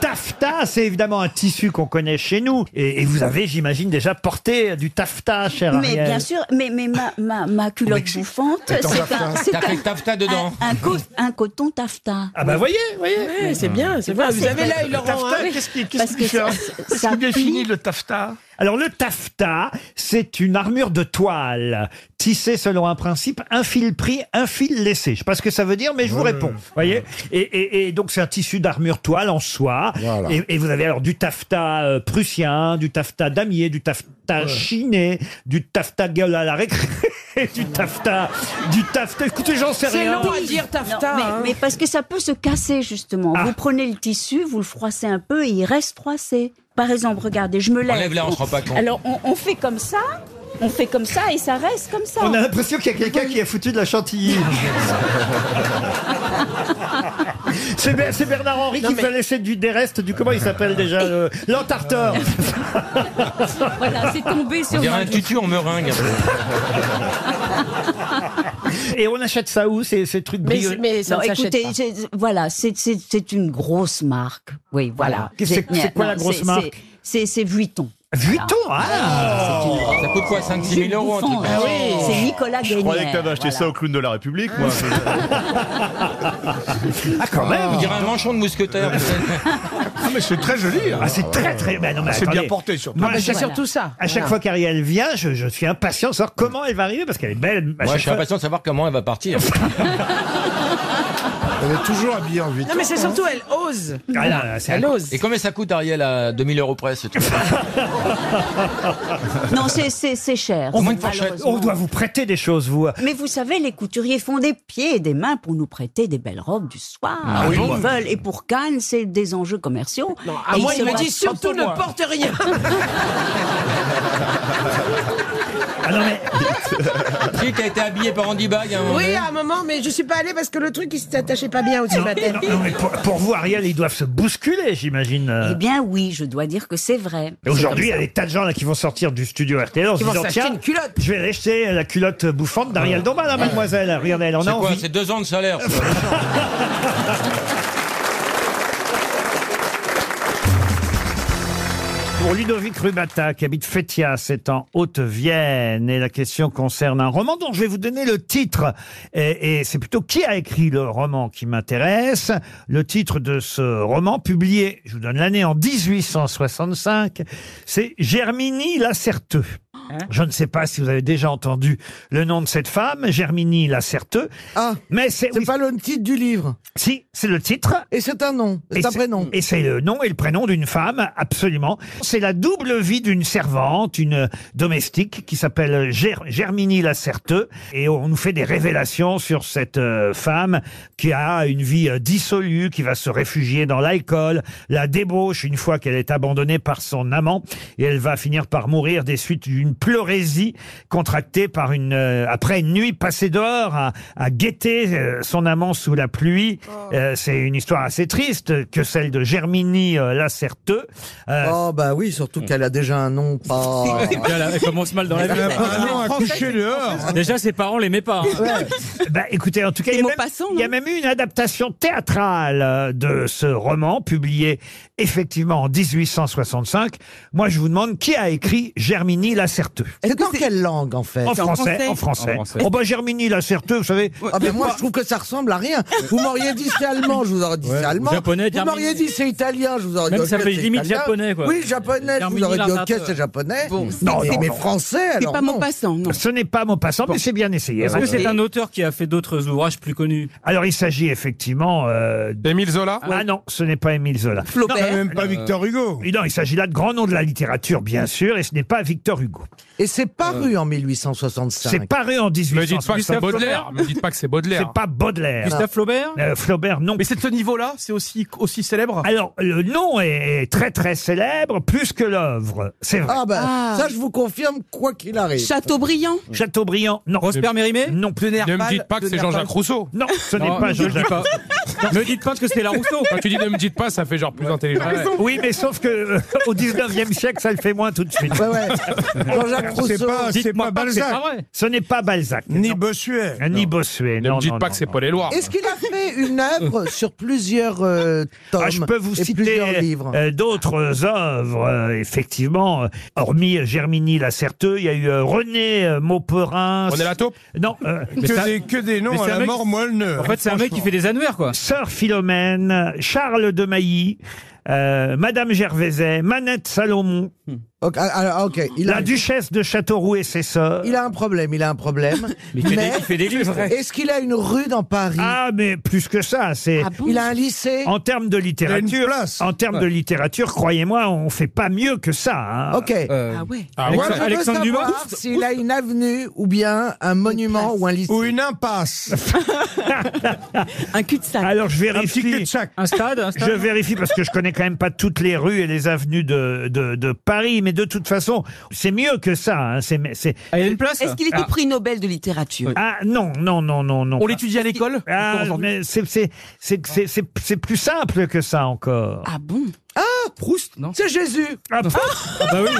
Speaker 1: taffetas, c'est évidemment un tissu qu'on connaît chez nous. Et, et vous avez, j'imagine, déjà porté du taffetas, cher
Speaker 17: Mais
Speaker 1: Ariel.
Speaker 17: bien sûr, mais, mais ma, ma, ma culotte bouffante,
Speaker 1: mais
Speaker 17: c'est
Speaker 1: ton
Speaker 17: un,
Speaker 1: taffetas.
Speaker 17: c'est
Speaker 1: T'as fait
Speaker 17: un-
Speaker 1: le taffetas dedans.
Speaker 17: Un, un co- un coton taffetas.
Speaker 1: Ah bah voyez, voyez.
Speaker 17: Ouais, Eh, c'est bien, c'est bien. Vous avez l'œil, Laurent, hein.
Speaker 1: qu'est-ce qui,
Speaker 17: Parce que ça- ça
Speaker 1: définit le taffetas Alors le taffetas, c'est une armure de toile tissée selon un principe un fil pris, un fil laissé. Je sais pas ce que ça veut dire, mais je vous réponds. Voyez. Et, et- et donc c'est un tissu d'armure toile en soie. Et, et vous avez alors du taffetas euh, prussien, du taffetas damier, du taffetas chiné, du taffetas gueule à la récré. [laughs] du taffetas, du taffetas. Écoutez, j'en sais rien.
Speaker 17: Non, mais, mais parce que ça peut se casser, justement.
Speaker 1: Ah.
Speaker 17: Vous prenez le tissu, vous le froissez un peu et il reste froissé. Par exemple, regardez, je me lève.
Speaker 5: Enlève-la, on se rend pas compte.
Speaker 17: Alors, on, on fait comme ça, on fait comme ça et ça reste comme ça.
Speaker 1: On a l'impression qu'il y a quelqu'un qui a foutu de la chantilly. [laughs] C'est Ber- c'est Bernard Henry qui vous a laissé du, des restes du. Comment il s'appelle déjà le- L'entarteur
Speaker 17: Euh.
Speaker 1: [laughs]
Speaker 17: Voilà, c'est tombé
Speaker 5: On dirait un tutu en meringue.
Speaker 1: Et on achète ça où, ces, ces trucs
Speaker 17: Mais,
Speaker 1: brilleux
Speaker 17: mais ça, écoutez, c'est- voilà, c'est- c'est c'est une grosse marque. Oui, voilà.
Speaker 1: Ah, Qu'est-ce que c'est-
Speaker 17: J'ai-
Speaker 1: c'est quoi la
Speaker 17: non,
Speaker 1: grosse
Speaker 17: c'est-
Speaker 1: marque
Speaker 17: C'est c'est- c'est Vuitton.
Speaker 1: Vuitton,
Speaker 17: ah
Speaker 9: Oh.
Speaker 5: Ça coûte quoi 5-6 000 euros un truc
Speaker 17: Bouffant,
Speaker 30: Ah
Speaker 5: comme ça
Speaker 17: ouais. C'est Nicolas
Speaker 3: Je croyais que
Speaker 17: Gagnère.
Speaker 3: t'avais acheté Ah, bah, ça au clown de la République, [laughs] moi.
Speaker 1: Ah, quand même
Speaker 5: On dirait un manchon de mousquetaire.
Speaker 3: Ah, mais c'est très joli.
Speaker 1: Ah, c'est très très. mais non, mais
Speaker 3: C'est
Speaker 1: attendez.
Speaker 3: bien porté, surtout.
Speaker 1: Moi,
Speaker 17: bah,
Speaker 3: Ah, mais
Speaker 1: à
Speaker 3: c'est
Speaker 1: chaque-
Speaker 3: surtout ça.
Speaker 1: À chaque
Speaker 3: Voilà.
Speaker 1: fois qu'Ariel vient, je, je suis impatient de savoir comment elle va arriver parce qu'elle est belle. à
Speaker 5: Moi,
Speaker 1: chaque
Speaker 5: je suis
Speaker 1: fois.
Speaker 5: impatient de savoir comment elle va partir.
Speaker 18: Elle est toujours habillée en huit.
Speaker 31: Non, mais c'est surtout, elle ose.
Speaker 5: Ah là là, c'est
Speaker 31: elle
Speaker 5: un-
Speaker 31: ose.
Speaker 5: Et combien ça coûte, Ariel, à 2000 euros près ce truc
Speaker 17: Non, c'est- c'est c'est cher.
Speaker 1: On, on doit vous prêter des choses, vous.
Speaker 17: Mais vous savez, les couturiers font des pieds et des mains pour nous prêter des belles robes du soir.
Speaker 1: Ah oui,
Speaker 17: Ils
Speaker 1: moi.
Speaker 17: veulent. Et pour Cannes, c'est des enjeux commerciaux.
Speaker 31: à
Speaker 6: Ah,
Speaker 17: Et
Speaker 31: moi,
Speaker 17: ils
Speaker 31: il
Speaker 17: se
Speaker 31: me
Speaker 17: battent
Speaker 31: dit
Speaker 17: sans
Speaker 31: surtout
Speaker 17: pour
Speaker 31: ne
Speaker 17: moi.
Speaker 31: porte rien.
Speaker 1: Ah non, mais.
Speaker 5: Si, t'as été habillé par Andy Bag hein, à un moment.
Speaker 6: Oui,
Speaker 5: donné.
Speaker 1: ah.
Speaker 6: à un moment, mais je suis pas allée parce que le truc, il s'attachait pas bien au-dessus de ma
Speaker 17: ben
Speaker 6: tête.
Speaker 1: Non, mais pour, pour vous, Ariel, ils doivent se bousculer, j'imagine. euh.
Speaker 17: Eh bien oui, je dois dire que c'est vrai.
Speaker 1: Et Aujourd'hui, il y a
Speaker 17: C'est
Speaker 1: des tas de gens là, qui vont sortir du studio RTL en
Speaker 17: Qui
Speaker 1: se
Speaker 17: vont
Speaker 1: disant
Speaker 17: s'acheter
Speaker 1: Tiens,
Speaker 17: une
Speaker 1: je vais aller acheter la culotte bouffante d'Ariel Dombal, là, mademoiselle. Regardez, elle en a
Speaker 5: C'est quoi
Speaker 1: envie.
Speaker 5: C'est deux ans de salaire. ça.
Speaker 1: Pour Ludovic Rubata, qui habite Fétia, c'est en Haute-Vienne, et la question concerne un roman dont je vais vous donner le titre. Et, et c'est plutôt qui a écrit le roman qui m'intéresse. Le titre de ce roman, publié, je vous donne l'année, en 1865, c'est Germinie Lacerteux. Je ne sais pas si vous avez déjà entendu le nom de cette femme, Germinie Lacerteux. Ah, mais c'est pas le titre du livre. Si, c'est le titre. Et c'est un nom, c'est un prénom. Et c'est le nom et le prénom d'une femme, absolument. C'est la double vie d'une servante, une domestique qui s'appelle Ger- Germinie Lacerteux. Et on nous fait des révélations sur cette euh, femme qui a une vie euh, dissolue, qui va se réfugier dans l'alcool, la débauche une fois qu'elle est abandonnée par son amant. Et elle va finir par mourir des suites d'une pleurésie contractée par une, euh, après une nuit passée dehors à, à guetter euh, son amant sous la pluie. Euh, C'est une histoire assez triste que celle de Germinie euh, Lacerteux. Euh,
Speaker 9: Oh bah oui, surtout qu'elle a déjà un nom
Speaker 1: [laughs]
Speaker 9: pas...
Speaker 3: Elle elle commence mal dans la vie.
Speaker 9: Elle a pas un nom à
Speaker 3: Français,
Speaker 9: coucher
Speaker 3: c'est
Speaker 9: dehors.
Speaker 3: français. Déjà, ses parents l'aimaient pas.
Speaker 1: Bah, écoutez, en tout cas, il y, a même, il y a même eu une adaptation théâtrale euh, de ce roman, publié effectivement en 1865. Moi, je vous demande qui a écrit Germinie Lacerteux
Speaker 9: C'est en quelle langue en fait
Speaker 1: en français, en français. Oh bah Germinie Lacerteux, vous savez.
Speaker 9: Ah mais moi je trouve que ça ressemble à rien. Vous m'auriez dit c'est allemand, je vous aurais dit c'est allemand.
Speaker 1: japonais,
Speaker 9: vous m'auriez dit c'est italien, je vous aurais
Speaker 1: Même
Speaker 9: dit
Speaker 1: ça
Speaker 9: ok,
Speaker 1: fait
Speaker 9: c'est
Speaker 1: limite
Speaker 9: italien.
Speaker 1: japonais, quoi.
Speaker 9: Oui japonais, je vous
Speaker 1: Termini
Speaker 9: aurais dit ok
Speaker 1: l'arnateur.
Speaker 9: c'est japonais.
Speaker 1: Bon, c'est-
Speaker 9: non,
Speaker 1: c'est-
Speaker 9: non, mais
Speaker 1: non.
Speaker 9: français
Speaker 1: C'est
Speaker 9: alors
Speaker 1: pas
Speaker 9: non.
Speaker 1: Maupassant, Ce n'est pas Maupassant, mais c'est bien essayé.
Speaker 3: Est-ce que c'est
Speaker 1: Euh,
Speaker 3: un auteur qui a fait d'autres ouvrages plus connus
Speaker 1: Alors, il s'agit effectivement. Euh,
Speaker 3: Émile Zola
Speaker 1: Ah non, ce n'est pas Émile Zola.
Speaker 9: Flaubert
Speaker 1: Non,
Speaker 9: Même pas Victor
Speaker 1: Hugo. Non, il s'agit là de grands noms de la littérature, bien sûr, et ce n'est pas Victor Hugo. Euh,
Speaker 9: Et c'est paru en 1865.
Speaker 1: C'est paru en 1865.
Speaker 9: Me dites pas que c'est Baudelaire, me
Speaker 1: dites pas que c'est Baudelaire. C'est pas Baudelaire.
Speaker 9: Gustave
Speaker 1: Flaubert Euh, Flaubert, non. Mais c'est ce niveau-là, c'est aussi, aussi célèbre Alors, le nom est très très célèbre, plus que l'œuvre. C'est vrai.
Speaker 9: Ah bah
Speaker 1: Ah.
Speaker 9: ça je vous confirme quoi qu'il arrive.
Speaker 1: Chateaubriand Chateaubriand, non.
Speaker 9: Prosper
Speaker 1: Mérimée Non. plus
Speaker 9: Ne me dites pas que c'est Jean-Jacques Rousseau.
Speaker 1: Non, ce n'est
Speaker 9: Non,
Speaker 1: pas
Speaker 9: ne me dites
Speaker 1: Jean-Jacques
Speaker 9: pas. [laughs]
Speaker 1: Me dites pas que c'est la Rousseau.
Speaker 19: Quand tu dis ne me dites pas, ça fait genre plus intelligent.
Speaker 1: Ah Oui, mais sauf que euh, au 19e siècle, ça le fait moins tout de suite.
Speaker 19: Jean-Jacques Rousseau. C'est pas- c'est
Speaker 1: Dites-moi
Speaker 19: pas
Speaker 1: que c'est
Speaker 19: Balzac.
Speaker 1: vrai. Ce n'est pas Balzac. Ni Bossuet. Ni Bossuet.
Speaker 19: Ne
Speaker 1: non,
Speaker 19: me dites
Speaker 1: non,
Speaker 19: pas
Speaker 1: non,
Speaker 19: que c'est
Speaker 1: non.
Speaker 19: Paul Éloire.
Speaker 9: Est-ce qu'il a fait une
Speaker 1: [laughs]
Speaker 9: œuvre sur plusieurs euh, tomes
Speaker 1: Ah, je peux vous
Speaker 9: et plusieurs
Speaker 1: citer
Speaker 9: livres
Speaker 1: euh, d'autres œuvres, euh, effectivement. euh, Hormis Germinie Lacerteux, il y a eu euh, René euh, Mauperin.
Speaker 19: René Lataupe
Speaker 1: Non. euh,
Speaker 19: Que des- que des noms
Speaker 1: mais
Speaker 19: à
Speaker 1: c'est
Speaker 19: la
Speaker 1: un mec-
Speaker 19: mort moelle-neuve,
Speaker 1: En fait, c'est un mec qui fait des annuaires, quoi. Sœur Philomène, Charles de Mailly, euh, Madame Gervaiset, Manette Salomon.
Speaker 9: Hmm. Ok, alors, ok, il
Speaker 1: la
Speaker 9: a-
Speaker 1: duchesse de Châteauroux et ses sœurs.
Speaker 9: Il a un problème, il a un problème.
Speaker 1: [laughs] Mais il fait des- il fait des livres.
Speaker 9: Est-ce qu'il a une rue dans Paris
Speaker 1: Ah, mais plus que ça, c'est.
Speaker 9: Il a un lycée.
Speaker 1: En termes de
Speaker 9: Il a une
Speaker 1: littérature,
Speaker 9: place.
Speaker 1: en termes de
Speaker 9: Ouais.
Speaker 1: littérature, croyez-moi, on fait pas mieux que ça.
Speaker 9: Ok.
Speaker 1: ah ouais.
Speaker 9: Moi, je veux savoir S'il a une avenue ou bien un monument ou un lycée. Ou une impasse. [laughs]
Speaker 1: un cul-de-sac. Alors je vérifie. Un
Speaker 3: stade, un stade.
Speaker 1: Je vérifie parce que je connais quand même pas toutes les rues et les avenues de, de, de Paris, mais de toute façon, c'est mieux que ça. hein. C'est, c'est... il y a une place
Speaker 30: Est-ce qu'il était prix Nobel de littérature
Speaker 1: Ah non, non, non, non, non.
Speaker 30: On l'étudie à l'école
Speaker 1: Ah,
Speaker 30: encore aujourd'hui
Speaker 1: mais c'est, c'est, c'est, c'est, c'est, c'est plus simple que ça encore.
Speaker 30: Ah bon
Speaker 9: Ah, Proust, non C'est Jésus.
Speaker 1: Ah, bah oui.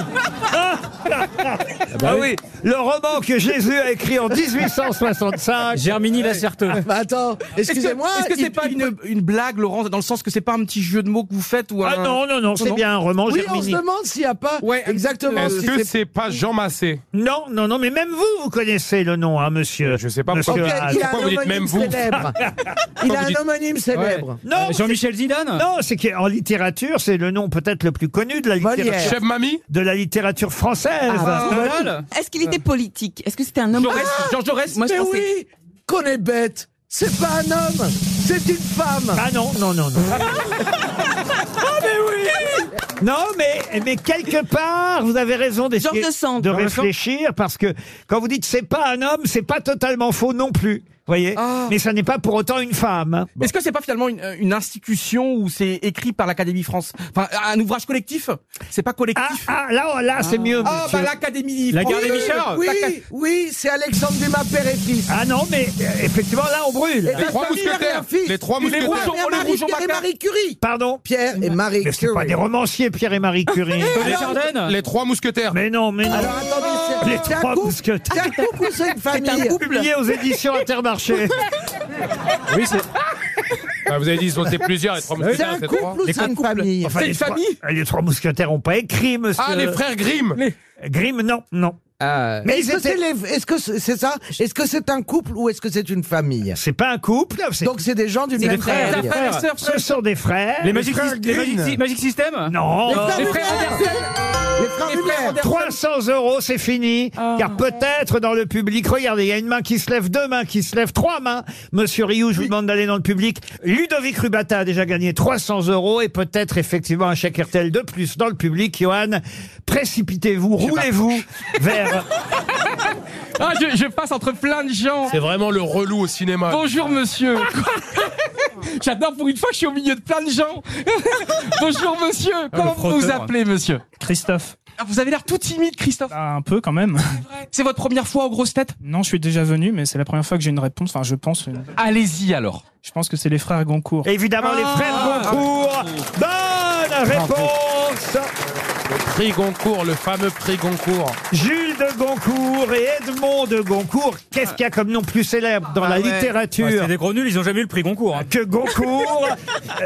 Speaker 1: [laughs] Ah,
Speaker 8: Ah
Speaker 9: bah
Speaker 1: oui. Le roman que Jésus a écrit en 1865.
Speaker 3: Germinie Lacerteux.
Speaker 9: attends, excusez-moi.
Speaker 5: Est-ce que
Speaker 9: il-
Speaker 5: c'est pas une, une blague, Laurent, dans le sens que c'est pas un petit jeu de mots que vous faites ou
Speaker 1: Ah
Speaker 5: un-
Speaker 1: non, non, non, c'est bien un roman,
Speaker 9: hein Oui, on se
Speaker 1: Germinie.
Speaker 9: demande s'il n'y a pas exactement.
Speaker 19: Est-ce
Speaker 9: si
Speaker 19: que
Speaker 9: c'est-
Speaker 19: c'est pas Jean Massé
Speaker 1: Non, non, non, mais même vous, vous connaissez le nom, hein, monsieur. Je sais pas
Speaker 9: Ok, il a un homonyme célèbre. Il a un
Speaker 1: dites-
Speaker 9: homonyme célèbre.
Speaker 1: Non,
Speaker 3: Jean-Michel Zidane
Speaker 1: Non, c'est qu'en littérature, c'est le nom peut-être le plus connu de la littérature.
Speaker 9: Molière. Ah, Chef
Speaker 1: Mamie De la littérature française.
Speaker 30: Est-ce qu'il était politique Est-ce que c'était
Speaker 6: Euh,
Speaker 30: un homme
Speaker 1: Jaurès,
Speaker 30: Ah
Speaker 1: Jean Jaurès
Speaker 30: Moi, je
Speaker 9: Mais
Speaker 30: pensais-
Speaker 1: [laughs]
Speaker 9: oui, qu'on est bête. C'est pas un homme, c'est une femme.
Speaker 1: Ah non, non, non, non.
Speaker 9: [laughs] Ah mais oui
Speaker 1: Non, mais, mais quelque part, vous avez raison d'essayer de,
Speaker 32: Sand. Jean de Sand.
Speaker 1: réfléchir, parce que quand vous dites c'est pas un homme, c'est pas totalement faux non plus. voyez
Speaker 9: Ah.
Speaker 1: Mais ça n'est pas pour autant une femme. hein.
Speaker 3: Est-ce que c'est pas finalement une, euh, une institution où c'est écrit par l'Académie France Enfin, un ouvrage collectif C'est pas collectif
Speaker 1: Ah, là, là, c'est mieux,
Speaker 3: Ah,
Speaker 1: monsieur.
Speaker 3: bah l'Académie
Speaker 1: La
Speaker 3: France.
Speaker 1: Garde des
Speaker 3: Oui,
Speaker 1: Michard
Speaker 3: oui,
Speaker 1: L'Aca-
Speaker 3: oui.
Speaker 9: Euh, Oui, c'est Alexandre Dumas père et fils.
Speaker 1: Ah non, mais euh, effectivement, là, on brûle.
Speaker 9: Et les trois mousquetaires.
Speaker 19: Les trois
Speaker 9: mousquetaires.
Speaker 1: on
Speaker 9: Pierre et Marie- Pierre et Marie Curie.
Speaker 1: Pardon
Speaker 9: Pierre et Marie
Speaker 1: Mais
Speaker 9: Curie.
Speaker 1: c'est pas des romanciers, Pierre
Speaker 9: [laughs]
Speaker 1: et Marie Curie.
Speaker 9: Les
Speaker 3: Ah,
Speaker 9: Desjardins
Speaker 19: Les trois mousquetaires.
Speaker 1: Mais non, mais non.
Speaker 9: Alors attendez, c'est-
Speaker 1: Les
Speaker 9: c'est un
Speaker 1: trois
Speaker 9: couple
Speaker 1: mousquetaires.
Speaker 9: C'est un couple ou c'est une famille
Speaker 1: Publié aux éditions
Speaker 3: [laughs]
Speaker 1: Intermarché.
Speaker 19: Oui, c'est. Ah, vous avez dit, ils ont été plusieurs, les
Speaker 1: Oh,
Speaker 19: trois mousquetaires. c'est trois.
Speaker 1: Les couples. Enfin,
Speaker 19: C'est
Speaker 1: les
Speaker 19: une
Speaker 1: trois-
Speaker 19: famille
Speaker 1: Les trois mousquetaires n'ont pas écrit, monsieur.
Speaker 19: Ah, les frères Grimm.
Speaker 1: Grimm, non, non.
Speaker 9: Ah. Mais
Speaker 1: Mais
Speaker 9: est-ce
Speaker 1: ils
Speaker 9: que c'est
Speaker 1: étaient-
Speaker 9: les- est-ce que c'est c'est ça Est-ce que c'est un couple ou est-ce que c'est une famille
Speaker 1: C'est pas un couple.
Speaker 9: Donc c'est des gens d'une
Speaker 1: C'est
Speaker 9: même
Speaker 1: des frères.
Speaker 9: famille.
Speaker 1: Des frères. Ce sont des frères.
Speaker 9: Les Magic Sys- les Magic Sys- Magic
Speaker 1: System Non.
Speaker 9: Les frères Les frères Andersen.
Speaker 1: Les frères
Speaker 9: Andersen.
Speaker 1: 300 euros, c'est fini. Car peut-être dans le public, regardez, il y a une main qui se lève, deux mains qui se lèvent, trois mains. Monsieur Rioux, je vous demande d'aller dans le public. Ludovic Rubata a déjà gagné 300 euros et peut-être effectivement un chèque RTL de plus dans le public. Johan, précipitez-vous, roulez-vous vers...
Speaker 19: Ah, je, je passe entre plein de gens. C'est vraiment le relou au cinéma.
Speaker 33: [laughs]
Speaker 3: Bonjour,
Speaker 19: monsieur.
Speaker 3: J'adore, pour une fois, je suis au milieu de plein de gens.
Speaker 33: [laughs]
Speaker 3: Bonjour, monsieur.
Speaker 33: Ah,
Speaker 3: Comment vous vous appelez
Speaker 19: monsieur Christophe.
Speaker 3: Ah, Vous avez l'air tout timide, Christophe.
Speaker 33: Ah,
Speaker 19: Un peu quand même.
Speaker 3: C'est votre première fois aux grosses têtes
Speaker 19: Non, je suis déjà venu, mais c'est la première fois que j'ai une réponse. Enfin, je pense. euh,
Speaker 3: Ah. Allez-y alors. Ah.
Speaker 19: Je pense que c'est les frères Goncourt.
Speaker 1: Évidemment, les frères Goncourt. Bonne réponse
Speaker 19: Prix Goncourt, le fameux prix Goncourt.
Speaker 1: Jules de Goncourt et Edmond de Goncourt. Qu'est-ce qu'il y a comme nom plus célèbre dans
Speaker 3: Ah
Speaker 1: la
Speaker 3: Bah,
Speaker 1: littérature
Speaker 33: Ah c'est des gros nuls, ils ont jamais eu le prix Goncourt. hein.
Speaker 1: que Goncourt.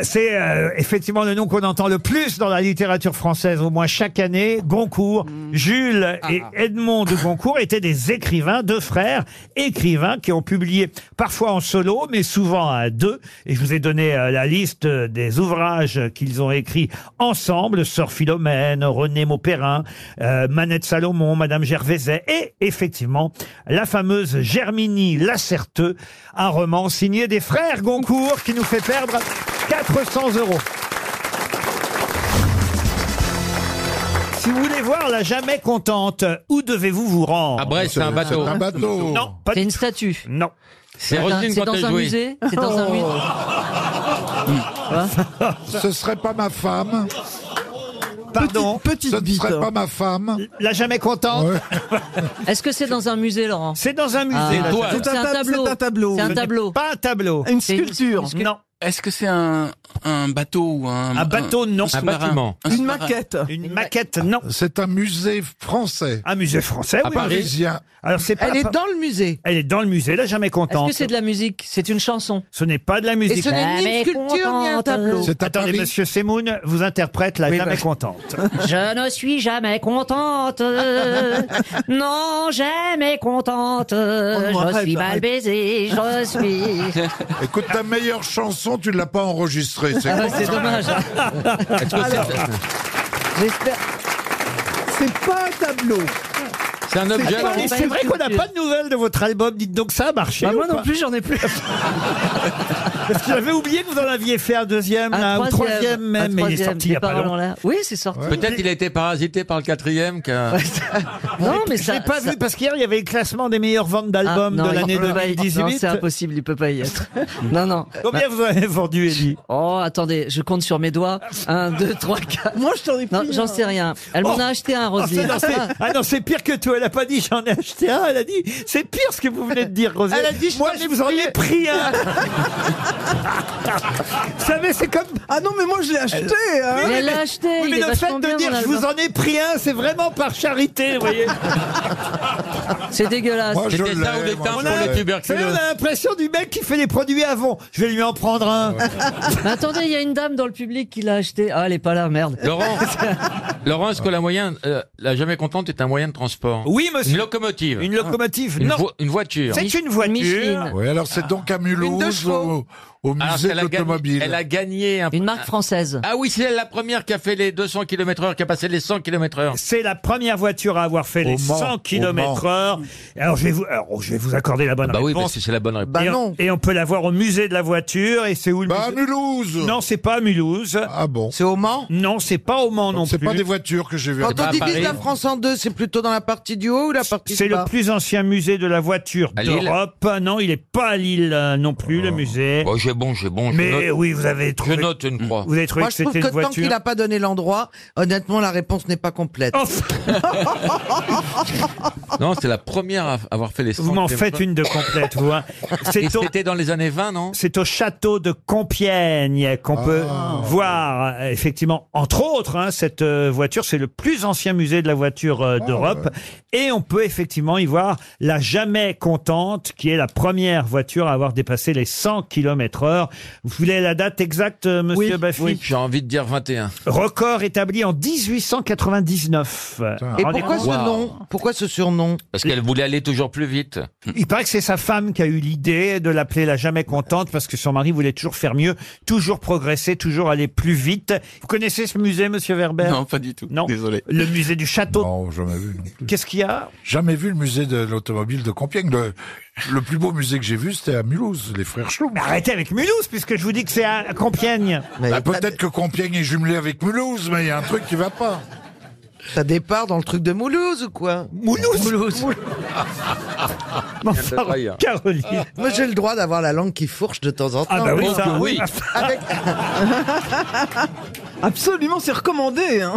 Speaker 1: C'est euh, effectivement le nom qu'on entend le plus dans la littérature française, au moins chaque année. Goncourt, Jules et Edmond de Goncourt étaient des écrivains, deux frères écrivains qui ont publié parfois en solo, mais souvent à deux. Et je vous ai donné euh, la liste des ouvrages qu'ils ont écrits ensemble, Sœur Philomène, René Mauperrin, euh, Manette Salomon, Madame Gervaiset et effectivement la fameuse Germinie Lacerteux, un roman signé des frères Goncourt qui nous fait perdre 400 euros. Si vous voulez voir la jamais contente, où devez-vous vous rendre À
Speaker 6: Brest, c'est un bateau. C'est un bateau.
Speaker 1: Non, pas
Speaker 6: C'est
Speaker 1: du
Speaker 6: une
Speaker 1: tout.
Speaker 6: statue.
Speaker 1: Non.
Speaker 6: C'est Roselyne quand elle jouait. C'est dans un musée.
Speaker 18: Oh. Ce serait pas ma femme.
Speaker 1: Pardon
Speaker 18: Ce ne serait pas ma femme.
Speaker 1: La jamais contente
Speaker 6: Est-ce que c'est dans un musée, Laurent
Speaker 1: Ah. C'est dans un musée. la jamais-
Speaker 6: Donc c'est un tableau. C'est
Speaker 1: Ce
Speaker 6: un
Speaker 1: n'est
Speaker 6: tableau.
Speaker 1: Pas un tableau.
Speaker 6: Une C'est une sculpture. sculpture.
Speaker 1: Non.
Speaker 34: Est-ce que c'est un, un bateau ou un...
Speaker 1: Un bateau, non.
Speaker 34: Un sous-marin. Un sous-marin.
Speaker 1: Une maquette, non.
Speaker 18: C'est un musée français.
Speaker 1: Un musée français,
Speaker 18: À
Speaker 1: oui.
Speaker 18: Paris. Parisien.
Speaker 1: Alors, c'est pas-
Speaker 18: Elle est
Speaker 1: pas-
Speaker 18: dans
Speaker 9: le musée.
Speaker 1: Elle est dans le musée, là, jamais
Speaker 6: Est-ce
Speaker 1: contente.
Speaker 6: que c'est de la musique C'est une chanson.
Speaker 1: Ce n'est pas de la musique.
Speaker 6: ce n'est ni une sculpture, ni un tableau.
Speaker 1: C'est Attendez, monsieur Semoun vous interprète bah. [laughs] la jamais contente.
Speaker 6: Je ne suis jamais contente. Non, jamais contente. Je suis mal baisée. Je suis.
Speaker 18: [laughs] Écoute, ta meilleure chanson, tu ne l'as pas enregistrée. C'est
Speaker 6: Ah ouais,
Speaker 18: con,
Speaker 6: c'est
Speaker 18: ça.
Speaker 6: dommage.
Speaker 9: Alors, j'espère. C'est pas un tableau.
Speaker 6: C'est un
Speaker 1: Attendez, c'est vrai qu'on n'a pas de nouvelles de votre album. Dites donc ça a marché.
Speaker 6: Bah, moi
Speaker 1: ou
Speaker 6: non
Speaker 1: pas
Speaker 6: plus, j'en ai
Speaker 1: [laughs]
Speaker 6: plus.
Speaker 1: Parce que j'avais oublié que vous en aviez fait un deuxième,
Speaker 6: Un
Speaker 1: là, ou
Speaker 6: troisième.
Speaker 1: troisième
Speaker 6: Un
Speaker 1: même, mais il est
Speaker 6: troisième,
Speaker 1: sorti il n'y
Speaker 6: des
Speaker 1: a pas
Speaker 6: paroles
Speaker 1: longtemps.
Speaker 6: en l'air. Oui, c'est sorti.
Speaker 5: Peut-être il a été parasité par le quatrième. qu'un-
Speaker 6: Non, mais
Speaker 1: Je
Speaker 6: ça.
Speaker 1: l'ai pas
Speaker 6: ça-
Speaker 1: vu parce qu'hier il y avait le classement des meilleures ventes
Speaker 6: Ah,
Speaker 1: d'albums
Speaker 6: non,
Speaker 1: de
Speaker 6: il
Speaker 1: l'année
Speaker 6: peut pas y- non,
Speaker 1: 2018.
Speaker 6: C'est impossible, il peut pas y être. Non, non.
Speaker 1: Combien [laughs] vous avez vendu, Ellie
Speaker 6: Oh, attendez, je compte sur mes doigts. Un, deux, trois, quatre. Moi, je t'en ai Non, j'en sais rien. Elle m'en
Speaker 1: Oh.
Speaker 6: a acheté un,
Speaker 1: Oh, ça,
Speaker 6: Roselyne.
Speaker 1: non, c'est- ah non, c'est pire que tout. Elle a pas dit j'en ai acheté un. Elle a dit c'est pire ce que vous venez de dire, Roselyne.
Speaker 9: Elle a dit, je
Speaker 1: moi
Speaker 9: t'en ai
Speaker 1: je vous en ai pris
Speaker 9: [laughs]
Speaker 1: un. vous savez, c'est comme.
Speaker 9: Ah non, mais moi je l'ai acheté. hein.
Speaker 6: Mais elle l'a acheté,
Speaker 1: Oui,
Speaker 6: il
Speaker 1: mais
Speaker 6: est
Speaker 1: le fait
Speaker 6: vachement
Speaker 1: de
Speaker 6: bien,
Speaker 1: dire
Speaker 6: mon
Speaker 1: je vous en
Speaker 6: album.
Speaker 1: ai pris un, c'est vraiment par charité, vous voyez.
Speaker 6: [laughs] C'est dégueulasse.
Speaker 18: Moi, je
Speaker 6: C'était ça
Speaker 18: l'ai,
Speaker 6: ou des
Speaker 18: moi,
Speaker 6: teintes
Speaker 18: je
Speaker 6: pour
Speaker 18: l'ai.
Speaker 6: la
Speaker 1: Vous savez, on a l'impression du mec qui fait les produits avant. Je vais lui en prendre un.
Speaker 6: [laughs] Mais attendez, il y a une dame dans le public qui l'a acheté. Ah, elle est pas là, merde.
Speaker 1: [laughs]
Speaker 5: Laurent, Laurent est-ce que la, moyenne, euh, la jamais contente est un moyen de transport
Speaker 1: Oui, monsieur.
Speaker 5: Une locomotive.
Speaker 1: Une locomotive,
Speaker 5: Une
Speaker 1: non.
Speaker 5: vo- une voiture.
Speaker 1: C'est une voiture.
Speaker 18: Oui, alors c'est donc à Mulhouse, au, au au
Speaker 5: Alors,
Speaker 18: musée de
Speaker 5: Ah, elle a gagné-
Speaker 18: l'automobile.
Speaker 5: Elle a gagné un-
Speaker 6: Une marque française.
Speaker 5: Ah oui, c'est elle la première qui a fait les 200 km heure, qui a passé les 100 km heure.
Speaker 1: C'est la première voiture à avoir fait les
Speaker 5: Mans,
Speaker 1: 100
Speaker 5: au
Speaker 1: km heure. Alors je vais vous, alors, je vais vous accorder la bonne
Speaker 5: Bah oui,
Speaker 1: réponse.
Speaker 5: parce que c'est la bonne réponse.
Speaker 1: Ah, et, on- et on peut la voir au musée de la voiture. Et c'est où le musée
Speaker 18: Bah, Mulhouse.
Speaker 1: Non, c'est pas à Mulhouse.
Speaker 18: Ah bon
Speaker 1: C'est au Mans Non, c'est pas au Mans non plus.
Speaker 18: C'est pas des voitures que j'ai vues.
Speaker 9: Quand on divise la France en deux, c'est plutôt dans la partie du haut ou la partie du
Speaker 1: C'est le
Speaker 9: bas
Speaker 1: plus ancien musée de la voiture
Speaker 5: À Lille
Speaker 1: d'Europe. Non, il est pas à Lille euh, non plus, le musée.
Speaker 5: Bon, Bah, j'ai bon, j'ai bon. je
Speaker 1: Mais
Speaker 5: note.
Speaker 1: oui, vous avez trouvé-
Speaker 5: Je note une croix.
Speaker 1: Vous avez trouvé
Speaker 9: Moi,
Speaker 1: que
Speaker 9: je trouve
Speaker 1: c'était
Speaker 9: que
Speaker 1: une
Speaker 9: tant
Speaker 1: voiture. Oh,
Speaker 9: qu'il n'a pas donné l'endroit, honnêtement, la réponse n'est pas complète.
Speaker 5: Non, c'est la première à avoir fait les 100
Speaker 1: Vous m'en
Speaker 5: km/h.
Speaker 1: faites une de complète, vous. hein.
Speaker 5: Et
Speaker 1: C'est au-
Speaker 5: C'était dans les années 20, non
Speaker 1: C'est au château de Compiègne qu'on peut voir, euh, effectivement, entre autres, hein, cette euh, voiture. C'est le plus ancien musée de la voiture euh, d'Europe. Et on peut effectivement y voir la Jamais Contente, qui est la première voiture à avoir dépassé les 100 km heure. Vous voulez la date exacte, euh, monsieur Baffy
Speaker 5: Oui, j'ai envie de dire 21.
Speaker 1: Record établi en 1899.
Speaker 9: Et
Speaker 1: Rendez
Speaker 9: pourquoi
Speaker 1: compte
Speaker 9: ce nom Pourquoi ce surnom
Speaker 5: Parce qu'elle voulait aller toujours plus vite.
Speaker 1: Il paraît que c'est sa femme qui a eu l'idée de l'appeler la jamais contente parce que son mari voulait toujours faire mieux, toujours progresser, toujours aller plus vite. Vous connaissez ce musée, monsieur Verber
Speaker 35: Non, pas du tout.
Speaker 1: Non.
Speaker 35: Désolé.
Speaker 18: [laughs]
Speaker 1: Le musée du château.
Speaker 18: Non, jamais vu. non plus.
Speaker 1: Qu'est-ce qu'il y a
Speaker 18: Jamais vu le musée de l'automobile de Compiègne. Le, le plus beau musée que j'ai vu, c'était à Mulhouse, les frères Schlum.
Speaker 1: Mais Arrêtez avec Mulhouse puisque je vous dis que c'est à Compiègne.
Speaker 18: Bah, Peut-être que Compiègne est jumelé avec Mulhouse, mais il y a un truc qui va pas.
Speaker 9: T'as départ dans le truc de Moulouse ou quoi
Speaker 1: Moulouse
Speaker 9: Moulouse
Speaker 1: Enfin,
Speaker 18: hein.
Speaker 9: hein.
Speaker 1: Caroline
Speaker 9: Ah. Moi j'ai le droit d'avoir la langue qui fourche de temps en temps.
Speaker 1: Ah bah oui, ça, oui. [laughs]
Speaker 8: Absolument, c'est recommandé. hein.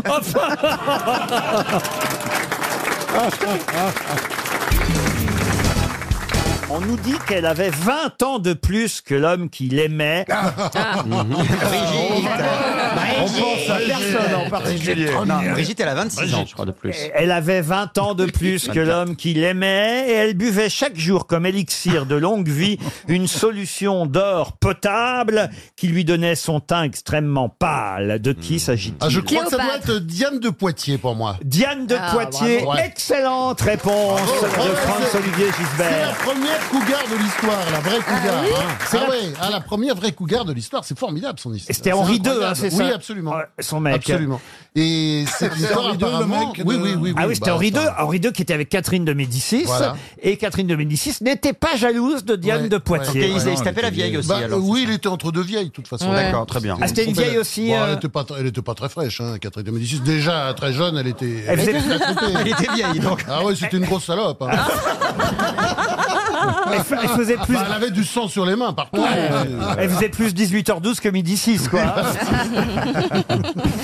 Speaker 1: On nous dit qu'elle avait 20 ans de plus que l'homme qui l'aimait. [laughs] Ah, bah,
Speaker 3: Non, Oh, Brigitte, elle a 26 ans, je crois, de plus.
Speaker 1: Elle avait 20 ans de plus que l'homme qui l'aimait et elle buvait chaque jour comme élixir de longue vie une solution d'or potable qui lui donnait son teint extrêmement pâle. De qui s'agit-il
Speaker 25: Ah, je crois que ça doit être Diane de Poitiers pour moi.
Speaker 1: Diane de Poitiers, excellente réponse
Speaker 25: Bravo.
Speaker 1: de
Speaker 25: Ouais, c'est-
Speaker 1: Franz-Olivier
Speaker 25: C'est la
Speaker 1: Gisbert.
Speaker 25: première cougar de l'histoire, la vraie cougar.
Speaker 1: oui
Speaker 25: hein.
Speaker 1: C'est
Speaker 25: Ah
Speaker 1: la-
Speaker 25: ouais, ah, la première vraie cougar de l'histoire, c'est formidable son histoire.
Speaker 1: C'était Henri II,
Speaker 25: incroyable.
Speaker 1: hein, c'est
Speaker 25: Oui,
Speaker 1: ça
Speaker 25: absolument.
Speaker 1: Son mec.
Speaker 25: Absolument. Et cette
Speaker 1: C'est
Speaker 25: histoire
Speaker 1: Henri II, le
Speaker 25: apparemment...
Speaker 1: mec
Speaker 25: oui,
Speaker 1: de-
Speaker 25: oui, oui,
Speaker 1: Ah
Speaker 25: oui,
Speaker 1: oui, c'était
Speaker 25: bah,
Speaker 1: Henri II.
Speaker 25: attends.
Speaker 1: Henri II qui était avec Catherine de Médicis.
Speaker 25: Voilà.
Speaker 1: Et Catherine de Médicis n'était pas jalouse de Diane de Poitiers.
Speaker 25: Ouais, non, elle était Bah, euh, Oui, il était entre deux vieilles, de toute façon.
Speaker 1: Ouais. D'accord, très bien. Ah, c'était une
Speaker 25: Bon,
Speaker 1: vieille
Speaker 25: ben,
Speaker 1: aussi,
Speaker 25: bon,
Speaker 1: euh,
Speaker 25: Elle n'était pas, tr- elle était pas très fraîche, hein, Catherine de Médicis. Déjà, très jeune, elle était...
Speaker 1: Elle faisait-
Speaker 25: était très trompée.
Speaker 1: [laughs] Elle était vieille, donc.
Speaker 25: Ah oui, c'était une grosse salope. hein.
Speaker 1: Ah, Elle fa- elle faisait plus-
Speaker 25: Bah, elle avait du sang sur les mains, par contre.
Speaker 1: Elle faisait plus 18h12 que midi 6, quoi.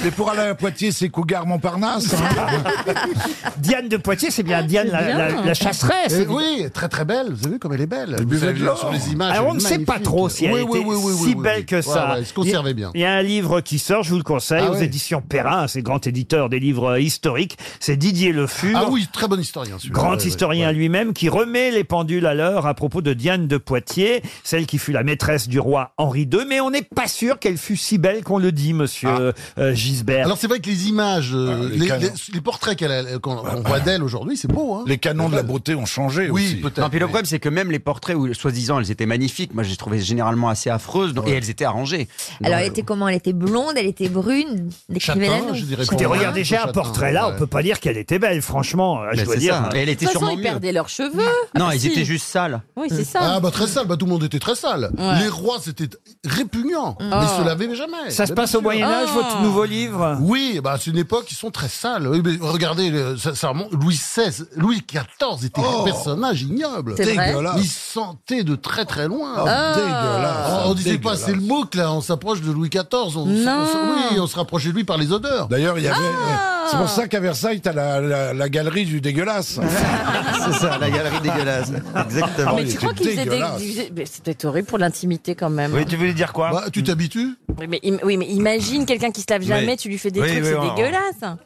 Speaker 18: Mais pour aller à Poitiers, c'est Cougar Montparnasse. hein.
Speaker 1: [laughs] Diane de Poitiers, c'est bien Diane la,
Speaker 25: bien.
Speaker 1: la- la chasseresse.
Speaker 25: Eh oui, très très belle. Vous avez vu comme elle est belle.
Speaker 18: buvait
Speaker 25: Vous avez
Speaker 18: de
Speaker 25: vu
Speaker 18: l'or.
Speaker 25: sur les images.
Speaker 1: Alors,
Speaker 25: elle
Speaker 1: on
Speaker 25: est
Speaker 1: ne sait pas
Speaker 25: magnifique.
Speaker 1: trop si elle
Speaker 25: Oui, oui,
Speaker 1: était
Speaker 25: oui, oui,
Speaker 1: si
Speaker 25: oui, oui.
Speaker 1: belle que
Speaker 25: Ouais,
Speaker 1: ça.
Speaker 25: ouais, elle se conservait bien.
Speaker 1: Il y a un livre qui sort, je vous le conseille,
Speaker 25: Ah
Speaker 1: aux
Speaker 25: ouais.
Speaker 1: éditions Perrin, c'est grand éditeur des livres euh, historiques. C'est Didier Le Fur.
Speaker 25: Ah oui, très bon historien. celui-là. Euh,
Speaker 1: Grand
Speaker 25: Ouais, ouais.
Speaker 1: historien lui-même qui remet les pendules à l'heure à propos de Diane de Poitiers, celle qui fut la maîtresse du roi Henri II, mais on n'est pas sûr qu'elle fut si belle qu'on le dit,
Speaker 3: Ah.
Speaker 1: monsieur euh, Gisbert.
Speaker 25: Alors c'est vrai que les images, euh,
Speaker 18: Ah, les
Speaker 25: les,
Speaker 18: canons.
Speaker 25: les- les portraits qu'elle a- qu'on qu'on voit d'elle aujourd'hui, c'est beau. Hein
Speaker 18: Les canons de la beauté ont changé
Speaker 25: Oui,
Speaker 18: aussi.
Speaker 25: peut-être.
Speaker 3: Non, puis le problème, c'est que même les portraits où, soi-disant, elles étaient magnifiques, moi, je les trouvais généralement assez affreuses, donc- et elles étaient arrangées.
Speaker 27: Alors,
Speaker 3: Donc,
Speaker 27: elle était comment Elle était blonde, elle était brune. Décrivez-la
Speaker 25: Châtain,
Speaker 27: nous.
Speaker 25: je dirais
Speaker 1: Écoutez,
Speaker 25: pour moi.
Speaker 1: regardez, j'ai un
Speaker 25: Châtain,
Speaker 1: portrait là, on
Speaker 25: ouais.
Speaker 1: peut pas dire qu'elle était belle, franchement, euh, je
Speaker 3: Ben,
Speaker 1: dois
Speaker 3: c'est
Speaker 1: dire.
Speaker 3: ça. Et elle était
Speaker 27: De toute façon,
Speaker 3: sûrement
Speaker 27: ils
Speaker 3: mieux.
Speaker 27: perdaient leurs cheveux.
Speaker 3: Non,
Speaker 23: Ah,
Speaker 3: ils
Speaker 27: Ah, bah Si.
Speaker 3: étaient juste sales.
Speaker 27: Oui, c'est ça.
Speaker 25: Ah bah très sale, bah, tout le monde était très sale.
Speaker 27: Ouais. Mm. Oh.
Speaker 25: Les rois c'était répugnant, mais
Speaker 1: Ah.
Speaker 25: se lavaient jamais.
Speaker 1: Ça se
Speaker 25: Mais
Speaker 1: passe
Speaker 25: bien
Speaker 1: au Moyen
Speaker 25: sûr.
Speaker 1: Âge, votre nouveau livre
Speaker 25: Oui, bah c'est une époque ils sont très sales. Oui, mais regardez, le- ça, ça remonte- Louis XVI, Louis XIV était
Speaker 18: Oh.
Speaker 25: un personnage ignoble.
Speaker 18: C'est vrai Dégueulasse.
Speaker 25: Il sentait de très très loin. Oh,
Speaker 18: Oh, Ah. dégueulasse.
Speaker 25: On, on disait pas
Speaker 18: Dégueulasse.
Speaker 25: c'est le bouc là, on s'approche de Louis XIV. On, on- oui, on se rapprochait de lui par les odeurs. Ah.
Speaker 18: D'ailleurs, il y avait.
Speaker 3: Ah
Speaker 18: C'est pour ça qu'à Versailles, t'as la, la, la galerie du dégueulasse.
Speaker 3: [laughs] C'est ça, la galerie dégueulasse.
Speaker 18: Ah,
Speaker 1: Ah,
Speaker 3: Exactement.
Speaker 18: Mais tu crois
Speaker 23: Qu'ils faisaient des- ils faisaient- mais C'était horrible pour l'intimité quand même.
Speaker 25: voulais dire quoi Bah, Tu t'habitues
Speaker 23: Oui, mais, im- oui, mais imagine quelqu'un qui se lave jamais,
Speaker 25: Oui.
Speaker 23: tu lui fais des
Speaker 25: Oui,
Speaker 23: trucs,
Speaker 25: oui,
Speaker 23: c'est
Speaker 25: on-
Speaker 23: dégueulasse.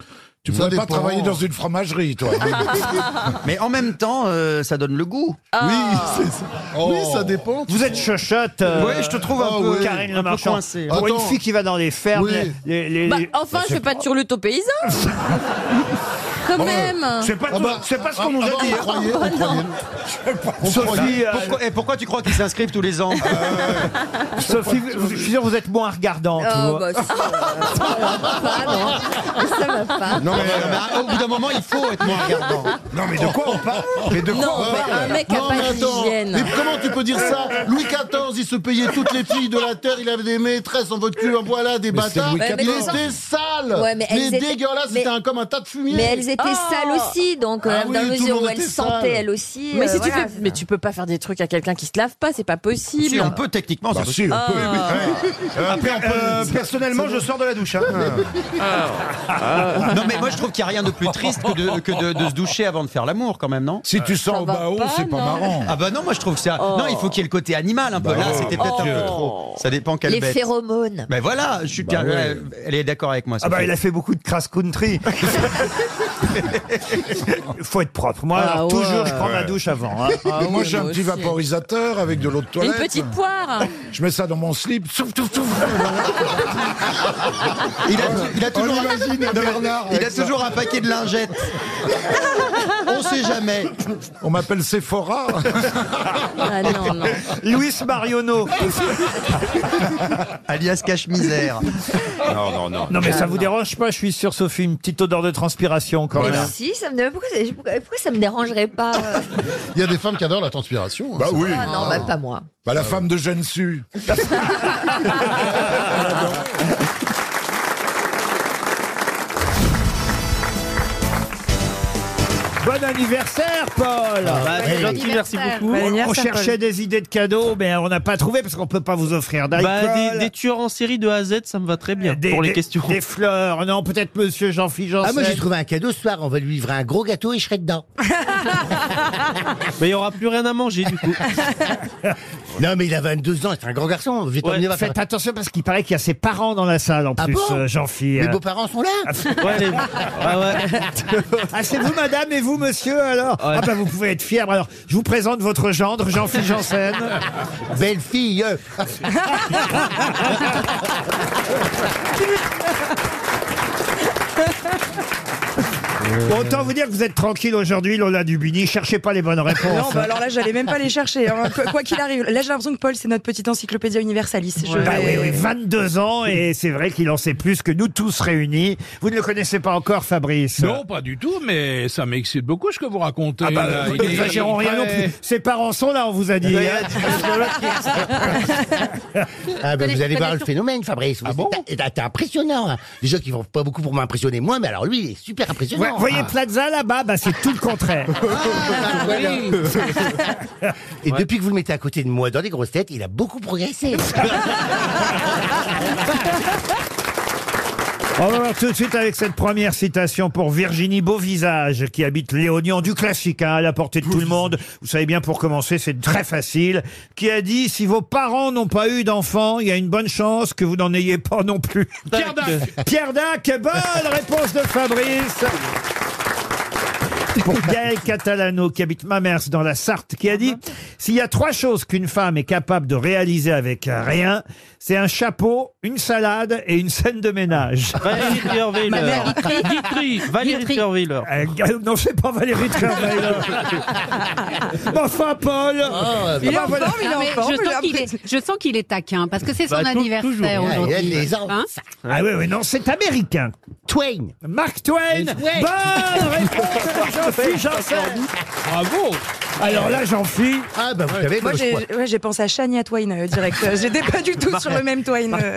Speaker 18: Tu
Speaker 25: Ça
Speaker 18: pourrais pas
Speaker 25: dépend.
Speaker 18: travailler dans une
Speaker 3: [laughs]
Speaker 18: fromagerie, toi.
Speaker 3: Mais en
Speaker 23: [laughs]
Speaker 3: même temps, euh, ça donne le goût.
Speaker 23: Ah.
Speaker 25: Oui, c'est ça. Oui, ça dépend.
Speaker 1: Vous êtes chochotte. euh,
Speaker 3: Ouais, je te trouve un
Speaker 1: ah
Speaker 3: peu-
Speaker 1: ouais. Karine
Speaker 3: un
Speaker 1: Le
Speaker 3: peu
Speaker 1: Marchand.
Speaker 3: coincée.
Speaker 1: Pour une
Speaker 3: Attends.
Speaker 1: fille qui va dans les fermes,
Speaker 3: Oui.
Speaker 1: les- les- les- [laughs]
Speaker 23: Bah, enfin, je fais pas de turlute aux paysans. Quand même.
Speaker 18: euh,
Speaker 1: C'est pas,
Speaker 23: Ah
Speaker 1: tout-
Speaker 23: bah,
Speaker 1: c'est pas ce qu'on
Speaker 23: ah
Speaker 1: nous
Speaker 23: bah,
Speaker 1: a dit.
Speaker 23: on
Speaker 1: hein.
Speaker 23: croyait, on croyait.
Speaker 1: Je sais pas.
Speaker 3: Sophie,
Speaker 1: Sophie, euh,
Speaker 3: pourquoi, eh, pourquoi tu crois qu'ils s'inscrivent tous les ans
Speaker 1: Sophie, vous- je suis sûr que vous êtes moins regardante.
Speaker 23: Oh,
Speaker 1: vous.
Speaker 23: bah, ça, ça va pas, non. Ça va pas.
Speaker 3: Non, mais, euh, mais au bout d'un moment, il faut être moins
Speaker 25: [laughs]
Speaker 3: regardant.
Speaker 1: Non, mais de quoi on parle
Speaker 25: Mais de quoi
Speaker 23: Non,
Speaker 25: on
Speaker 23: mais
Speaker 25: parle
Speaker 23: un mec a
Speaker 25: Non,
Speaker 23: pas
Speaker 25: mais attends,
Speaker 23: d'hygiène.
Speaker 25: Mais comment tu peux dire ça Louis XIV, il se payait toutes les filles de la terre, il avait des maîtresses en votre cul, en voilà, des
Speaker 18: Mais c'est
Speaker 25: bâtards.
Speaker 18: Louis
Speaker 25: Il
Speaker 23: XIV.
Speaker 25: était sale
Speaker 23: Ouais, mais elles
Speaker 25: Les
Speaker 23: étaient-
Speaker 25: dégueulasses,
Speaker 23: mais-
Speaker 25: c'était un- comme un tas de fumier
Speaker 23: Mais elles étaient
Speaker 36: Ah.
Speaker 23: sales aussi, donc euh,
Speaker 25: Ah oui,
Speaker 23: dans
Speaker 25: tout
Speaker 23: la
Speaker 25: le
Speaker 23: mesure
Speaker 25: monde
Speaker 23: où elles
Speaker 25: était
Speaker 23: sentaient
Speaker 25: sale.
Speaker 23: elles aussi.
Speaker 36: Mais
Speaker 23: euh,
Speaker 36: si tu
Speaker 23: voilà.
Speaker 36: fais, mais tu peux pas faire des trucs à quelqu'un qui se lave pas, c'est pas possible.
Speaker 3: Si, on peut techniquement,
Speaker 18: Bah
Speaker 3: c'est
Speaker 18: si, on
Speaker 3: possible.
Speaker 18: peut.
Speaker 36: Ah.
Speaker 3: Euh, Après, on peut.
Speaker 2: Euh, personnellement, je sors de la douche. hein.
Speaker 18: Ah.
Speaker 3: Ah. Non, mais moi, je trouve qu'il n'y a rien de plus triste que de, que de- de se doucher avant de faire l'amour, quand même, non
Speaker 18: Si tu sens au bas haut, c'est pas marrant.
Speaker 3: Ah bah non, moi je trouve que ça. Non, il faut qu'il y ait le côté animal un peu.
Speaker 18: Bah
Speaker 3: Là,
Speaker 18: ouais.
Speaker 3: c'était peut-être un
Speaker 18: Oh.
Speaker 3: peu trop. Ça dépend quelle
Speaker 23: Les
Speaker 3: bête.
Speaker 23: phéromones.
Speaker 25: Ben
Speaker 3: Mais voilà, je suis
Speaker 18: Bah ouais.
Speaker 3: elle est d'accord avec moi.
Speaker 1: Ah bah
Speaker 3: Sophie.
Speaker 1: il a
Speaker 3: [laughs]
Speaker 1: fait beaucoup de crass country. Faut être propre. Moi,
Speaker 23: Ah
Speaker 1: alors,
Speaker 23: ouais.
Speaker 1: toujours, je prends ma
Speaker 18: Ouais.
Speaker 1: douche
Speaker 18: [laughs]
Speaker 1: avant. hein.
Speaker 18: Mais moi,
Speaker 23: ouais,
Speaker 18: j'ai un
Speaker 23: moi
Speaker 18: petit
Speaker 23: aussi.
Speaker 18: vaporisateur avec de l'eau de
Speaker 23: Une
Speaker 18: toilette.
Speaker 23: petite poire.
Speaker 18: Je mets ça dans mon slip. Souf, souf, souf.
Speaker 3: [laughs] Il a, il a toujours,
Speaker 18: imagine un
Speaker 3: Non, mais
Speaker 18: Bernard
Speaker 3: il
Speaker 18: avec
Speaker 3: a
Speaker 18: ça.
Speaker 3: toujours un paquet de lingettes. [laughs] On sait jamais.
Speaker 18: On m'appelle Sephora.
Speaker 36: Ah non, non.
Speaker 1: Luis Mariono.
Speaker 3: [laughs] Alias cache-misère.
Speaker 2: Non, non, non.
Speaker 1: Non mais ça vous dérange pas, je suis sûr, Sophie, une petite odeur de transpiration quand
Speaker 23: Mais
Speaker 1: même.
Speaker 23: si, ça me dérange. Pourquoi, ça- pourquoi- pourquoi ça me dérangerait pas euh,
Speaker 25: Il y a des femmes qui adorent la transpiration. hein,
Speaker 18: Bah
Speaker 25: c'est
Speaker 18: oui.
Speaker 23: Ah non, bah, pas moi.
Speaker 18: Bah, la femme de Jeanne Su.
Speaker 1: Bon anniversaire,
Speaker 3: Oh Ah
Speaker 1: Paul
Speaker 23: bah, c'est Bon gentil, merci anniversaire.
Speaker 3: Bah,
Speaker 23: beaucoup. Bon
Speaker 1: On,
Speaker 23: anniversaire,
Speaker 1: cherchait
Speaker 23: Paul.
Speaker 1: des idées de cadeaux, mais on n'a pas trouvé parce qu'on peut pas vous offrir d'alcool.
Speaker 37: Bah, des, des tueurs en série de A à Z, ça me va très bien pour les
Speaker 1: des-
Speaker 37: questions.
Speaker 1: Des fleurs, non, peut-être monsieur Jean-Philippe Janssen.
Speaker 15: Ah, moi j'ai trouvé un cadeau ce soir, on va lui livrer un gros gâteau et je serai dedans.
Speaker 37: Mais il n'y aura plus rien à manger du coup.
Speaker 15: [laughs] Non, mais il a 22 ans, c'est un grand garçon. Vite,
Speaker 1: Ouais,
Speaker 15: on y va
Speaker 1: faites
Speaker 15: faire-
Speaker 1: attention parce qu'il paraît qu'il y a ses parents dans la salle en
Speaker 15: Ah
Speaker 1: plus,
Speaker 15: bon
Speaker 1: euh, Jean-Philippe.
Speaker 15: Mes beaux-parents sont là
Speaker 37: Ouais,
Speaker 15: [laughs]
Speaker 37: les- Ah ouais.
Speaker 1: [laughs] Ah, c'est vous, madame, et vous, monsieur, alors Ah, bah, vous pouvez être fier. Alors, je vous présente votre gendre, Jean-Philippe Janssen.
Speaker 15: Belle fille euh.
Speaker 1: Bon, autant vous dire que vous êtes tranquille aujourd'hui, Lola Dubini. Cherchez pas les bonnes réponses.
Speaker 6: Non, bah alors là, j'allais même pas les chercher. hein. Peu- Quoi qu'il arrive, là, j'ai l'impression que Paul, c'est notre petite encyclopédie universalis. Je
Speaker 1: Bah oui,
Speaker 6: vais-
Speaker 1: oui, 22 ans,
Speaker 15: [laughs]
Speaker 1: et c'est vrai qu'il en sait plus que nous tous réunis. Vous ne le connaissez pas encore, Fabrice
Speaker 15: Non, pas du tout, mais ça m'excite beaucoup ce que vous racontez.
Speaker 1: Ah bah,
Speaker 15: là.
Speaker 1: euh,
Speaker 15: Il est-
Speaker 1: n'exagérons
Speaker 15: il est
Speaker 1: rien non
Speaker 15: très-
Speaker 1: plus. Ses parents sont là, on vous a dit. hein.
Speaker 15: Ah ben Connais- vous allez voir connais- le phénomène, Fabrice. Ah bon T'es impressionnant. Les gens qui vont pas beaucoup pour m'impressionner moi, mais alors lui, il est super
Speaker 1: Ouais,
Speaker 15: impressionnant.
Speaker 1: Vous voyez Plaza là-bas, bah, c'est tout le contraire.
Speaker 15: Ah, voilà. [laughs] Et depuis que vous le mettez à côté de moi dans les grosses têtes, il a beaucoup progressé.
Speaker 1: On va voir tout de suite avec cette première citation pour Virginie Beauvisage, qui habite Léonian, du classique, hein, à la portée de tout le monde. Vous savez bien, pour commencer, c'est très facile. Qui a dit, si vos parents n'ont pas eu d'enfants, il y a une bonne chance que vous n'en ayez pas non plus.
Speaker 15: Pierre Dac.
Speaker 1: Pierre Dac, bonne réponse de Fabrice pour Gaël Catalano, qui habite Mamers dans la Sarthe, qui a dit S'il y a trois choses qu'une femme est capable de réaliser avec rien, c'est un chapeau, une salade et une scène de ménage.
Speaker 37: [laughs] Valérie Trierweiler. Guitry. Valérie Trierweiler.
Speaker 1: Euh, Ga- non, c'est pas
Speaker 17: [laughs]
Speaker 1: Valérie Trierweiler. Mais enfin, Paul
Speaker 17: Il est
Speaker 1: Ah,
Speaker 17: en
Speaker 1: voilà.
Speaker 17: forme, Oh, il est en forme. Je sens qu'il est, je sens qu'il est taquin parce que c'est son
Speaker 1: Bah, tou-
Speaker 17: anniversaire
Speaker 1: toujours.
Speaker 17: aujourd'hui.
Speaker 1: Il y a les
Speaker 17: Hein
Speaker 1: Ah oui, oui, non, c'est américain.
Speaker 15: Twain.
Speaker 1: Mark Twain. Bonne réponse de Jean-Philippe Janssen.
Speaker 15: Bravo
Speaker 1: Alors là, j'en suis.
Speaker 15: Ah bah vous savez, moi,
Speaker 6: Moi, j'ai ouais, j'ai pensé à Shania Twain euh, direct. Euh, J'étais pas du
Speaker 1: [laughs]
Speaker 6: tout sur le même Twain. euh.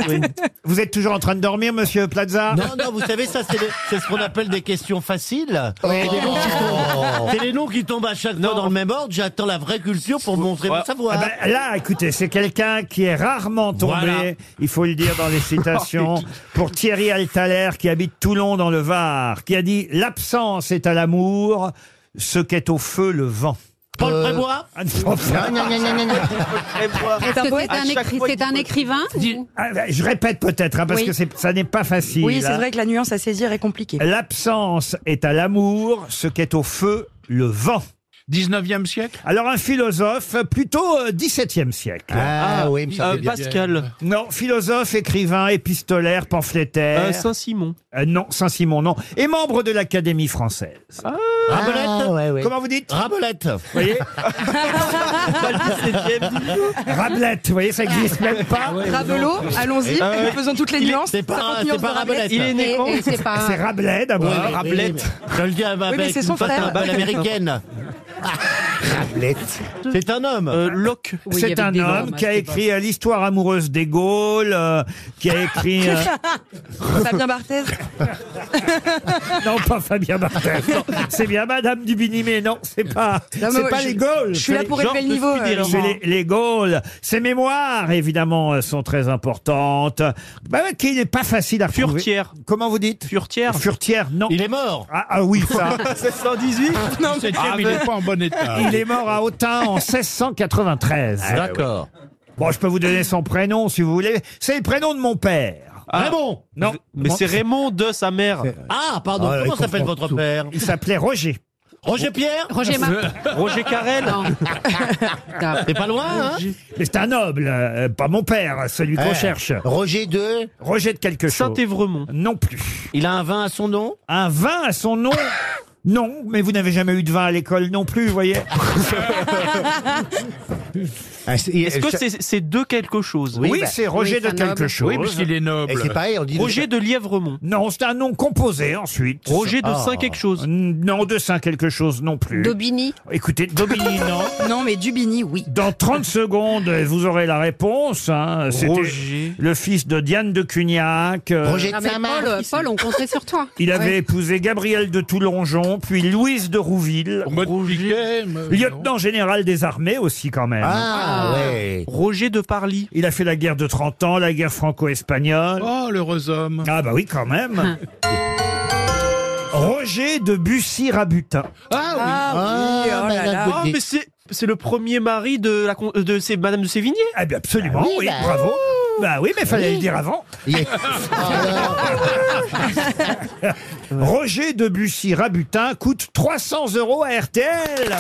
Speaker 1: Vous êtes toujours en train de dormir, monsieur Plaza
Speaker 8: Non, non, vous savez, ça, c'est des- c'est ce qu'on appelle des questions faciles. C'est des noms qui
Speaker 1: Oh.
Speaker 8: tombent- C'est les noms qui tombent à chaque fois dans le même ordre. J'attends la vraie culture pour montrer mon savoir.
Speaker 1: Ah ben, là, écoutez, c'est quelqu'un qui est rarement tombé,
Speaker 8: Voilà.
Speaker 1: il faut le dire dans les citations, pour Thierry Altaler, qui habite Toulon dans le Var, qui a dit « L'absence est à l'amour, ce qu'est au feu le vent ».
Speaker 8: Paul Prébois
Speaker 1: Ah, non.
Speaker 17: Est-ce que C'est
Speaker 1: À
Speaker 17: un,
Speaker 1: chaque
Speaker 17: écri-
Speaker 1: fois,
Speaker 17: c'est un écrivain ou-
Speaker 1: Ah, Je répète peut-être, hein, parce
Speaker 17: Oui.
Speaker 1: que c'est- ça n'est pas facile.
Speaker 6: Oui, c'est
Speaker 1: hein.
Speaker 6: vrai que la nuance
Speaker 1: Euh,
Speaker 6: à saisir est compliquée.
Speaker 1: L'absence est à l'amour, ce qu'est au feu le vent ». 19e siècle Alors un philosophe, plutôt euh, 17e siècle.
Speaker 6: Ah, Ah, oui, il me semblait euh, bien. Pascal.
Speaker 1: Non, philosophe, écrivain, épistolaire, pamphlétaire.
Speaker 3: Euh, Saint-Simon.
Speaker 1: Euh, non, Saint-Simon, non. Et membre de l'Académie française.
Speaker 6: Rabelette
Speaker 8: Ah,
Speaker 1: Comment vous dites
Speaker 6: Rabelette. Vous
Speaker 1: voyez Rablette, vous voyez, ça existe même pas.
Speaker 8: Rabelot, allons-y,
Speaker 1: Euh,
Speaker 8: faisons toutes les
Speaker 1: il est-
Speaker 8: nuances.
Speaker 1: c'est pas-
Speaker 8: 50
Speaker 1: c'est
Speaker 8: nuances
Speaker 1: pas
Speaker 8: de
Speaker 1: Rabelais,
Speaker 8: Rabelais.
Speaker 1: ça. Il est né
Speaker 8: Et-
Speaker 1: quand
Speaker 8: et c'est pas-
Speaker 1: C'est Rabelais d'abord.
Speaker 6: Ouais, oui,
Speaker 1: Rablette.
Speaker 6: mais- Je le dis avec
Speaker 8: Oui, mais c'est
Speaker 6: une
Speaker 8: son
Speaker 6: patte
Speaker 8: frère.
Speaker 6: un
Speaker 8: [laughs]
Speaker 6: peu américaine. Rablette. C'est un homme.
Speaker 1: Euh,
Speaker 6: Locke.
Speaker 1: C'est un homme qui a écrit euh, l'histoire amoureuse des Gaules, euh, qui a écrit. [laughs]
Speaker 8: [laughs]
Speaker 1: euh,
Speaker 8: Fabien Barthez
Speaker 1: non, pas Fabien Barthez. non. C'est bien Madame Dubini, mais non, c'est pas,
Speaker 8: Non, mais
Speaker 1: c'est
Speaker 8: moi,
Speaker 1: pas
Speaker 8: je-
Speaker 1: les Gaules.
Speaker 8: je suis là
Speaker 1: C'est
Speaker 8: pour élever
Speaker 1: Georges
Speaker 8: le niveau,
Speaker 1: de Scudéry.
Speaker 8: euh,
Speaker 1: C'est
Speaker 8: Laurent.
Speaker 1: les, les Gaules. Ses mémoires, évidemment, euh, sont très importantes. Bah, ouais, qui n'est pas facile à retrouver. Furtière. Comment vous dites Furtière. Furtière, non. Il est mort. Ah, ah oui,
Speaker 8: [laughs]
Speaker 1: ça.
Speaker 3: [laughs] 718
Speaker 1: [laughs] Non, ah,
Speaker 3: mais-
Speaker 1: il est pas en bon état. Il est mort à Autun en 1693.
Speaker 3: Ah, D'accord.
Speaker 1: Bon, je peux vous donner son prénom si vous voulez. C'est le prénom de mon père.
Speaker 3: Raymond
Speaker 1: Non.
Speaker 3: Mais c'est Raymond de sa mère.
Speaker 6: Ah, pardon,
Speaker 3: Ah,
Speaker 6: comment
Speaker 3: il
Speaker 6: s'appelle
Speaker 3: comprend
Speaker 6: votre
Speaker 3: tout.
Speaker 6: père
Speaker 1: Il s'appelait Roger.
Speaker 6: Roger Pierre
Speaker 3: Roger Mar-
Speaker 1: [laughs]
Speaker 3: Roger Carrel
Speaker 8: [laughs]
Speaker 1: Ah.
Speaker 6: T'es pas loin, hein
Speaker 1: Mais c'est un noble, euh, pas mon père, celui qu'on
Speaker 6: Eh,
Speaker 1: cherche.
Speaker 6: Roger de
Speaker 1: Roger de quelque chose.
Speaker 3: Saint-Évremont.
Speaker 1: Non plus.
Speaker 6: Il a un vin à son nom
Speaker 1: Un vin à
Speaker 6: [laughs]
Speaker 1: son nom Non, mais vous n'avez jamais eu de vin à l'école non plus, vous
Speaker 6: [laughs]
Speaker 1: voyez.
Speaker 6: Ah,
Speaker 3: Est-ce que c'est c'est de quelque chose
Speaker 1: Oui,
Speaker 6: bah,
Speaker 1: c'est Roger de quelque chose.
Speaker 3: Roger de Lièvremont.
Speaker 1: Non, c'est un nom composé ensuite.
Speaker 3: Roger
Speaker 6: Ah.
Speaker 3: de Saint quelque chose.
Speaker 1: Non, de Saint quelque chose non plus.
Speaker 23: Daubigny.
Speaker 1: Écoutez, Daubigny, [laughs] non.
Speaker 8: Non, mais Dubini, oui.
Speaker 1: Dans 30 secondes, vous aurez la réponse. hein. C'était
Speaker 3: Roger.
Speaker 1: le fils de Diane de Cugnac. euh,
Speaker 17: Ah,
Speaker 18: Non, mais Paul, euh, Paul, on comptait sur toi.
Speaker 1: Il avait épousé Gabrielle de Toulongeon, puis Louise de Rouville. Lieutenant général des armées aussi quand même.
Speaker 6: Ah, ouais.
Speaker 1: Roger de Parly. Il a fait la guerre de 30 ans, la guerre franco-espagnole.
Speaker 2: Oh, l'heureux homme.
Speaker 1: Ah bah oui quand même. Roger de Bussy-Rabutin.
Speaker 2: Ah oui.
Speaker 3: Ah,
Speaker 6: bah,
Speaker 3: Ah, mais c'est c'est le premier mari de la con- euh, de c'est Madame de Sévigné.
Speaker 1: Ah bien absolument, oui, bravo. Bah oui, mais fallait
Speaker 3: Oui.
Speaker 1: le dire avant. Roger de Bussy-Rabutin coûte 300 euros à RTL.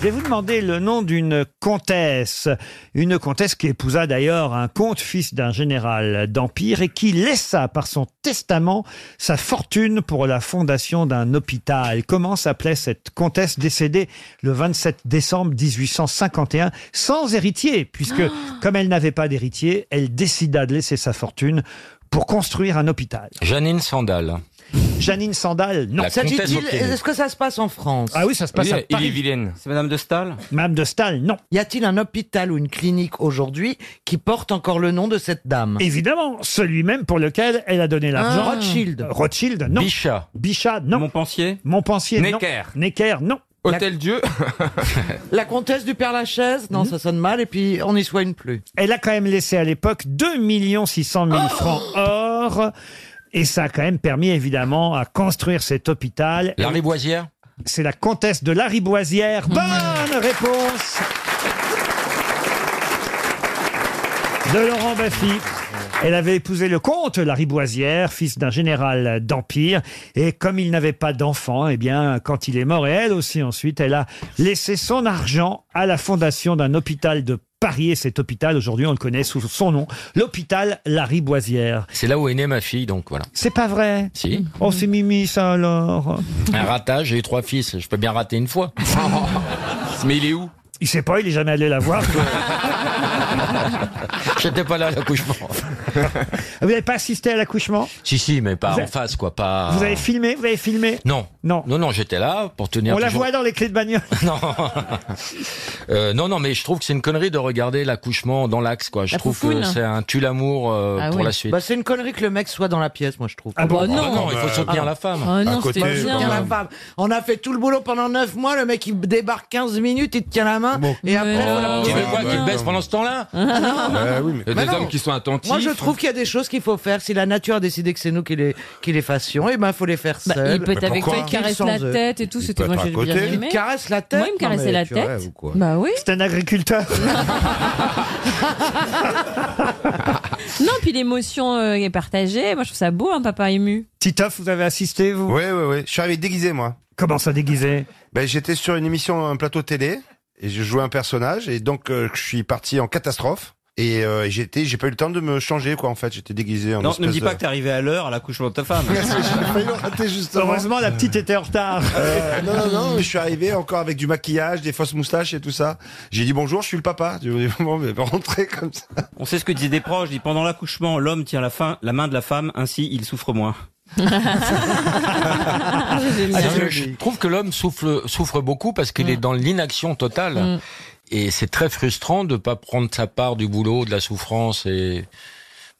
Speaker 1: Je vais vous demander le nom d'une comtesse. Une comtesse qui épousa d'ailleurs un comte fils d'un général d'Empire et qui laissa par son testament sa fortune pour la fondation d'un hôpital. Comment s'appelait cette comtesse décédée le 27 décembre 1851 sans héritier puisque comme elle n'avait pas d'héritier, elle décida de laisser sa fortune pour construire un hôpital.
Speaker 5: Janine Sandal.
Speaker 1: Janine Sandal, non.
Speaker 5: La comtesse
Speaker 1: S'agit-il-
Speaker 5: Vauquier.
Speaker 1: est-ce que ça se passe en France Ah oui, ça se passe à
Speaker 5: Euh, Il est
Speaker 1: Paris.
Speaker 5: vilaine. C'est Madame de Stahl
Speaker 1: Madame de Stahl, non.
Speaker 9: Y a-t-il un hôpital ou une clinique aujourd'hui qui porte encore le nom de cette dame
Speaker 1: Évidemment, celui-même pour lequel elle a donné l'argent.
Speaker 9: Ah. Rothschild.
Speaker 1: Rothschild, non.
Speaker 5: Bichat.
Speaker 1: Bichat, non.
Speaker 5: Montpensier.
Speaker 1: Montpensier, non.
Speaker 5: Necker.
Speaker 1: Necker, non.
Speaker 5: Hôtel [laughs] Dieu.
Speaker 9: La comtesse du Père Lachaise Non, ça sonne mal et puis on n'y soigne plus.
Speaker 1: Hmm.
Speaker 9: Oh
Speaker 1: Elle a quand même laissé à l'époque 2 600 000 francs or. Et ça a quand même permis, évidemment, à construire cet hôpital.
Speaker 5: Larry Mmh. Boisière.
Speaker 1: C'est la comtesse de Lariboisière. Bonne réponse de Laurent Baffy. Elle avait épousé le comte Lariboisière, fils d'un général d'Empire. Et comme il n'avait pas d'enfant, eh bien, quand il est mort, et elle aussi ensuite, elle a laissé son argent à la fondation d'un hôpital de Paris. Et cet hôpital, aujourd'hui, on le connaît sous son nom, l'hôpital Lariboisière.
Speaker 5: C'est là où est née ma fille, donc voilà.
Speaker 1: C'est pas vrai
Speaker 5: Si.
Speaker 1: Oh, c'est Mimi, ça,
Speaker 5: [laughs]
Speaker 1: alors
Speaker 5: Un ratage, j'ai eu trois fils. Je peux bien rater une fois. [laughs] Mais il est où
Speaker 1: Il sait pas, il est jamais allé la voir.
Speaker 5: [laughs] J'étais pas là
Speaker 1: [laughs]
Speaker 5: à l'accouchement.
Speaker 1: Vous n'avez pas assisté à l'accouchement
Speaker 5: si, si, mais Ah. pas
Speaker 1: Vous
Speaker 5: en
Speaker 1: avez-
Speaker 5: face, quoi. Pas...
Speaker 1: Vous avez filmé Vous avez filmé
Speaker 5: Non.
Speaker 1: Non.
Speaker 5: Non, non, j'étais là pour tenir.
Speaker 1: On la
Speaker 5: toujours-
Speaker 1: voit dans les clés de bagnole.
Speaker 5: [laughs] Non. Euh, non, non, mais je trouve que c'est une connerie de regarder l'accouchement dans l'axe, quoi. Je
Speaker 9: La
Speaker 5: trouve
Speaker 9: foufoune.
Speaker 5: que c'est un tue l'amour euh,
Speaker 23: Ah
Speaker 5: pour
Speaker 9: oui.
Speaker 5: la suite.
Speaker 9: Bah, c'est une connerie que le mec soit dans la pièce, moi je trouve.
Speaker 5: Ah bon Ah bah non, non, il faut soutenir
Speaker 9: Ah
Speaker 5: la femme. Ah non, À côté, c'était
Speaker 9: Faut soutenir
Speaker 5: bien.
Speaker 9: la femme. On a fait tout le boulot pendant 9 mois, le mec il débarque 15 minutes, il te tient la main et après faut la-
Speaker 5: tu veux quoi qu'il baisse pendant ce temps-là
Speaker 9: Ah
Speaker 5: Euh, oui, mais-
Speaker 9: Mais
Speaker 5: Des
Speaker 9: non.
Speaker 5: hommes qui sont attentifs.
Speaker 9: Moi je
Speaker 10: [laughs]
Speaker 9: trouve qu'il y a des choses qu'il faut faire. Si la nature a décidé que c'est nous qui les, qui les fassions, et ben faut les faire
Speaker 23: Bah,
Speaker 9: seul.
Speaker 23: il peut être avec toi, il te caresse la tête et tout, c'était moi j'ai bien aimé.
Speaker 9: Il te caresse la tête.
Speaker 23: Moi, il me caressait la tête. Bah oui.
Speaker 1: C'est un agriculteur.
Speaker 23: [laughs] Non, puis l'émotion euh, est partagée. Moi, je trouve ça beau, un
Speaker 36: [laughs]
Speaker 23: papa ému.
Speaker 1: [laughs] Titoff, vous avez assisté, vous
Speaker 2: Oui, oui, oui. Je suis arrivé déguisé, moi.
Speaker 1: Comment ça, déguisé
Speaker 2: ben, J'étais sur une émission, un plateau télé, et je jouais un personnage, et donc euh, je suis parti en catastrophe. Et euh, j'étais, j'ai pas eu le temps de me changer, quoi, en fait. J'étais déguisé en
Speaker 7: Non, ne
Speaker 2: espèce
Speaker 7: me dis
Speaker 2: de-
Speaker 7: pas que t'es arrivé à l'heure à l'accouchement de
Speaker 11: [laughs]
Speaker 7: ta femme.
Speaker 1: Heureusement, la petite était en retard.
Speaker 2: Euh, non, non, non, mais je suis arrivé encore avec du maquillage, des fausses moustaches et tout ça. J'ai dit bonjour, je suis le papa. Du moment, mais rentrer comme ça.
Speaker 7: On sait ce que disaient des proches. Dit pendant l'accouchement, l'homme tient la, fin, la main de la femme, ainsi il souffre moins.
Speaker 8: Ah,
Speaker 5: Parce que Ah, je trouve que l'homme souffle- souffre beaucoup parce qu'il est dans l'inaction totale.
Speaker 23: Mm.
Speaker 5: Et c'est très frustrant de ne pas prendre sa part du boulot, de la souffrance et...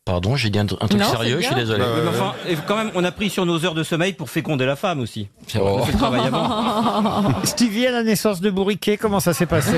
Speaker 5: Pardon, j'ai dit un, un truc
Speaker 7: Non,
Speaker 5: sérieux,
Speaker 7: c'est
Speaker 5: je suis
Speaker 7: bien.
Speaker 5: désolé.
Speaker 7: Mais enfin, et quand même, on a pris sur nos heures de sommeil pour féconder la femme aussi.
Speaker 5: C'est
Speaker 7: On a
Speaker 5: vrai.
Speaker 7: fait le travail avant.
Speaker 1: Stevie, à la naissance de Bourriquet, comment ça s'est
Speaker 23: [laughs]
Speaker 1: passé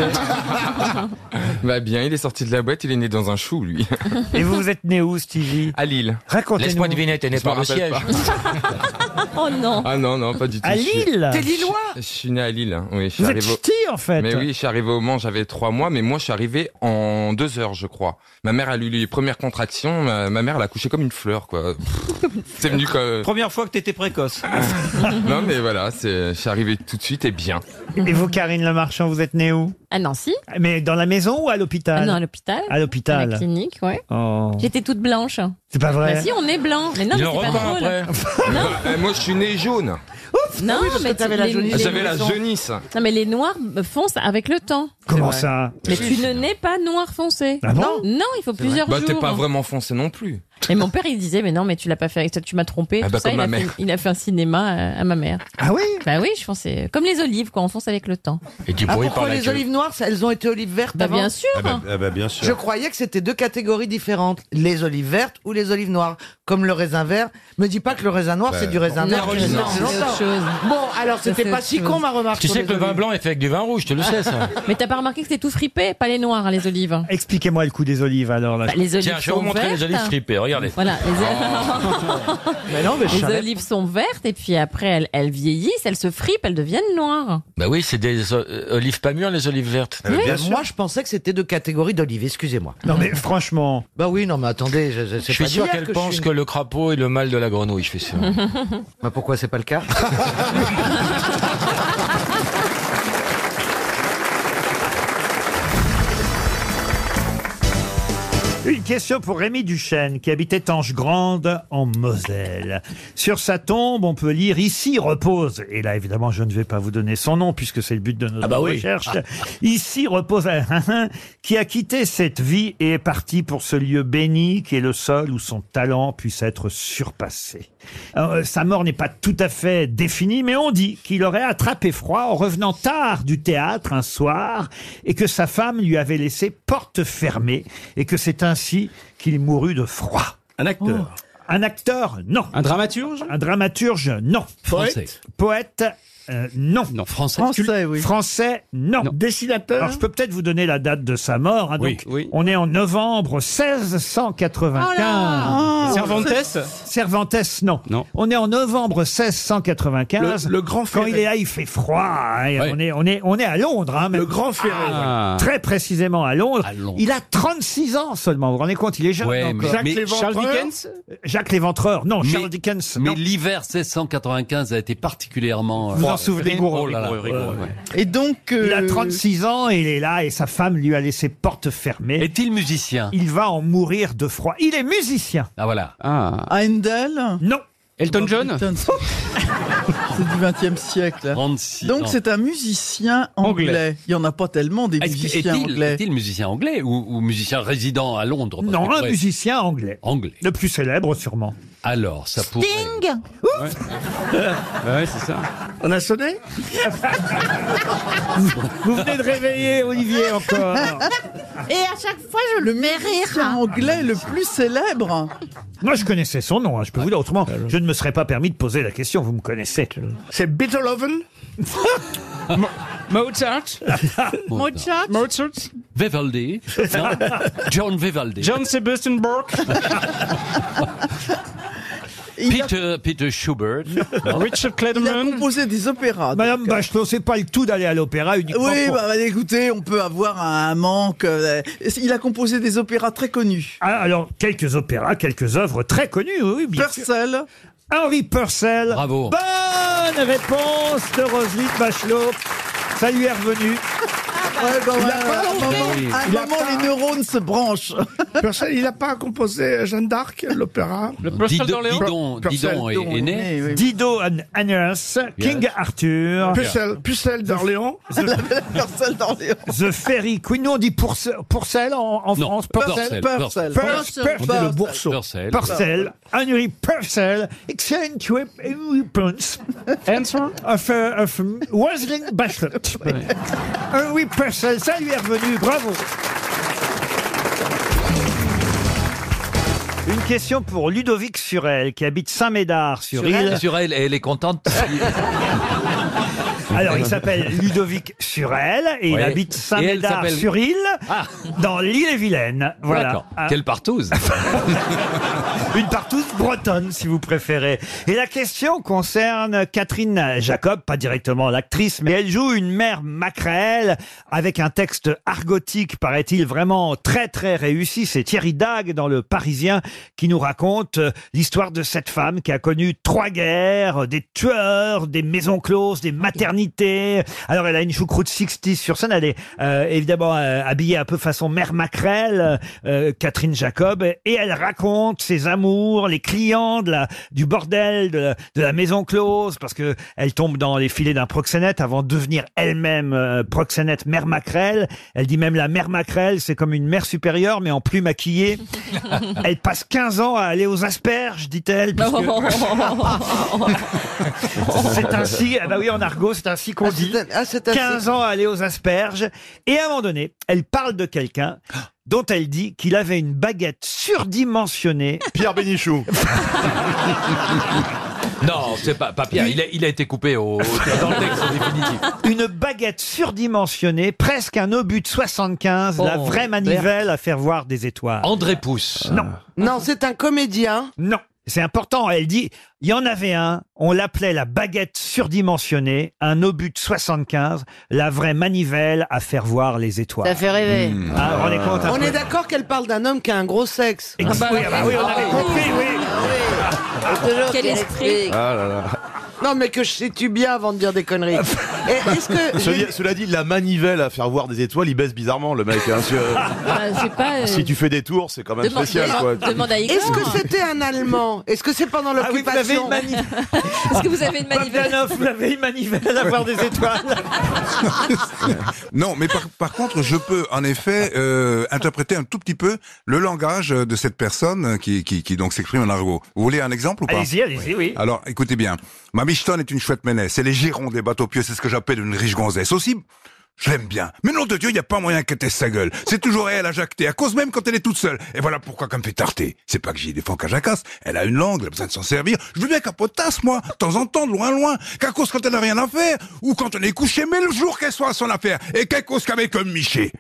Speaker 10: Bah bien, il est sorti de la boîte, il est né dans un chou, lui.
Speaker 1: Et vous, vous êtes né où, Stevie
Speaker 10: [laughs] À Lille.
Speaker 1: Racontez-nous.
Speaker 5: Laisse-moi deviner, t'es né
Speaker 10: Je m'en
Speaker 5: par le
Speaker 10: rappelle
Speaker 5: siège.
Speaker 10: pas.
Speaker 23: Oh non.
Speaker 10: Ah non, non, pas du tout.
Speaker 1: À
Speaker 10: Je suis-
Speaker 1: Lille
Speaker 10: je
Speaker 1: T'es
Speaker 10: suis-
Speaker 1: Lillois
Speaker 10: Je suis né à Lille, hein, oui. Je suis
Speaker 1: Vous êtes
Speaker 10: arrivé au-
Speaker 1: ch'ti, en fait.
Speaker 10: Mais oui, je suis arrivé au Mans, j'avais trois mois, mais moi je suis arrivé en deux heures, je crois. Ma mère, elle a eu les premières contractions, ma, ma mère l'a couché comme une fleur,
Speaker 1: [laughs]
Speaker 10: quoi. Pff, c'est venu comme...
Speaker 7: Première fois que t'étais précoce.
Speaker 10: [laughs] non mais voilà, c'est- je suis arrivé tout de suite et bien.
Speaker 1: Et vous, Karine Le Marchand, vous êtes née où
Speaker 23: À Nancy
Speaker 1: Mais dans la maison ou à
Speaker 23: Ah
Speaker 1: l'hôpital
Speaker 23: Non, à l'hôpital.
Speaker 1: À l'hôpital.
Speaker 23: À la clinique, ouais.
Speaker 1: Oh.
Speaker 23: J'étais toute blanche.
Speaker 1: C'est pas vrai
Speaker 23: Bah si, on est blanc. Mais non,
Speaker 10: Il
Speaker 23: mais
Speaker 10: en
Speaker 23: c'est pas
Speaker 10: repeint
Speaker 23: drôle.
Speaker 10: après. Bah, moi je suis né jaune.
Speaker 23: Non, mais tu- les- les-
Speaker 10: J'avais la
Speaker 23: les-
Speaker 10: jaunisse.
Speaker 23: Non, mais les noirs foncent avec le temps.
Speaker 1: Comment ça
Speaker 23: Mais tu ne nais pas noir foncé.
Speaker 10: Ah bon
Speaker 23: non, non, il faut plusieurs
Speaker 10: Bah
Speaker 23: jours. hein.
Speaker 10: t'es pas vraiment foncé non plus.
Speaker 23: Et mon père, il disait, mais non, mais tu l'as pas fait avec toi, tu m'as trompé.
Speaker 10: Ah
Speaker 23: tout
Speaker 10: bah,
Speaker 23: ça, il,
Speaker 10: comme ma
Speaker 23: a fait,
Speaker 10: mère.
Speaker 23: il a fait un cinéma euh, à, à ma mère.
Speaker 1: Ah oui
Speaker 23: Bah oui, je fonçais. Comme les olives, quoi, on fonce avec le temps.
Speaker 5: Et tu
Speaker 9: Ah,
Speaker 5: pourris par
Speaker 9: pourquoi
Speaker 5: la
Speaker 9: les
Speaker 5: queue.
Speaker 9: olives noires, ça- elles ont été olives vertes
Speaker 23: Bah,
Speaker 9: avant
Speaker 23: bien sûr.
Speaker 5: Eh
Speaker 2: Ah
Speaker 5: ben,
Speaker 2: bah, ah bah, bien sûr.
Speaker 9: Je croyais que c'était deux catégories différentes, les olives vertes ou les olives noires. Comme le raisin vert, me dis pas que le raisin noir
Speaker 5: Bah,
Speaker 9: c'est du raisin
Speaker 5: non,
Speaker 9: vert.
Speaker 5: non,
Speaker 9: qui reste
Speaker 5: non,
Speaker 9: depuis
Speaker 5: c'est autre
Speaker 9: longtemps.
Speaker 23: chose.
Speaker 9: Bon, alors
Speaker 23: Ça,
Speaker 9: c'était
Speaker 23: c'est
Speaker 9: pas
Speaker 23: autre
Speaker 9: si
Speaker 23: chose.
Speaker 9: con ma remarque.
Speaker 5: Tu
Speaker 9: sur
Speaker 5: sais
Speaker 9: les
Speaker 5: que le vin
Speaker 9: olives.
Speaker 5: blanc est fait avec du vin rouge, tu le sais ça.
Speaker 23: Mais t'as pas remarqué que c'était tout fripé, pas les noirs, hein, les olives.
Speaker 1: Expliquez-moi le coup des olives alors. Là.
Speaker 23: Bah, [laughs] les olives
Speaker 5: Tiens, je vais vous
Speaker 23: sont
Speaker 5: montrer
Speaker 23: vertes.
Speaker 5: les olives fripées, regardez.
Speaker 23: Voilà. Les,
Speaker 1: Mais non, mais je
Speaker 23: Les
Speaker 1: savais-
Speaker 23: olives sont vertes et puis après elles, elles vieillissent, elles se fripent, elles deviennent noires.
Speaker 5: Bah oui, c'est des euh, olives pas mûres, les olives vertes.
Speaker 9: Eh bien, Moi je pensais que c'était deux catégories d'olives, excusez-moi.
Speaker 1: Non mais franchement.
Speaker 9: Bah oui, non mais attendez, je, je- c'est
Speaker 5: Je suis
Speaker 9: pas
Speaker 5: sûr
Speaker 9: d'hier
Speaker 5: qu'elle
Speaker 9: que je
Speaker 5: pense
Speaker 9: suis-
Speaker 5: que le crapaud est le mal de la grenouille, je
Speaker 23: [laughs]
Speaker 5: suis sûr.
Speaker 9: Bah pourquoi c'est pas le cas
Speaker 1: Une question pour Rémi Duchesne, qui habitait Ange Grande, en Moselle. Sur sa tombe, on peut lire Ici repose, et là évidemment je ne vais pas vous donner son nom, puisque c'est le but de notre
Speaker 13: Ah bah oui.
Speaker 1: recherche. Ici repose un rinrin qui a quitté cette vie et est parti pour ce lieu béni qui est le sol où son talent puisse être surpassé. Alors, euh, sa mort n'est pas tout à fait définie, mais on dit qu'il aurait attrapé froid en revenant tard du théâtre un soir et que sa femme lui avait laissé porte fermée et que c'est ainsi qu'il mourut de froid.
Speaker 11: Un acteur.
Speaker 1: Un acteur, non. Un dramaturge Un dramaturge, non.
Speaker 11: Poète Français.
Speaker 1: Poète, euh, non. Non,
Speaker 11: français.
Speaker 1: Français, oui. Français, non. Dessinateur Alors, je peux peut-être vous donner la date de sa mort. hein,
Speaker 11: Oui.
Speaker 1: donc, On est en novembre 1695.
Speaker 11: Oh là Oh Cervantes
Speaker 1: Cervantes, non. On est en novembre 1695.
Speaker 11: Le- le grand
Speaker 1: Quand
Speaker 11: Ferré.
Speaker 1: il est là, il fait froid. hein, et
Speaker 11: Ouais.
Speaker 1: on, est, on, est, on est à Londres. hein, même.
Speaker 11: Le grand Ferré. Ah.
Speaker 1: Très précisément à Londres. Il a 36 ans seulement. Vous vous rendez compte, il est jeune.
Speaker 11: Ouais,
Speaker 1: encore.
Speaker 11: mais- Jacques mais Léventreur Charles Dickens
Speaker 1: Jacques Léventreur, non. Charles
Speaker 11: Mais-
Speaker 1: Dickens,
Speaker 11: Mais
Speaker 1: non.
Speaker 11: l'hiver 1695 a été particulièrement.
Speaker 1: Vous en souvenez
Speaker 11: rigoureux, rigoureux, rigoureux, ouais.
Speaker 1: Et donc. Il a 36 ans et il est là et sa femme lui a laissé porte fermée. Est-il musicien Il va en mourir de froid. Il est musicien.
Speaker 11: Ah voilà.
Speaker 14: Handel
Speaker 1: Non.
Speaker 14: Elton John
Speaker 1: [laughs]
Speaker 14: C'est du 20e siècle. hein.
Speaker 11: ans.
Speaker 14: Donc c'est un musicien
Speaker 11: Anglais.
Speaker 14: anglais. Il n'y en a pas tellement des
Speaker 11: Est-ce que-
Speaker 14: musiciens
Speaker 11: Est-il
Speaker 14: anglais.
Speaker 11: est-il musicien anglais ou, ou musicien résident à Londres parce
Speaker 1: Non,
Speaker 11: qu'il
Speaker 1: un
Speaker 11: pourrait-
Speaker 1: musicien anglais.
Speaker 11: Anglais.
Speaker 1: Le plus célèbre, sûrement.
Speaker 11: Alors, ça pourrait.
Speaker 14: Ding
Speaker 11: ouais, c'est ça.
Speaker 1: On a sonné Vous venez de réveiller Olivier encore.
Speaker 14: Et à chaque fois, je le mets rire. anglais le plus célèbre.
Speaker 6: [laughs]
Speaker 1: Moi, je connaissais son nom, hein, je peux vous dire autrement. Je ne me serais pas permis de poser la question, vous me connaissez. C'est Beethoven
Speaker 14: Mozart Mozart Mozart
Speaker 11: Vivaldi. Non. John
Speaker 12: [laughs]
Speaker 11: Vivaldi.
Speaker 14: John
Speaker 11: Sebastian Bach. Peter, Peter
Speaker 9: [laughs]
Speaker 11: Schubert.
Speaker 1: Richard Clayderman. Il a composé des opéras. Madame Bachelot, c'est pas le tout d'aller à l'opéra uniquement
Speaker 12: Oui,
Speaker 1: pour-
Speaker 12: bah, bah, écoutez, on peut avoir un manque. euh, Il a composé des opéras très connus.
Speaker 1: Ah, alors, quelques opéras, quelques œuvres très connues, oui, oui, bien sûr.
Speaker 12: Purcell.
Speaker 1: Henri Purcell.
Speaker 11: Bravo.
Speaker 1: Bonne réponse de Roselyne Bachelot. Ça lui est
Speaker 12: [laughs]
Speaker 1: revenu.
Speaker 12: Il
Speaker 1: a pas
Speaker 12: à un moment,
Speaker 1: compris.
Speaker 12: à un
Speaker 1: Il a
Speaker 12: moment, les neurones se branchent. Purcell, il n'a pas composé Jeanne d'Arc, l'opéra.
Speaker 11: Didon, Didon, Didon est, est né.
Speaker 1: Dido and Anneus, King Arthur.
Speaker 12: Purcell-
Speaker 1: Pucelle d'Orléans.
Speaker 12: [laughs] Purcell d'Orléans.
Speaker 1: The Fairy Queen. Nous, on dit Pourcel, Pourcel en, en France.
Speaker 12: Purcell, Purcell.
Speaker 1: Purcell.
Speaker 12: On dit le
Speaker 1: Bourseau. Purcell.
Speaker 12: Purcell.
Speaker 1: Henry Purcell. Excellent réponse. Answer of, uh, of Rosalind Bachelot. Henry Purcell, ça lui est revenu. Bravo. Une question pour Ludovic Surel, qui habite Saint-Médard sur île.
Speaker 11: Sur elle, elle est contente.
Speaker 1: [laughs] Alors, il s'appelle Ludovic Surel et il
Speaker 11: Ouais.
Speaker 1: habite
Speaker 11: Et elle
Speaker 1: Saint-Médard
Speaker 11: s'appelle-
Speaker 1: sur île, dans l'île-et-Vilaine. Voilà.
Speaker 11: Ah. D'accord.
Speaker 1: Ah.
Speaker 11: Quelle partouze.
Speaker 1: [laughs] Une partouze bretonne, si vous préférez. Et la question concerne Catherine Jacob, pas directement l'actrice, mais elle joue une mère Macréelle avec un texte argotique, paraît-il, vraiment très très réussi. C'est Thierry Dague dans Le Parisien qui nous raconte euh, l'histoire de cette femme qui a connu trois guerres, euh, des tueurs, des maisons closes, des maternités. Alors elle a une choucroute 60 sur scène, elle est euh, évidemment euh, habillée un peu façon mère Macrel, euh, Catherine Jacob, et elle raconte ses amours, les clients de la, du bordel, de la, de la maison close, parce que elle tombe dans les filets d'un proxénète avant de devenir elle-même euh, proxénète mère Macrel. Elle dit même la mère Macrel, c'est comme une mère supérieure, mais en plus maquillée. elle passe 15 ans à aller aux asperges, dit-elle. puisque-
Speaker 9: [laughs]
Speaker 1: [laughs] c'est ainsi, ah bah oui, en argot, Ah, c'est ainsi qu'on dit. 15 ans à aller aux asperges. Et à un moment donné, elle parle de quelqu'un dont elle dit qu'il avait une baguette surdimensionnée. [laughs] Pierre Bénichou.
Speaker 11: Non, c'est pas, pas Pierre. Il a, il a été coupé au, au- dans le texte définitif.
Speaker 1: Une baguette surdimensionnée, presque un obus de 75, la
Speaker 11: Oh,
Speaker 1: vraie manivelle à faire voir des étoiles.
Speaker 11: André Pousse.
Speaker 1: Non.
Speaker 9: Non, c'est un comédien.
Speaker 1: Non. C'est important, elle dit, il y en avait un, on l'appelait la baguette surdimensionnée, un obus de 75, la vraie manivelle à faire voir les étoiles.
Speaker 9: Ça fait rêver.
Speaker 1: Ah, vous rendez compte un
Speaker 9: On
Speaker 1: peu
Speaker 9: est d'accord qu'elle parle d'un homme qui a un gros sexe.
Speaker 1: Ah bah oui, ah bah oui, on avait compris,
Speaker 9: oui.
Speaker 26: Quel esprit.
Speaker 18: Ah.
Speaker 9: Non, mais que je sais-tu bien avant de dire des
Speaker 1: [laughs]
Speaker 9: conneries. Et Est-ce que.
Speaker 13: Cela, cela dit, la manivelle à faire voir des étoiles, il baisse bizarrement le mec. hein, si, euh,
Speaker 6: Euh,
Speaker 18: euh,
Speaker 13: si tu fais des tours, c'est quand même
Speaker 26: Demande-
Speaker 13: spécial. Quoi.
Speaker 26: demande à Igor.
Speaker 9: Est-ce que c'était un Allemand Est-ce que c'est pendant l'occupation [laughs]
Speaker 26: Est-ce que vous avez une manivelle
Speaker 1: Bogdanov, vous avez une manivelle à voir des étoiles.
Speaker 16: Non, mais par, par contre, je peux en effet euh, interpréter un tout petit peu le langage de cette personne qui, qui, qui donc s'exprime en argot. Vous voulez un exemple ou pas
Speaker 1: Allez-y, allez-y, oui.
Speaker 16: Alors, écoutez bien. Ma michtonne est une chouette ménesse. Elle est giron des bateaux pieux. C'est ce que j'appelle une riche gonzesse. Aussi, je l'aime bien. Mais nom de Dieu, il n'y a pas moyen qu'elle teste sa gueule. C'est toujours elle à jacter, à cause même quand elle est toute seule. Et voilà pourquoi qu'elle me fait tarter. C'est pas que j'y défends qu'à jacasse. Elle a une langue, elle a besoin de s'en servir. Je veux bien qu'elle potasse, moi, de temps en temps, de loin, loin. Qu'à cause quand elle n'a rien à faire. Ou quand on est couché, mais le jour qu'elle soit à son affaire. Et qu'à cause qu'avec un miché.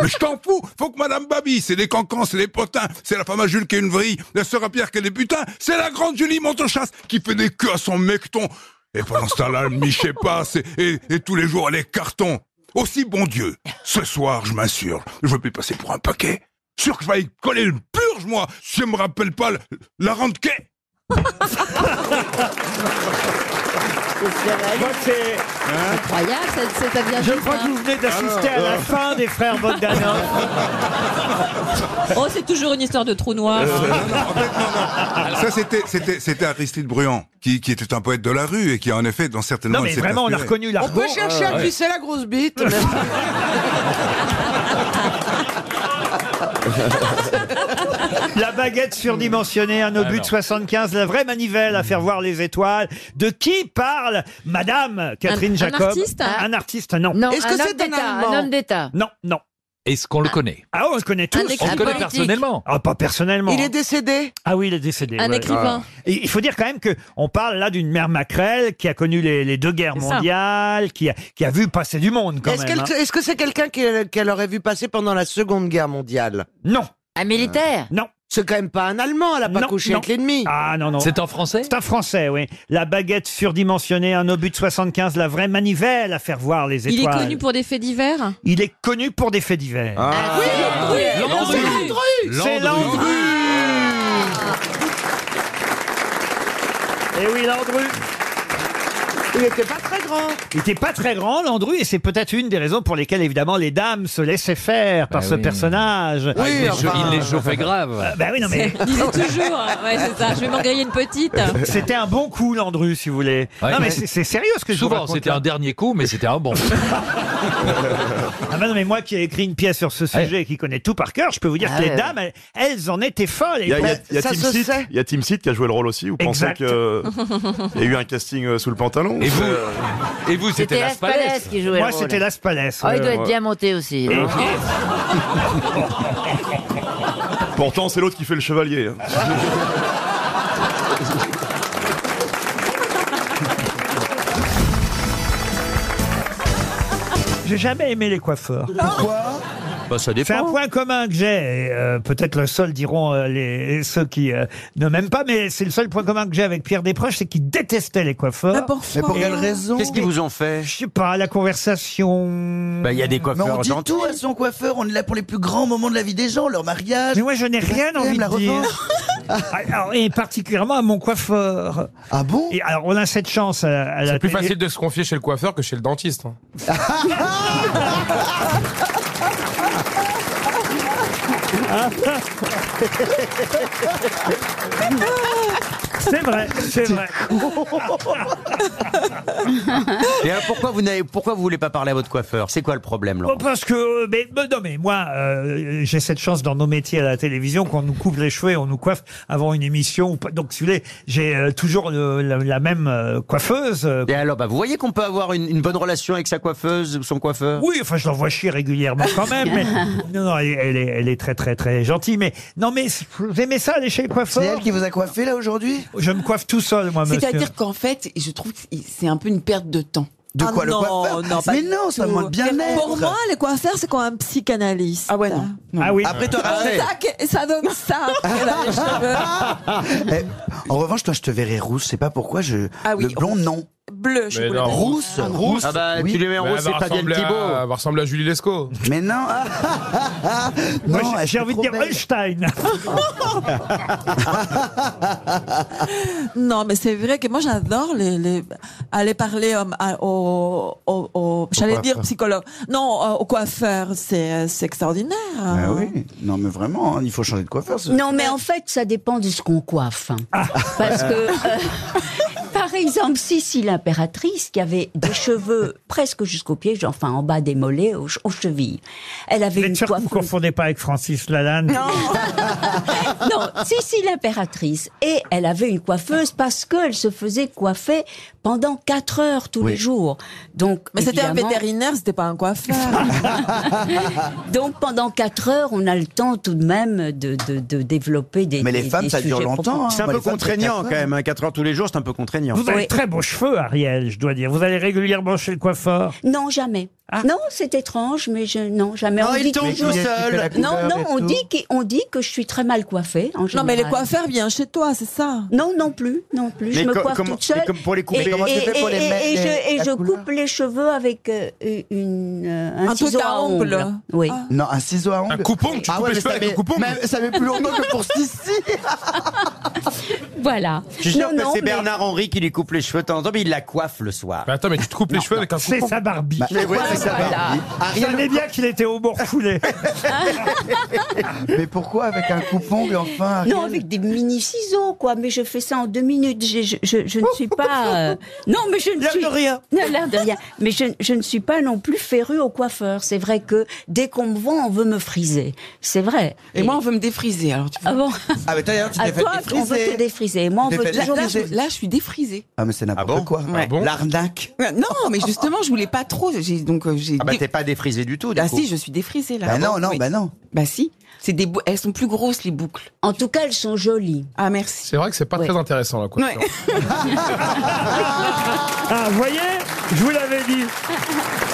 Speaker 16: Mais je t'en fous. Faut que Madame Babi, c'est des cancans, c'est des potins. C'est la femme à Jules qui est une vrille. La sœur à Pierre qui est des putains. C'est la grande Julie Montechasse qui fait des queues à son mecton. Et pendant ce temps-là, elle michait pas, c'est- et, et tous les jours, elle est carton. Aussi bon Dieu, ce soir, je m'assure, je vais passer pour un paquet. Sûr que je vais y coller une purge, moi, si je me rappelle pas le- la rente quai. hein,
Speaker 26: Incroyable, c'est- c'est à bien
Speaker 1: Je
Speaker 26: joué,
Speaker 1: crois
Speaker 26: hein.
Speaker 1: que vous venez d'assister à la fin
Speaker 38: [laughs]
Speaker 1: des frères Bogdanov.
Speaker 9: [laughs]
Speaker 26: Oh, c'est toujours une histoire de trou noir.
Speaker 1: Euh,
Speaker 38: Ah.
Speaker 16: Ça, c'était, c'était, c'était Aristide Bruand, qui, qui était un poète de la rue et qui, en effet, dans certainement.
Speaker 1: Non, mais
Speaker 16: il s'est
Speaker 1: vraiment, on a
Speaker 16: inspiré.
Speaker 1: reconnu l'argot. Euh,
Speaker 9: On peut chercher à
Speaker 16: euh, Ouais.
Speaker 9: glisser la grosse bite.
Speaker 1: La baguette surdimensionnée, un obus de 75, la vraie manivelle à faire voir les étoiles. De qui parle Madame Catherine
Speaker 26: un
Speaker 1: Jacob
Speaker 26: artiste
Speaker 1: Un artiste, non.
Speaker 26: Non, un homme d'État, un homme d'État.
Speaker 1: Non, non.
Speaker 11: Est-ce qu'on le connaît
Speaker 1: Ah, on le connaît tous.
Speaker 26: Un écrivain. On le connaît personnellement.
Speaker 1: Ah, pas personnellement.
Speaker 26: Il est
Speaker 1: décédé Ah oui, il est décédé.
Speaker 26: Un
Speaker 1: ouais. Ah.
Speaker 26: écrivain.
Speaker 1: Et Il faut dire quand même que on parle là d'une mère Macrel qui a connu les, les deux guerres mondiales, qui a, qui a vu passer du monde quand
Speaker 9: Est-ce
Speaker 1: même.
Speaker 9: qu'elle-
Speaker 1: hein.
Speaker 9: est-ce que c'est quelqu'un qu'elle qu'elle aurait vu passer pendant la Seconde Guerre mondiale
Speaker 1: Non.
Speaker 26: Un militaire
Speaker 1: Non. C'est quand même pas un Allemand, elle a pas couché avec l'ennemi. Ah non, non.
Speaker 7: C'est
Speaker 1: en français C'est en français, oui. La baguette surdimensionnée, un obus de 75, la vraie manivelle à faire voir les
Speaker 38: Il
Speaker 1: étoiles.
Speaker 38: est connu pour des faits divers
Speaker 1: Il est connu pour des faits divers.
Speaker 38: oui,
Speaker 1: Landru. C'est Landru. Et Eh oui, Landru.
Speaker 39: Il n'était pas très grand.
Speaker 1: Il n'était pas très grand, Landru, et c'est peut-être une des raisons pour lesquelles, évidemment, les dames se laissaient faire par
Speaker 7: Bah
Speaker 1: ce
Speaker 7: oui.
Speaker 1: personnage.
Speaker 7: Ah, il les jo- il les chauffait grave.
Speaker 1: Euh, bah oui, non, mais...
Speaker 38: Il disait toujours, hein, ouais, c'est ça, je vais m'en griller une petite.
Speaker 1: [laughs] C'était un bon coup, Landru, si vous voulez.
Speaker 7: Ouais.
Speaker 1: Non, mais c'est c'est sérieux ce que je vous
Speaker 7: Souvent,
Speaker 1: raconte,
Speaker 7: c'était
Speaker 1: là.
Speaker 7: un dernier coup, mais c'était un bon.
Speaker 1: Ah bah non, mais moi qui ai écrit une pièce sur ce sujet et qui connais tout par cœur, je peux vous dire
Speaker 7: Ah
Speaker 1: que les
Speaker 7: ouais.
Speaker 1: dames, elles, elles en étaient folles.
Speaker 18: Il y a, il y a- il y a
Speaker 1: Ça
Speaker 18: Team
Speaker 1: se
Speaker 18: Seat-
Speaker 1: sait.
Speaker 18: il y a Team Seat qui a joué le rôle aussi. Vous pensez
Speaker 1: Exact.
Speaker 18: qu'il y a eu un casting euh, sous le pantalon Et vous,
Speaker 7: et vous
Speaker 6: c'était C'était Las Las Palais Palais qui jouait
Speaker 1: Moi,
Speaker 6: le rôle.
Speaker 1: c'était Las Palais. euh,
Speaker 6: Ah, il
Speaker 1: ouais.
Speaker 6: doit être
Speaker 18: ouais.
Speaker 6: diamanté aussi. non
Speaker 23: [laughs]
Speaker 3: Ah,
Speaker 18: Pourtant, c'est l'autre qui fait le chevalier. hein.
Speaker 1: J'ai jamais aimé les coiffeurs.
Speaker 38: Oh,
Speaker 7: Pourquoi Bah, ça
Speaker 1: C'est un
Speaker 7: dépend.
Speaker 1: point commun que j'ai. et, euh, Peut-être le seul diront euh, les ceux qui euh, ne m'aiment pas, mais c'est le seul point commun que j'ai avec Pierre Desproges, c'est qu'il détestait les coiffeurs.
Speaker 3: Mais pour quelle raison Qu'est-ce qu'ils vous ont fait
Speaker 1: Je sais pas, la conversation.
Speaker 3: Bah, il y a des Mais on coiffeurs dit gentils. tout à son coiffeur, on est là pour les plus grands moments de la vie des gens, leur mariage.
Speaker 1: Mais moi, je n'ai rien
Speaker 3: baptême,
Speaker 1: envie
Speaker 3: la
Speaker 1: de dire.
Speaker 3: revanche.
Speaker 1: [laughs] Alors, et particulièrement à mon coiffeur. Ah bon et Alors, on a cette chance à, à la
Speaker 19: C'est plus
Speaker 1: télé.
Speaker 19: facile de se confier chez le coiffeur que chez le dentiste. hein.
Speaker 1: C'est vrai, c'est vrai.
Speaker 3: Et alors euh, pourquoi vous n'avez pourquoi vous voulez pas parler à votre coiffeur C'est quoi le problème
Speaker 1: Bon,
Speaker 3: Laurent
Speaker 1: parce que, euh, mais, mais non, mais moi, euh, j'ai cette chance dans nos métiers à la télévision qu'on nous coupe les cheveux et on nous coiffe avant une émission. ou pas. Donc, si vous voulez, j'ai euh, toujours le- la, la même euh, coiffeuse. euh,
Speaker 3: Et alors bah vous voyez qu'on peut avoir une, une bonne relation avec sa coiffeuse ou son coiffeur
Speaker 1: Oui, enfin, je l'envoie chier régulièrement quand même.
Speaker 3: [laughs]
Speaker 1: mais- non, non, elle, elle est, elle est très, très, très gentille. Mais non, mais vous aimez ça, aller chez le coiffeur C'est elle qui vous a coiffé là aujourd'hui Je me coiffe tout seul, moi, monsieur.
Speaker 23: C'est-à-dire qu'en fait, je trouve que c'est un peu une perte de temps.
Speaker 3: De
Speaker 6: Ah
Speaker 3: quoi, le
Speaker 23: non,
Speaker 3: coiffeur
Speaker 23: non, pas
Speaker 3: Mais
Speaker 23: du
Speaker 3: non, ça
Speaker 23: tout.
Speaker 3: manque bien-être.
Speaker 23: Pour moi, le coiffeur, c'est quand un psychanalyste. Ah ouais, non.
Speaker 1: Ah oui.
Speaker 3: Après, t'auras fait.
Speaker 23: ça, que- ça donne ça. après, là, les
Speaker 1: [laughs]
Speaker 9: [laughs]
Speaker 3: Eh,
Speaker 23: cheveux.
Speaker 3: en revanche, toi, je te verrai rousse. C'est pas pourquoi je.
Speaker 23: Ah oui,
Speaker 3: le blond, non.
Speaker 23: Bleu, je
Speaker 3: non. Rousse, rousse. Ah bah, tu les mets en
Speaker 19: Mais
Speaker 3: rousse,
Speaker 19: elle
Speaker 3: c'est
Speaker 19: va
Speaker 3: pas Del
Speaker 19: ressembler à-
Speaker 3: Thibault.
Speaker 19: Elle va ressembler à Julie Lescaut.
Speaker 3: Mais non.
Speaker 1: Ah, Moi, j'ai- j'ai envie de dire Einstein.
Speaker 23: Non, mais c'est vrai que moi, j'adore les, les- aller parler euh, à- au, au- au- j'allais dire
Speaker 3: coiffeur.
Speaker 23: psychologue. Non, euh, au coiffeur, c'est c'est extraordinaire.
Speaker 3: Ah oui. Non, mais vraiment, hein, il faut changer de coiffeur. ce-
Speaker 17: Non, mais en fait, ça dépend de ce qu'on coiffe.
Speaker 1: Ah.
Speaker 17: Parce que, euh, par exemple, Sissi l'impératrice, qui avait
Speaker 3: [laughs]
Speaker 17: des cheveux presque jusqu'aux pieds, enfin en bas des mollets, aux, che- aux chevilles, elle avait une
Speaker 1: Vous ne
Speaker 17: coiffure.
Speaker 1: confondez pas avec Francis Lalanne. [laughs]
Speaker 17: non, Sissi l'impératrice. Et elle avait une coiffeuse parce qu'elle se faisait coiffer pendant 4 heures tous les jours. Donc,
Speaker 23: Mais c'était un
Speaker 17: évidemment-
Speaker 23: vétérinaire, c'était pas un coiffeur.
Speaker 17: [laughs] Donc pendant 4 heures, on a le temps tout de même de, de- de développer des.
Speaker 3: Mais les
Speaker 17: des-
Speaker 3: femmes,
Speaker 17: des
Speaker 3: ça dure
Speaker 17: sujets
Speaker 3: longtemps, hein.
Speaker 17: propres.
Speaker 3: C'est un peu
Speaker 17: quatre
Speaker 3: contraignant,
Speaker 17: heures.
Speaker 3: quand même.
Speaker 40: 4 heures tous les jours, c'est un peu contraignant.
Speaker 1: Vous avez
Speaker 17: Oui.
Speaker 1: très beaux cheveux, Ariel, je dois dire. Vous allez régulièrement chez le coiffeur.
Speaker 17: Non, jamais. Non, c'est étrange, mais je non jamais.
Speaker 23: Non,
Speaker 17: on
Speaker 23: Ah, il
Speaker 17: dit
Speaker 23: tombe
Speaker 17: que-
Speaker 23: tout Mais il est- il fait la
Speaker 17: Non,
Speaker 23: couleur
Speaker 17: non,
Speaker 23: et
Speaker 17: on
Speaker 23: tout.
Speaker 17: dit qu'on dit que je suis très mal coiffée en
Speaker 23: non,
Speaker 17: général.
Speaker 23: mais les coiffeurs viennent chez toi, c'est ça
Speaker 17: Non, non plus, non plus. je
Speaker 23: Mais
Speaker 17: me
Speaker 23: co-
Speaker 17: coiffe
Speaker 23: comment-
Speaker 17: toute seule.
Speaker 23: mais comme pour les couper,
Speaker 17: et,
Speaker 23: comment tu
Speaker 17: et-
Speaker 23: fais pour
Speaker 17: et-
Speaker 23: les mettre,
Speaker 17: et- et je,
Speaker 23: les-
Speaker 17: et
Speaker 23: la
Speaker 17: je
Speaker 23: couleur
Speaker 17: coupe les cheveux avec euh, une euh, un,
Speaker 23: Un truc
Speaker 17: ciseau
Speaker 23: à
Speaker 17: à ongles.
Speaker 23: ongles.
Speaker 17: Oui.
Speaker 3: Non, un ciseau à ongles. Un coupon,
Speaker 9: Ah
Speaker 3: tu
Speaker 17: coupes les cheveux avec un coupon.
Speaker 3: Ça met plus longtemps que
Speaker 23: [laughs]
Speaker 3: pour Sissi.
Speaker 17: Voilà.
Speaker 3: Je suis sûr
Speaker 17: Non,
Speaker 3: que
Speaker 17: non,
Speaker 3: c'est
Speaker 17: mais-
Speaker 3: Bernard Henry qui lui coupe les cheveux de temps en temps, mais il la coiffe le soir.
Speaker 19: attends, mais tu te coupes les cheveux avec un
Speaker 1: C'est sa Barbie.
Speaker 3: Mais ouais, c'est sa
Speaker 17: Voilà.
Speaker 3: Barbie.
Speaker 1: Je savais bien qu'il était au bord
Speaker 17: [laughs]
Speaker 1: foulé.
Speaker 3: Mais pourquoi avec un coupon, mais enfin
Speaker 17: Non, avec des mini ciseaux, quoi. Mais je fais ça en deux minutes. Je, je, je, je ne suis
Speaker 3: [laughs]
Speaker 17: pas. euh, Non, mais je ne
Speaker 3: L'air
Speaker 17: suis.
Speaker 3: de rien.
Speaker 17: [laughs] Non, l'air de rien. Mais je, je ne suis pas non plus férue au coiffeur. C'est vrai que dès qu'on me voit, on veut me friser. C'est vrai.
Speaker 23: Et, moi, on veut me défriser, alors tu vois.
Speaker 17: Ah bon
Speaker 3: Ah, mais d'ailleurs, tu
Speaker 17: Ah,
Speaker 3: t'es fait
Speaker 17: toi, on veut
Speaker 3: défriser.
Speaker 17: te défriser. Et Moi, on
Speaker 3: T'es
Speaker 17: veut
Speaker 3: fait
Speaker 23: Là,
Speaker 17: toujours.
Speaker 23: là, je,
Speaker 17: me-
Speaker 23: là, je suis défrisée.
Speaker 3: Ah, mais c'est n'importe quoi. L'arnaque.
Speaker 23: Euh, Non, mais justement, je voulais pas trop. J'ai donc euh, j'ai.
Speaker 3: Ah, bah,
Speaker 23: dé-
Speaker 3: t'es pas défrisé du tout. du
Speaker 23: Ah
Speaker 3: coup.
Speaker 23: si, je suis défrisée là.
Speaker 3: Bah, non,
Speaker 23: Bon,
Speaker 3: non,
Speaker 23: oui.
Speaker 3: bah, non.
Speaker 23: Bah si, c'est des bou- elles sont plus grosses les boucles.
Speaker 17: En tout cas, elles sont jolies.
Speaker 23: Ah merci.
Speaker 19: C'est vrai que c'est pas très intéressant
Speaker 23: [laughs]
Speaker 19: la coiffure.
Speaker 23: Ouais.
Speaker 1: Ah, vous voyez Je vous l'avais dit.